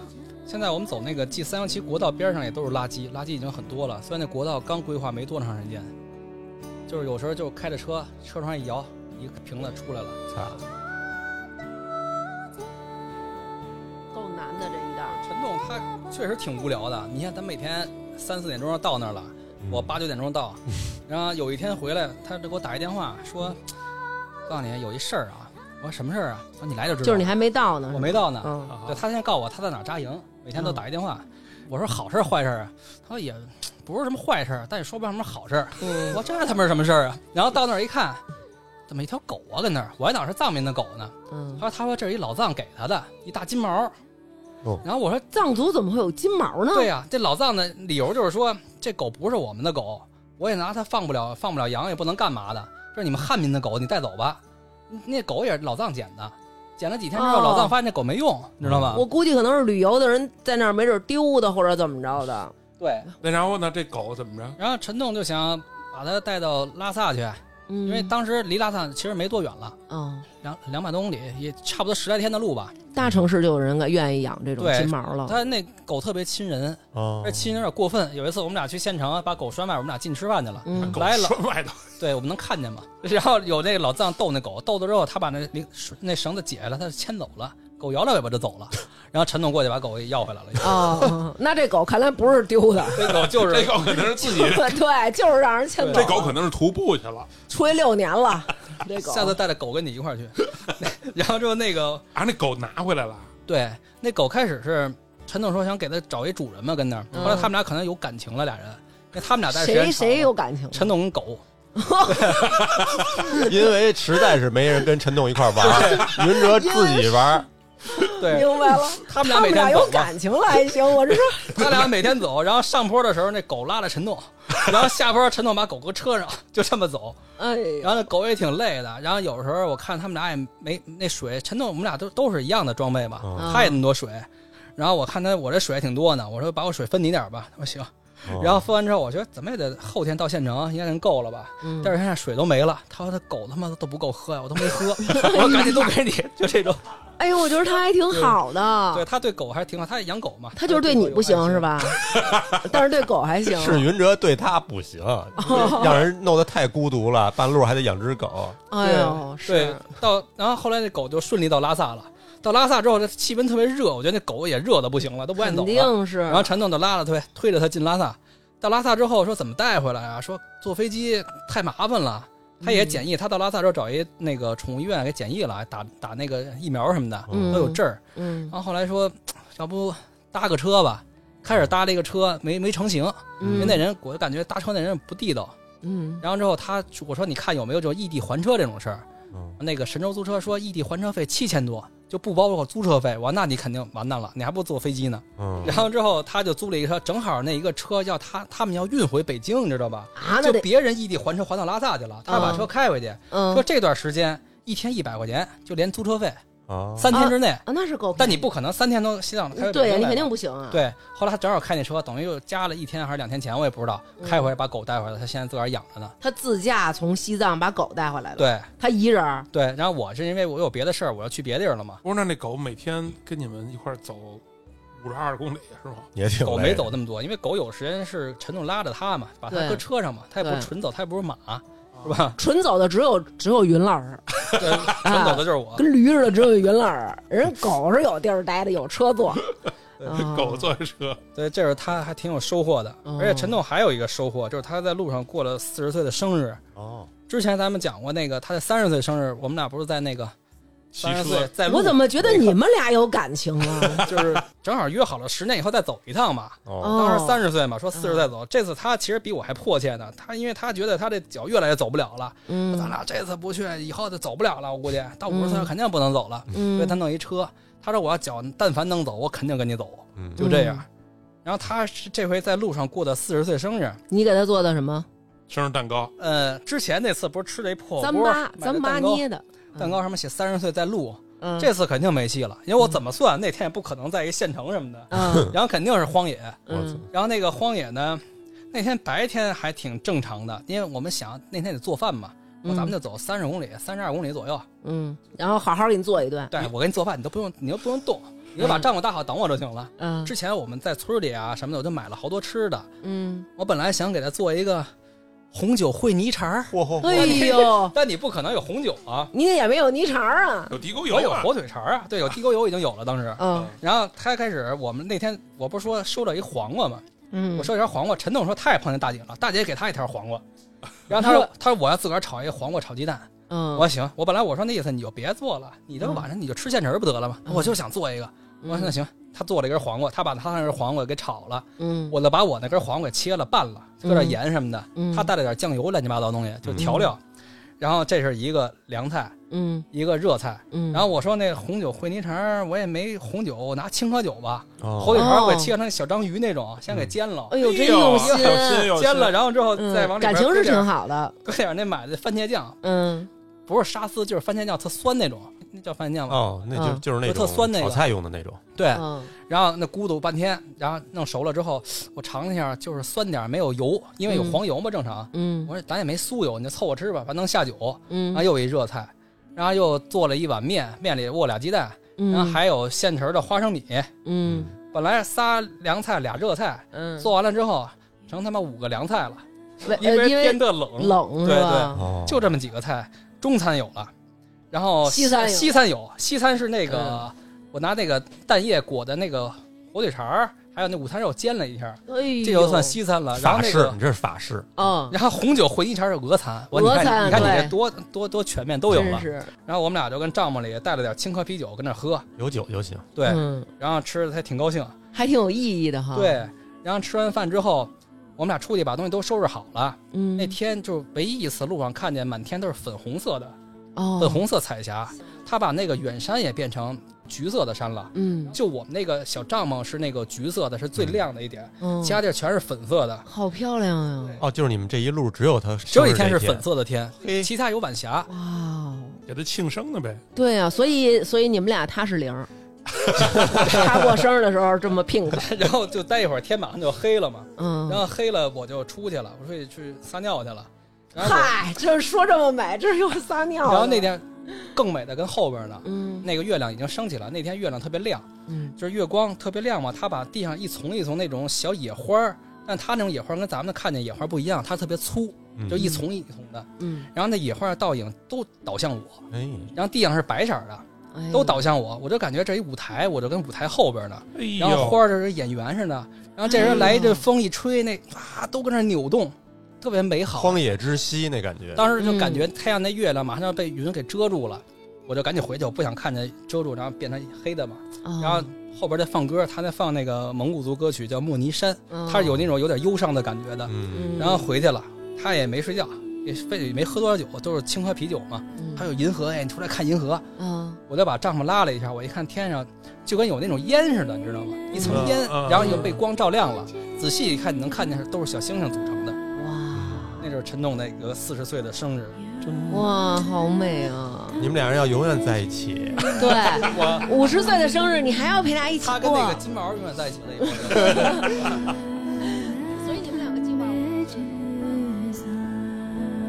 Speaker 4: 现在我们走那个 G 三幺七国道边上也都是垃圾，垃圾已经很多了。虽然那国道刚规划没多长时间，就是有时候就开着车，车窗一摇，一个瓶子出来了，
Speaker 3: 操，
Speaker 1: 够难的这一道。
Speaker 4: 陈栋他确实挺无聊的。你看他每天三四点钟就到那儿了，我八九点钟到，然后有一天回来，他就给我打一电话说：“告诉你有一事儿啊。”我说：“什么事儿啊？”他说：“你来就知道。”
Speaker 1: 就是你还没到呢，
Speaker 4: 我没到呢。
Speaker 1: 嗯
Speaker 4: 对
Speaker 2: 啊
Speaker 4: 他先告我他在哪儿扎营，每天都打一电话。我说好事儿坏事儿啊？他说也不是什么坏事儿，但也说不上什么好事儿。我
Speaker 1: 嗯
Speaker 4: 说这他妈是什么事儿啊？然后到那儿一看，怎么一条狗啊跟那儿？我还老是藏民的狗呢。他
Speaker 1: 嗯，
Speaker 4: 说他说这是一老藏给他的一大金毛。
Speaker 3: 哦
Speaker 4: 然后我说
Speaker 1: 藏族怎么会有金毛呢？
Speaker 4: 对呀、啊这老藏的理由就是说这狗不是我们的狗，我也拿它放不了放不了羊，也不能干嘛的。这是你们汉民的狗，你带走吧。那狗也是老藏捡的，捡了几天之后，
Speaker 1: 哦
Speaker 4: 老藏发现这狗没用，你知道吗？
Speaker 1: 我估计可能是旅游的人在那儿没准丢的或者怎么着的。
Speaker 4: 对，
Speaker 2: 那然后呢？这狗怎么着？
Speaker 4: 然后陈栋就想把他带到拉萨去，
Speaker 1: 嗯，
Speaker 4: 因为当时离拉萨其实没多远了，
Speaker 1: 嗯
Speaker 4: 两两百多公里，也差不多十来天的路吧。
Speaker 1: 大城市就有人愿意养这种
Speaker 4: 对
Speaker 1: 金毛了。
Speaker 4: 他那狗特别亲人，
Speaker 3: 哦
Speaker 4: 而且亲人有点过分。有一次我们俩去县城，把狗拴外，我们俩进吃饭去了。
Speaker 1: 嗯
Speaker 2: 狗
Speaker 4: 来了
Speaker 2: 拴外头，
Speaker 4: 对，我们能看见嘛。然后有那个老藏逗那狗，逗了之后，他把那铃那绳子解了，他就牵走了。狗摇着尾巴就走了，然后陈总过去把狗给要回来了。
Speaker 1: 哦， 嗯那这狗看来不是丢的，
Speaker 4: 这狗就
Speaker 2: 这
Speaker 4: 是
Speaker 2: 狗可能是自 己，
Speaker 1: 对，就是让人牵走。
Speaker 2: 这狗可能是徒步去了。
Speaker 1: 出去六年了， 这狗。
Speaker 4: 下次带着狗跟你一块儿去。 然后之后那个
Speaker 2: 啊，那狗拿回来了，
Speaker 4: 对，那狗开始是陈总说想给它找一主人嘛，跟那儿。
Speaker 1: 嗯
Speaker 4: 后来他们俩可能有感情了，俩人，因为他们俩在
Speaker 1: 谁谁有感情？
Speaker 4: 陈总跟狗，
Speaker 3: 因为实在是没人跟陈栋一块儿玩儿，云哲自己玩儿，
Speaker 4: 对
Speaker 1: 明白了，
Speaker 4: 他们
Speaker 1: 他
Speaker 4: 俩每
Speaker 1: 们俩
Speaker 4: 天
Speaker 1: 有
Speaker 4: 走嘛，
Speaker 1: 感情了还行，我这 是
Speaker 4: 他俩每天走，然后上坡的时候那狗拉着陈总，然后下坡陈总把狗给车上，就这么走。
Speaker 1: 哎呀，
Speaker 4: 然后那狗也挺累的，然后有时候我看他们俩也没那水，陈总我们俩都都是一样的装备嘛，
Speaker 3: 哦
Speaker 4: 他也那么多水，然后我看他我这水还挺多呢，我说把我水分你点儿吧，他说行，
Speaker 3: 哦
Speaker 4: 然后分完之后我觉得怎么也得后天到县城应该能够了吧，
Speaker 1: 嗯
Speaker 4: 但是现在水都没了，他说他狗他妈都不够喝呀，我都没 喝，我说赶紧都给你，就这种，
Speaker 1: 哎呦，我觉得他还挺好
Speaker 4: 对
Speaker 1: 的，
Speaker 4: 他对狗还是挺好，他也养狗嘛，
Speaker 1: 啊他就是对你不
Speaker 4: 狗有
Speaker 1: 行
Speaker 4: 爱
Speaker 1: 是吧？但是对狗还 行。哦
Speaker 3: 是云哲对他不行，让人弄得太孤独了，半路还得养只狗，
Speaker 1: 哎呦，
Speaker 4: 对
Speaker 1: 是，，
Speaker 4: 到然后后来那狗就顺利到拉萨了。到拉萨之后，这气温特别热，我觉得那狗也热的不行了，都不愿
Speaker 1: 肯
Speaker 4: 意走了。
Speaker 1: 定是
Speaker 4: 然。后陈总就拉了推推着他进拉萨。到拉萨之后说怎么带回来啊？说坐飞机太麻烦了。他也检疫，他到拉萨之后找一那个宠物医院给检疫了，打打那个疫苗什么的
Speaker 1: 嗯
Speaker 4: 都有证儿。
Speaker 1: 嗯
Speaker 4: 然后后来说，要不搭个车吧？开始搭了一个车，没没成型，因为
Speaker 1: 嗯
Speaker 4: 那人我感觉搭车那人不地道。
Speaker 1: 嗯
Speaker 4: 然后之后他我说你看有没有这种异地还车这种事儿？
Speaker 3: 嗯
Speaker 4: 那个神州租车说异地还车费七千多，就不包括租车费。我说那你肯定完蛋了，你还不如坐飞机呢。
Speaker 3: 嗯，
Speaker 4: 然后之后他就租了一个车，正好那一个车要他他们要运回北京，你知道吧？
Speaker 1: 啊，那
Speaker 4: 就
Speaker 1: 得啊
Speaker 4: 别人异地还车还到拉萨去了，他把车开回去，
Speaker 1: 嗯
Speaker 4: 说这段时间一天一百块钱，就连租车费，
Speaker 3: 啊，
Speaker 4: 三天之内。
Speaker 1: 啊，那是够。
Speaker 4: 但你不可能三天都西藏开回北京
Speaker 1: 对呀，
Speaker 4: 来
Speaker 1: 你肯定不行啊。，
Speaker 4: 对。后来他正好开那车，等于又加了一天还是两天钱，我也不知道，
Speaker 1: 嗯
Speaker 4: 开回来把狗带回来，他现在自个儿养着呢。
Speaker 1: 他自驾从西藏把狗带回来的，
Speaker 4: 对
Speaker 1: 他一人儿
Speaker 4: 对，然后我是因为我有别的事儿，我要去别地儿 了嘛，
Speaker 2: 不是？那那狗每天跟你们一块儿走五十二公里是吗？
Speaker 3: 也挺
Speaker 4: 狗
Speaker 3: 累
Speaker 4: 没
Speaker 3: 的
Speaker 4: 走那么多，因为狗有时间是陈总拉着它嘛，把它
Speaker 1: 对
Speaker 4: 搁车上嘛，它也不是
Speaker 1: 对哦
Speaker 4: 纯走，它也不是马，是吧？
Speaker 1: 纯走的只有只有云老师，
Speaker 4: 对，纯走的就是我。
Speaker 1: 啊跟驴似的只有云老师。人狗是有地儿待的，有车 坐。啊
Speaker 2: 狗坐车，
Speaker 4: 对，这是他还挺有收获的。
Speaker 1: 哦
Speaker 4: 而且陈总还有一个收获，就是他在路上过了四十岁的生日。
Speaker 3: 哦，
Speaker 4: 之前咱们讲过那个他的三十岁生日，我们俩不是在那个
Speaker 2: 骑
Speaker 4: 三十岁
Speaker 2: 车，
Speaker 4: 在路
Speaker 1: 我怎么觉得你们俩有感情 啊？
Speaker 4: 就是正好约好了十年以后再走一趟嘛。
Speaker 3: 哦，
Speaker 1: 哦嗯
Speaker 4: 当时三十岁嘛，说四十再走。这次他其实比我还迫切呢，他因为他觉得他这脚越来越走不了了，咱
Speaker 1: 嗯
Speaker 4: 俩这次不去，以后就走不了了。我估计到五十岁
Speaker 1: 嗯
Speaker 4: 肯定不能走了，所以他
Speaker 1: 嗯，
Speaker 4: 弄一车。他说我要脚但凡能走，我肯定跟你走，
Speaker 3: 嗯，
Speaker 4: 就这样。然后他是这回在路上过的四十岁生日，
Speaker 1: 你给他做的什么？
Speaker 2: 生日蛋糕，
Speaker 4: 呃，之前那次不是吃了一破火
Speaker 1: 咱
Speaker 4: 锅
Speaker 1: 妈，
Speaker 4: 买的
Speaker 1: 咱妈
Speaker 4: 蛋糕，
Speaker 1: 捏的
Speaker 4: 蛋糕，上面写三十岁在路，
Speaker 1: 嗯，
Speaker 4: 这次肯定没戏了，因为我怎么算那天也不可能在一县城什么的，
Speaker 1: 嗯
Speaker 4: 然后肯定是荒野，
Speaker 3: 我操
Speaker 1: 嗯
Speaker 4: 然后那个荒野呢，那天白天还挺正常的，因为我们想那天得做饭嘛，我
Speaker 1: 嗯
Speaker 4: 咱们就走三十公里、三十二公里左右。
Speaker 1: 嗯，然后好好给你做一顿，
Speaker 4: 对我给你做饭，你都不用，你都不用动，你就把帐篷搭好等我就行了。
Speaker 1: 嗯
Speaker 4: 之前我们在村里啊什么的，我就买了好多吃的。
Speaker 1: 嗯，
Speaker 4: 我本来想给他做一个红酒烩泥肠儿，
Speaker 3: 嚯嚯嚯，
Speaker 1: 哎呦，
Speaker 4: 但你不可能有红酒啊，
Speaker 1: 你也没有泥肠 啊，
Speaker 2: 有地沟
Speaker 4: 我
Speaker 2: 油
Speaker 4: 有
Speaker 2: 啊，
Speaker 4: 火腿肠儿啊，对，有地沟油已经有了当时。
Speaker 1: 嗯
Speaker 4: 然后他开始，我们那天我不是说收了一黄瓜吗？
Speaker 1: 嗯，
Speaker 4: 我收一条黄瓜，陈总说他也碰见大姐了，大姐给他一 条黄瓜，然后他说他说我要自个儿炒一个黄瓜炒鸡蛋，
Speaker 1: 嗯
Speaker 4: 我说行，我本来我说那意思你就别做了，你这个晚上你就吃现成儿不得了吗？
Speaker 1: 嗯
Speaker 4: 我就想做一个，我说那行，他做了一根黄瓜，他把他那根黄瓜给炒了，
Speaker 1: 嗯
Speaker 4: 我就把我那根黄瓜给切了拌了，搁点盐什么的，
Speaker 1: 嗯
Speaker 4: 他带了点酱油乱七八糟东西，就调料，然后这是一个凉菜，
Speaker 1: 嗯
Speaker 4: 一个热菜。
Speaker 1: 嗯，
Speaker 4: 然后我说那红酒烩泥肠儿，我也没红酒，我拿青稞酒吧，火
Speaker 3: 哦嗯
Speaker 4: 腿肠儿
Speaker 1: 哦
Speaker 4: 给切成小章鱼那种，先给煎了
Speaker 1: 哎，呦，真
Speaker 2: 哎呦
Speaker 1: 用心，啊
Speaker 2: 有心有
Speaker 4: 煎
Speaker 2: 心
Speaker 4: 了，然后之后哦再
Speaker 1: 嗯，
Speaker 4: 往里边
Speaker 1: 感情
Speaker 4: 搁
Speaker 1: 是
Speaker 4: 点
Speaker 1: 挺好的，
Speaker 4: 搁点那买的番茄酱，
Speaker 1: 嗯
Speaker 4: 不是沙司就是番茄酱，特酸那种，那叫番茄酱吧？
Speaker 3: 哦，那就
Speaker 1: 嗯
Speaker 3: 就是那
Speaker 4: 就
Speaker 3: 种
Speaker 4: 特酸那个
Speaker 3: 炒菜用的那种，
Speaker 4: 对。
Speaker 1: 嗯
Speaker 4: 然后那咕嘟半天，然后弄熟了之后，我尝了一下，就是酸点儿，没有油，因为有
Speaker 1: 嗯
Speaker 4: 黄油嘛，正常。
Speaker 1: 嗯
Speaker 4: 我哎说咱也没酥油，你就凑合吃吧，反正能下酒。然后
Speaker 1: 嗯，
Speaker 4: 又一热菜，然后又做了一碗面，面里卧俩鸡蛋，然后还有现成的花生米。
Speaker 1: 嗯
Speaker 4: 本来仨凉菜俩热菜，
Speaker 1: 嗯，
Speaker 4: 做完了之后成他妈五个凉菜了，
Speaker 1: 为呃
Speaker 4: 因为
Speaker 1: 因为
Speaker 4: 天特冷，
Speaker 1: 冷是
Speaker 4: 对
Speaker 1: 吧？
Speaker 3: 哦，
Speaker 4: 就这么几个菜，中餐有了，然后
Speaker 1: 西餐有嗯
Speaker 4: 西餐有，西餐是那个我拿那个蛋液裹的那个火腿肠儿，还有那午餐肉煎了一下，
Speaker 1: 哎呦，
Speaker 4: 这就算西餐了。然后
Speaker 3: 法
Speaker 4: 那
Speaker 3: 式，
Speaker 4: 个
Speaker 3: 你，这是法式，
Speaker 1: 嗯，
Speaker 4: 然后红酒混一肠是俄餐，我你
Speaker 1: 俄餐
Speaker 4: 看你看你
Speaker 1: 对
Speaker 4: 这多多多全面都有
Speaker 1: 真
Speaker 4: 了。
Speaker 1: 是
Speaker 4: 然后我们俩就跟帐篷里带了点青稞啤酒跟那儿喝，
Speaker 3: 有酒就行。
Speaker 4: 对，
Speaker 1: 嗯啊
Speaker 4: 然后吃的还挺高兴，
Speaker 1: 还挺有意义的哈。，
Speaker 4: 对。然后吃完饭之后，我们俩出去把东西都收拾好了。
Speaker 1: 嗯，
Speaker 4: 那天就唯一一次路上看见满天都是粉红色的，
Speaker 1: 哦，
Speaker 4: 粉，红色彩霞，它把那个远山也变成橘色的山了。
Speaker 1: 嗯
Speaker 4: 就我们那个小帐篷是那个橘色的，是最亮的一点，
Speaker 1: 嗯，
Speaker 4: 其他地儿全是粉色的，
Speaker 1: 好漂亮啊呀！
Speaker 3: 哦，就是你们这一路只有它，
Speaker 4: 只有一天
Speaker 3: 天
Speaker 4: 是粉，色的天，
Speaker 3: 嘿
Speaker 4: 其他有晚霞。
Speaker 1: 哇哦，
Speaker 2: 给他庆生的呗，
Speaker 1: 对啊，所以所以你们俩他是 零，他过生日的时候这么 pink，
Speaker 4: 然后就待一会儿，天马上就黑了嘛，
Speaker 1: 嗯
Speaker 4: 然，后黑了我就出去了，我说去撒尿去了。然后
Speaker 1: 嗨，这说这么美，这又撒尿
Speaker 4: 啊然
Speaker 1: 了。
Speaker 4: 后那，天更美的跟后边呢，
Speaker 1: 嗯
Speaker 4: 那个月亮已经升起了，那天月亮特别亮，
Speaker 1: 嗯
Speaker 4: 就是月光特别亮嘛，它把地上一丛一丛那种小野花儿，但它那种野花儿跟咱们看见野花儿不一样，它特别粗，
Speaker 3: 嗯
Speaker 4: 就一丛一丛的。
Speaker 1: 嗯，
Speaker 4: 然后那野花的倒影都倒向我，
Speaker 3: 哎，
Speaker 4: 然后地上是白色儿的，
Speaker 1: 哎呦
Speaker 4: 都倒向我，我就感觉这一舞台，我就跟舞台后边呢，
Speaker 2: 哎
Speaker 4: 然后花
Speaker 2: 呦，
Speaker 4: 儿这是演员似的，然后这人来一阵风一吹，那啊都跟那扭动，特别美好。
Speaker 3: 荒野之息那感觉，
Speaker 4: 当时就感觉
Speaker 1: 嗯
Speaker 4: 太阳那月亮马上要被云给遮住了，我就赶紧回去，我不想看见遮住，然后变成黑的嘛。
Speaker 1: 哦
Speaker 4: 然后后边再放歌，他在放那个蒙古族歌曲叫《莫尼山》，
Speaker 1: 嗯
Speaker 4: 他是有那种有点忧伤的感觉的。
Speaker 3: 嗯，
Speaker 1: 嗯
Speaker 4: 然后回去了，他也没睡觉，也非也没喝多少酒，都是青稞啤酒嘛。
Speaker 1: 嗯
Speaker 4: 还有银河，哎，你出来看银河。
Speaker 1: 嗯
Speaker 4: 我就把帐篷拉了一下，我一看天上就跟有那种烟似的，你知道吗？一层
Speaker 2: 嗯
Speaker 4: 烟，
Speaker 2: 嗯
Speaker 4: 然后又被光照亮了。仔细一看，你能看见都是小星星组成的。
Speaker 1: 哇
Speaker 4: 那就是陈总那个四十岁的生日，
Speaker 1: 哇，好美啊！
Speaker 3: 你们俩人要永远在一起，
Speaker 1: 对，
Speaker 4: 我
Speaker 1: 五十岁的生日你还要陪他一起
Speaker 4: 他跟那
Speaker 1: 过
Speaker 4: 个，金毛永远在一起的。
Speaker 1: 所以你们两个计划。
Speaker 5: Images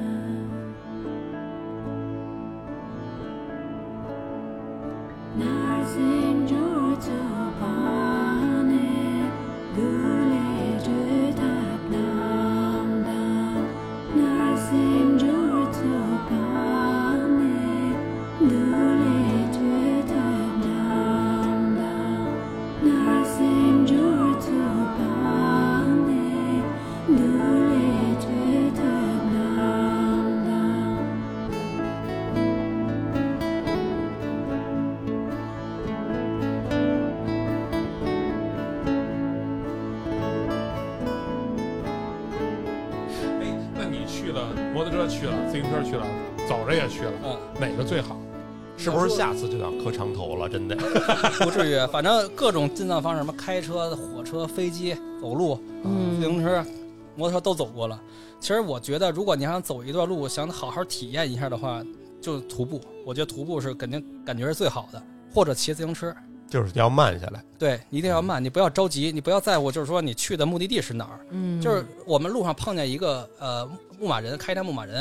Speaker 5: are Nursing George upon it, Gully to tap down, down. Nursing George upon it, Gully to tap down, down. Nursing George upon
Speaker 2: 哎的摩托车去了，自行车去了，走着也去了，
Speaker 4: 嗯，
Speaker 2: 哪个最好？
Speaker 3: 是不是下次就想磕长头了？真的，
Speaker 4: 不至于，反正各种进藏方式，什么开车、火车、飞机、走路、自
Speaker 1: 嗯，
Speaker 4: 行车、摩托车都走过了。其实我觉得，如果你想走一段路，想好好体验一下的话，就徒步。我觉得徒步是肯定感觉是最好的，或者骑自行车。
Speaker 3: 就是要慢下来。
Speaker 4: 对，你一定要慢，你不要着急，你不要在乎，就是说你去的目的地是哪儿。
Speaker 1: 嗯
Speaker 4: 就是我们路上碰见一个呃牧马人，开一辆牧马人，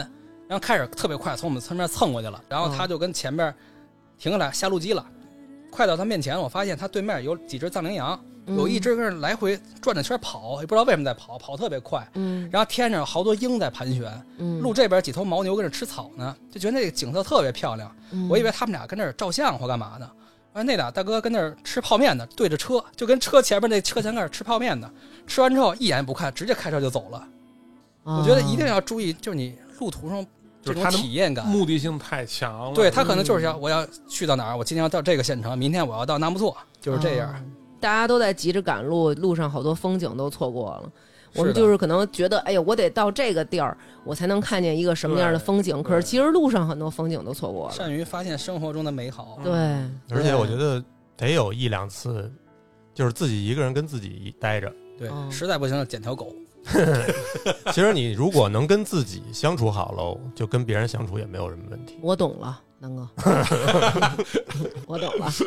Speaker 4: 然后开始特别快，从我们身边蹭过去了，然
Speaker 1: 哦
Speaker 4: 后他就跟前边停下来下路基了，快到他面前，我发现他对面有几只藏羚羊，
Speaker 1: 嗯
Speaker 4: 有一，只跟着来回转着圈跑，也不知道为什么在跑，跑特别快。
Speaker 1: 嗯
Speaker 4: 然后天上有好多鹰在盘旋，
Speaker 1: 嗯，
Speaker 4: 路这边几头牦牛跟着吃草呢，就觉得那个景色特别漂亮。
Speaker 1: 嗯，
Speaker 4: 我以为他们俩跟那儿照相或干嘛呢。哎，那俩大哥跟那儿吃泡面呢，对着车，就跟车前面那车前盖儿吃泡面呢。吃完之后一眼也不看，直接开车就走了。
Speaker 1: 啊，
Speaker 4: 我觉得一定要注意，就是你路途上
Speaker 2: 就
Speaker 4: 这
Speaker 2: 是
Speaker 4: 种
Speaker 2: 他的
Speaker 4: 体验感。
Speaker 2: 目的性太强了。
Speaker 4: 对他可能就是要我要去到哪儿，我今天要到这个县城，明天我要到纳木错，就是这样。
Speaker 1: 啊大家都在急着赶路，路上好多风景都错过了。我们
Speaker 4: 是的
Speaker 1: 就是可能觉得，哎呀，我得到这个地儿，我才能看见一个什么样的风景。
Speaker 2: 对
Speaker 1: 可是其实路上很多风景都错过了。
Speaker 4: 善于发现生活中的美好。
Speaker 1: 对，
Speaker 3: 而且我觉
Speaker 1: 得，
Speaker 3: 得得有一两次，就是自己一个人跟自己待着。
Speaker 4: 对，
Speaker 1: 嗯
Speaker 4: 实在不行就捡条狗。
Speaker 3: 其实你如果能跟自己相处好喽，就跟别人相处也没有什么问题。
Speaker 1: 我懂了，南 哥，我懂了。嗯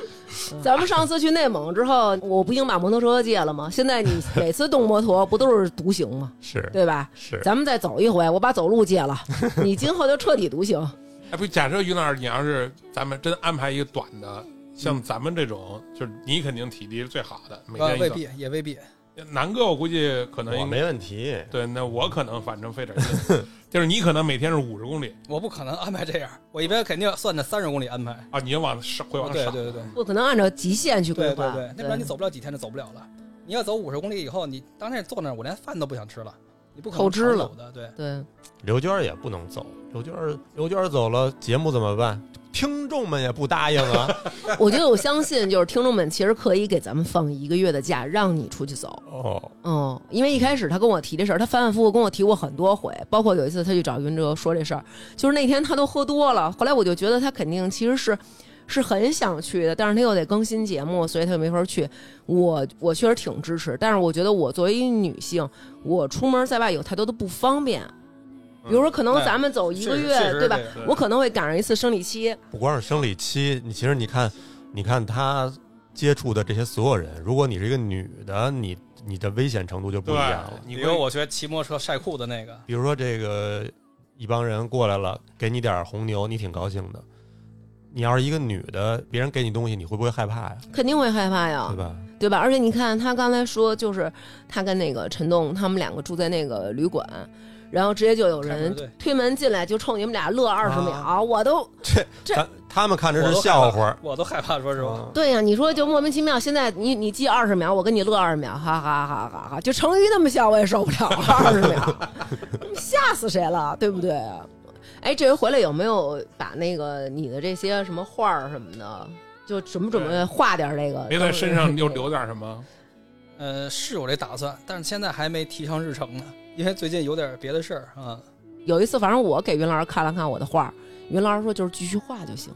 Speaker 1: 咱们上次去内蒙之后，我不已经把摩托车戒了吗？现在你每次动摩托不都是独行 吗？
Speaker 3: 是
Speaker 1: 对吧？
Speaker 3: 是，
Speaker 1: 咱们再走一回，我把走路戒了，你今后就彻底独行。
Speaker 2: 哎，不，假设于老师，你要是咱们真安排一个短的，像咱们这种，就是你肯定体力是最好的，每
Speaker 4: 嗯呃，
Speaker 2: 天一
Speaker 4: 未
Speaker 2: 个。
Speaker 4: 必，也未必。
Speaker 2: 南哥，我估计可能
Speaker 3: 我
Speaker 2: 应该
Speaker 3: 没问题。
Speaker 2: 对，那我可能反正费点 劲，就是你可能每天是五十公里
Speaker 4: 我不可能安排这样，我一般肯定算着三十公里安排。
Speaker 2: 啊，你就往上会往
Speaker 4: 对
Speaker 2: 上。
Speaker 4: 对对对。
Speaker 1: 不可能按照极限去规
Speaker 4: 对对
Speaker 1: 划，
Speaker 4: 对，那不然你走不了几天就走不了了。你要走五十公里以后，你当天坐那儿，我连饭都不想吃了，你不可能
Speaker 1: 透支
Speaker 4: 长
Speaker 1: 了
Speaker 4: 久的。对，
Speaker 1: 对，
Speaker 3: 刘娟儿也不能走，刘娟儿刘娟儿走了，节目怎么办？听众们也不答应啊。
Speaker 1: 我觉得我相信，就是听众们其实可以给咱们放一个月的假，让你出去走。
Speaker 3: 哦，
Speaker 1: 嗯，因为一开始他跟我提这事儿，他反反复复跟我提过很多回，包括有一次他去找云哲说这事儿，就是那天他都喝多了，后来我就觉得他肯定其实是。是很想去的，但是他又得更新节目，所以他就没法去。我我确实挺支持，但是我觉得我作为一女性，我出门在外有太多的不方便，比如说可能
Speaker 4: 嗯
Speaker 1: 咱们走一个
Speaker 4: 确实
Speaker 1: 月，
Speaker 4: 确实
Speaker 1: 对吧
Speaker 4: 是这？样
Speaker 1: 我可能会赶上一次生理期，
Speaker 3: 不光是生理期，你其实你看，你看他接触的这些所有人，如果你是一个女的，你你的危险程度就不
Speaker 2: 对
Speaker 3: 一样了，。
Speaker 2: 你
Speaker 4: 比
Speaker 2: 会
Speaker 4: 如我学骑摩托车晒裤子那个，
Speaker 3: 比如说这个一帮人过来了，给你点儿红牛，你挺高兴的。你要是一个女的，别人给你东西，你会不会害怕呀？
Speaker 1: 肯定会害怕呀，
Speaker 3: 对吧？
Speaker 1: 对吧？而且你看，他刚才说，就是他跟那个陈栋他们两个住在那个旅馆，然后直接就有
Speaker 4: 开门
Speaker 1: 人
Speaker 4: 对
Speaker 1: 推门进来，就冲你们俩乐二十秒，
Speaker 3: 啊
Speaker 1: 我都这
Speaker 3: 他他们看着
Speaker 4: 我
Speaker 3: 是
Speaker 4: 都害
Speaker 3: 笑
Speaker 4: 怕
Speaker 3: 话，
Speaker 4: 我都害怕，说实话。
Speaker 3: 嗯
Speaker 1: 对呀、你说就莫名其妙，现在你你记二十秒，我跟你乐二十秒，哈哈哈哈哈，就成语那么笑我也受不了了，二十秒， 吓死谁了，对不对啊？哎，这回回来有没有把那个你的这些什么画儿什么的，就准不准备
Speaker 2: 对
Speaker 1: 画点儿这个？
Speaker 2: 别在 身上又留点什么。
Speaker 4: 呃，是有这打算，但是现在还没提上日程呢，因为最近有点别的事儿啊。
Speaker 1: 有一次，反正我给云老师看了看我的画儿，云老师说就是继续画就行。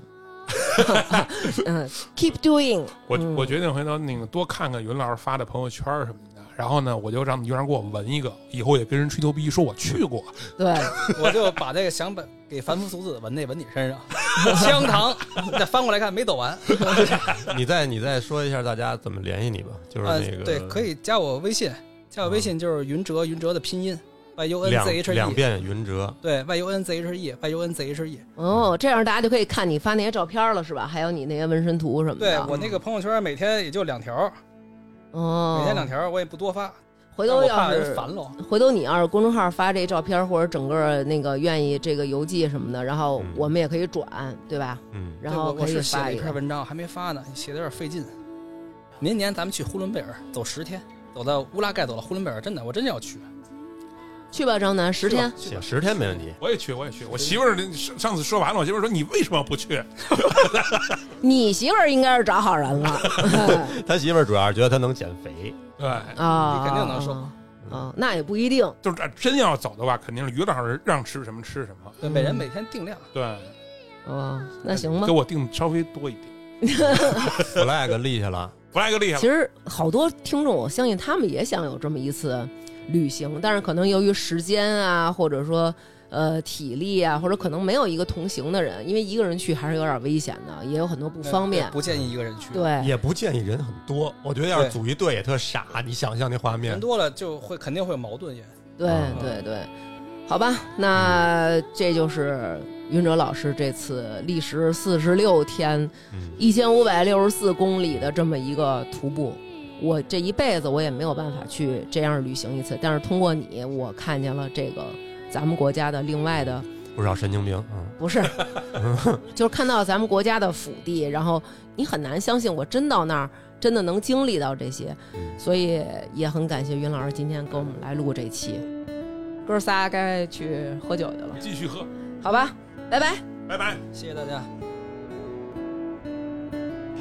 Speaker 1: 嗯，keep doing。
Speaker 2: 我
Speaker 1: 嗯
Speaker 2: 我决定回头那个多看看云老师发的朋友圈什么的，然后呢，我就让云老师给我纹一个，以后也跟人吹牛逼说我去过。
Speaker 1: 对，
Speaker 4: 我就把这个想把给凡夫俗子纹那纹你身上，香糖，再翻过来看没走完。
Speaker 3: 你再你再说一下大家怎么联系你吧，就是
Speaker 4: 呃
Speaker 3: 那个、，
Speaker 4: 对，可以加我微信，加我微信就是云哲，云哲的拼音 y u n
Speaker 3: 两
Speaker 4: z h
Speaker 3: 两
Speaker 4: e，
Speaker 3: 遍云折，
Speaker 4: 对 y u n z h e，y u n z h e。
Speaker 1: 哦，这样大家就可以看你发那些照片了，是吧？还有你那些纹身图什么
Speaker 4: 对
Speaker 1: 的。
Speaker 4: 我那个朋友圈每天也就两条，
Speaker 1: 哦，
Speaker 4: 每天两条，我也不多发，
Speaker 1: 回头
Speaker 4: 我怕
Speaker 1: 要
Speaker 4: 人
Speaker 1: 是
Speaker 4: 烦了。
Speaker 1: 回头你要是公众号发这照片，或者整个那个愿意这个邮寄什么的，然后
Speaker 3: 嗯
Speaker 1: 我们也可以转，对吧？
Speaker 3: 嗯，
Speaker 1: 然
Speaker 4: 对
Speaker 1: 后
Speaker 4: 我我
Speaker 1: 可
Speaker 4: 是
Speaker 1: 以
Speaker 4: 写
Speaker 1: 发
Speaker 4: 了一
Speaker 1: 一
Speaker 4: 篇
Speaker 1: 个。
Speaker 4: 文章，还没发呢，写的有点费劲。明年咱们去呼伦贝尔走十天，走到乌拉盖，走到呼伦贝尔，真的，我真要去
Speaker 1: 去吧，张楠，十
Speaker 4: 去吧
Speaker 1: 天。
Speaker 3: 写十天没 问题。
Speaker 2: 我也去，我也去。我嗯媳妇儿上上次说完了，我媳妇儿说你为什么不去？
Speaker 1: 你媳妇儿应该是找好人了
Speaker 3: 他媳妇儿主要是觉得他能减肥，
Speaker 2: 对，
Speaker 1: 啊，
Speaker 4: 你肯定能说
Speaker 1: 啊。
Speaker 3: 嗯
Speaker 1: 啊，那也不一定。
Speaker 2: 就是真要走的话，肯定是于老师让吃什么吃什么。
Speaker 4: 对，每人每天定量。
Speaker 2: 对，
Speaker 1: 哦，那行吧
Speaker 2: 给。我定稍微多一点。
Speaker 3: flag 立 下了，
Speaker 2: flag 厉害
Speaker 1: 其实好多听众，我相信他们也想有这么一次旅行，但是可能由于时间啊，或者说呃体力啊，或者可能没有一个同行的人，因为一个人去还是有点危险的，也有很多不方便。
Speaker 4: 呃不建议一个人去。，
Speaker 1: 对，
Speaker 3: 也不建议人很多。我觉得要是组一队也特傻，你想象那画面
Speaker 4: 人，多了就会肯定会有矛盾也。
Speaker 1: 对
Speaker 3: 嗯
Speaker 1: 对对，好吧，那这就是云哲老师这次历时四十六天、
Speaker 3: 嗯
Speaker 1: 一千五百六十四公里的这么一个徒步。我这一辈子我也没有办法去这样旅行一次，但是通过你，我看见了这个咱们国家的另外的
Speaker 3: 不少神经病。嗯，
Speaker 1: 不是，就是看到咱们国家的腹地，然后你很难相信我真到那儿真的能经历到这些，所以也很感谢云老师今天跟我们来录这期。哥仨该去喝酒去了，
Speaker 2: 继续喝，
Speaker 1: 好吧，拜拜。
Speaker 2: 拜拜。
Speaker 4: 谢谢大家。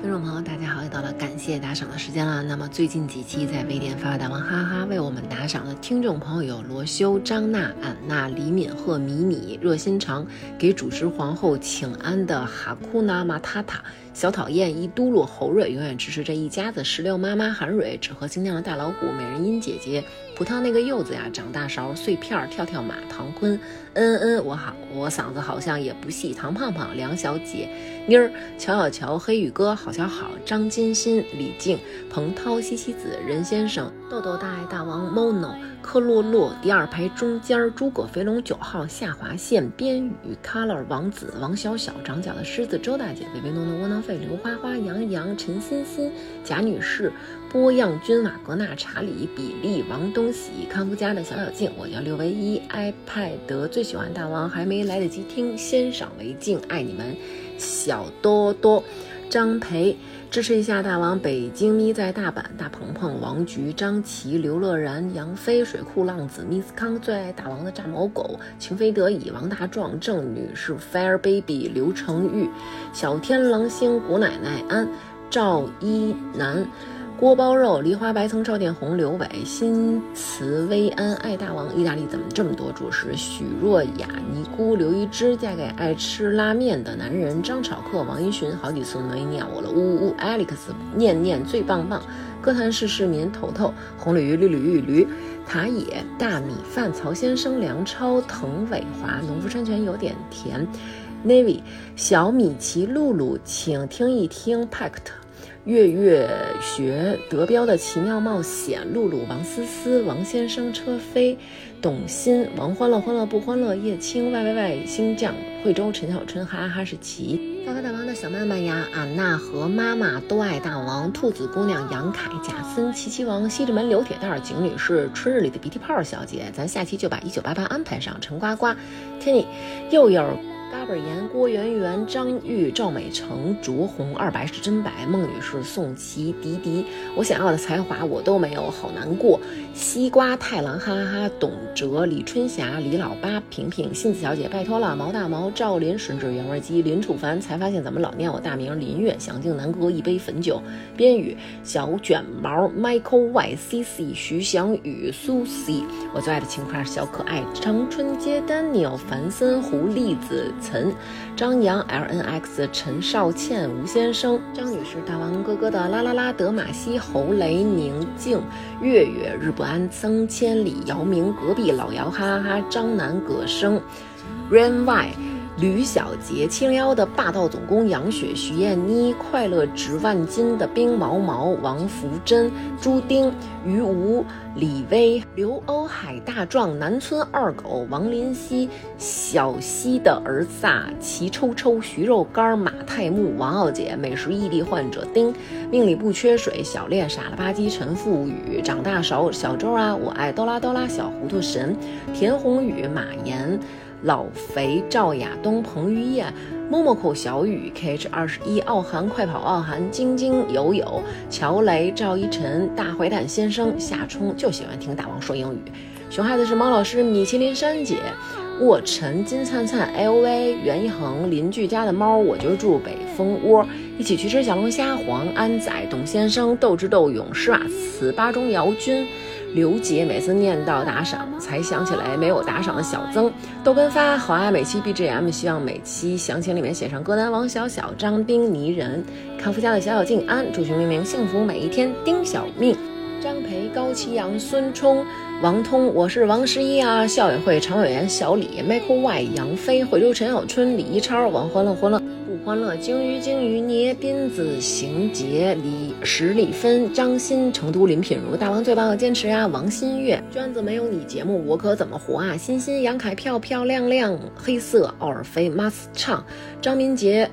Speaker 6: 听众朋友，大家好，又到了感谢打赏的时间了。那么最近几期在微店发发大王哈哈为我们打赏的听众朋友有罗修、张娜、俺娜、李敏赫、米米、热心肠，给主持皇后请安的哈库纳马塔塔、小讨厌、一嘟噜、侯瑞，永远支持这一家子、石榴妈妈、韩蕊、纸盒精酿的大老虎、美人音姐姐、葡萄那个柚子呀、长大勺、碎片儿、跳跳马、唐坤、嗯嗯，我好，我嗓子好像也不细，唐胖胖、梁小姐、妮儿、乔小乔、黑羽哥、郝小好、张金鑫、李静、彭涛、西西子、任先生、豆豆大爱大王、mono、科洛洛、第二排中间儿、诸葛肥龙九号、下划线、边宇、color、王子、王小小、长角的狮子、周大姐、北北东的窝囊废、刘花花、杨洋、陈欣欣、贾女士、波漾君、瓦格纳、查理、比利、王东喜、康夫家的小小静，我叫六唯一、iPad 最喜欢大王，还没来得及听，先赏为敬，爱你们，小多多，张培。支持一下大王，北京咪在大阪，大鹏鹏、王菊、张琪、刘乐然、杨飞、水库浪子、Miss 康最爱大王的炸毛狗、情非得已、王大壮、郑女士、Fire Baby、刘成玉、小天狼星、古奶奶安、赵一楠。锅包肉、梨花白层、赵殿红、刘伟、新慈、薇安、爱大王、意大利怎么这么多主食？许若雅、尼姑、刘一枝嫁给爱吃拉面的男人张炒客、王一寻，好几次没念我了，呜呜呜！Alex 念念最棒棒，哥谭市市民头头、红鲤鱼、绿鲤鱼、驴、塔野、大米饭、曹先生、梁超、滕伟华、农夫山泉有点甜。Navy、小米奇、露露，请听一听 Pact 月月学德彪的奇妙冒险，露露、王思思、王先生、车飞、董欣、王欢乐、欢乐不欢乐、叶青、Y Y Y、星将、惠州、陈小春、哈哈士奇、大哥大王的小妈妈呀、俺娜和妈妈都爱大王、兔子姑娘、杨凯、贾森、琪琪王、西直门、刘铁蛋儿、景女士、春日里的鼻涕泡小姐，咱下期就把一九八八安排上。陈呱呱、Kenny、佑佑、嘎嘣儿盐、郭媛媛、张玉、赵美成、卓红、二白是真白、孟女士、宋琦、迪迪，我想要的才华我都没有，好难过。西瓜太郎哈哈哈，董哲、李春霞、李老八、萍萍、杏子小姐，拜托了，毛大毛、赵林、吮指原味鸡、林楚凡，才发现怎么老念我大名林月，想敬南哥一杯汾酒，边宇、小卷毛、Michael Y、C C、徐翔宇、Susie，我最爱的情妇小可爱、长春街 Daniel、樊森、胡栗子、岑、张扬、L N X、陈少倩、吴先生、张女士、大王哥哥的啦啦啦、德玛西、侯雷、宁静、月月、日不安、曾千里、姚明、隔壁老姚、哈哈哈、张楠、葛生、Rain Y。吕小杰、七零幺的霸道总攻杨雪、徐燕妮、快乐值万金的冰毛毛、王福珍、朱丁、于吴、李威、刘欧海、大壮、南村二狗、王林熙、小西的儿子啊、齐抽抽、徐肉干、马太木、王傲姐、美食异地患者丁、命里不缺水、小恋、傻了吧唧、陈富宇、长大勺、小周啊、我爱哆啦哆啦、小糊涂神、田宏宇、马岩。老肥、赵亚东、彭于晏、Momoco、小雨、KH 二十一、奥涵、快跑奥涵、晶晶、友友、乔雷、赵一晨、大坏蛋先生、夏冲，就喜欢听大王说英语。熊孩子是猫老师、米其林山姐、卧尘、金灿灿、L V、袁一恒、邻居家的猫，我就住北蜂窝，一起去吃小龙虾、黄安仔、董先生、斗智斗勇、施瓦茨、巴中姚军。刘杰每次念到打赏，才想起来没有打赏的小曾。豆根发好啊，每期 BGM，希望每期详情里面写上歌单王小小、张冰、泥人、康夫家的小小静安，祝熊明明幸福每一天，丁小命。张培、高启阳、孙冲、王通，我是王十一啊，校委会常委员小李、Michael Y、杨飞、惠州陈小春、李一超、王欢乐欢乐不欢乐、鲸鱼鲸鱼、捏斌子、邢杰、李石丽芬、张欣、成都林品如、大王最棒的坚持啊，王新月、娟子没有你节目我可怎么活啊？欣欣、杨凯、漂漂亮亮、黑色、奥尔菲、Mas 唱、张民杰。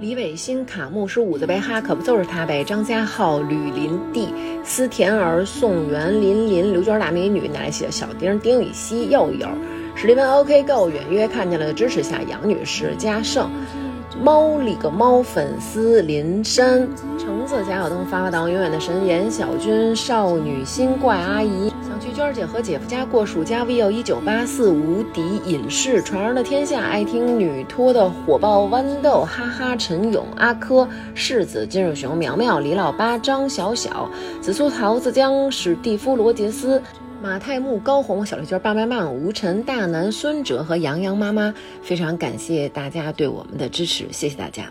Speaker 6: 李伟新、卡木是五子呗，哈，可不就是他呗？张家浩、吕林地、思甜儿、宋元、林林、刘娟大美女、奶写小丁、丁禹兮、佑佑、史蒂文 OK Go 远约看见了的支持下，杨女士、嘉盛。猫里个猫粉丝林珊、橙子、贾晓东、发发党、永远的神、严小军、少女心怪阿姨、想去娟儿姐和姐夫家过暑假，vivo 一九八四无敌隐士、传人的天下、爱听女托的火爆豌豆、哈哈、陈勇、阿珂、世子、金日熊、苗苗、李老八、张小小、紫苏桃子江、史蒂夫、罗杰斯。马太木、高红、小绿娟、棒棒棒、吴晨、大南、孙哲和洋洋妈妈，非常感谢大家对我们的支持，谢谢大家。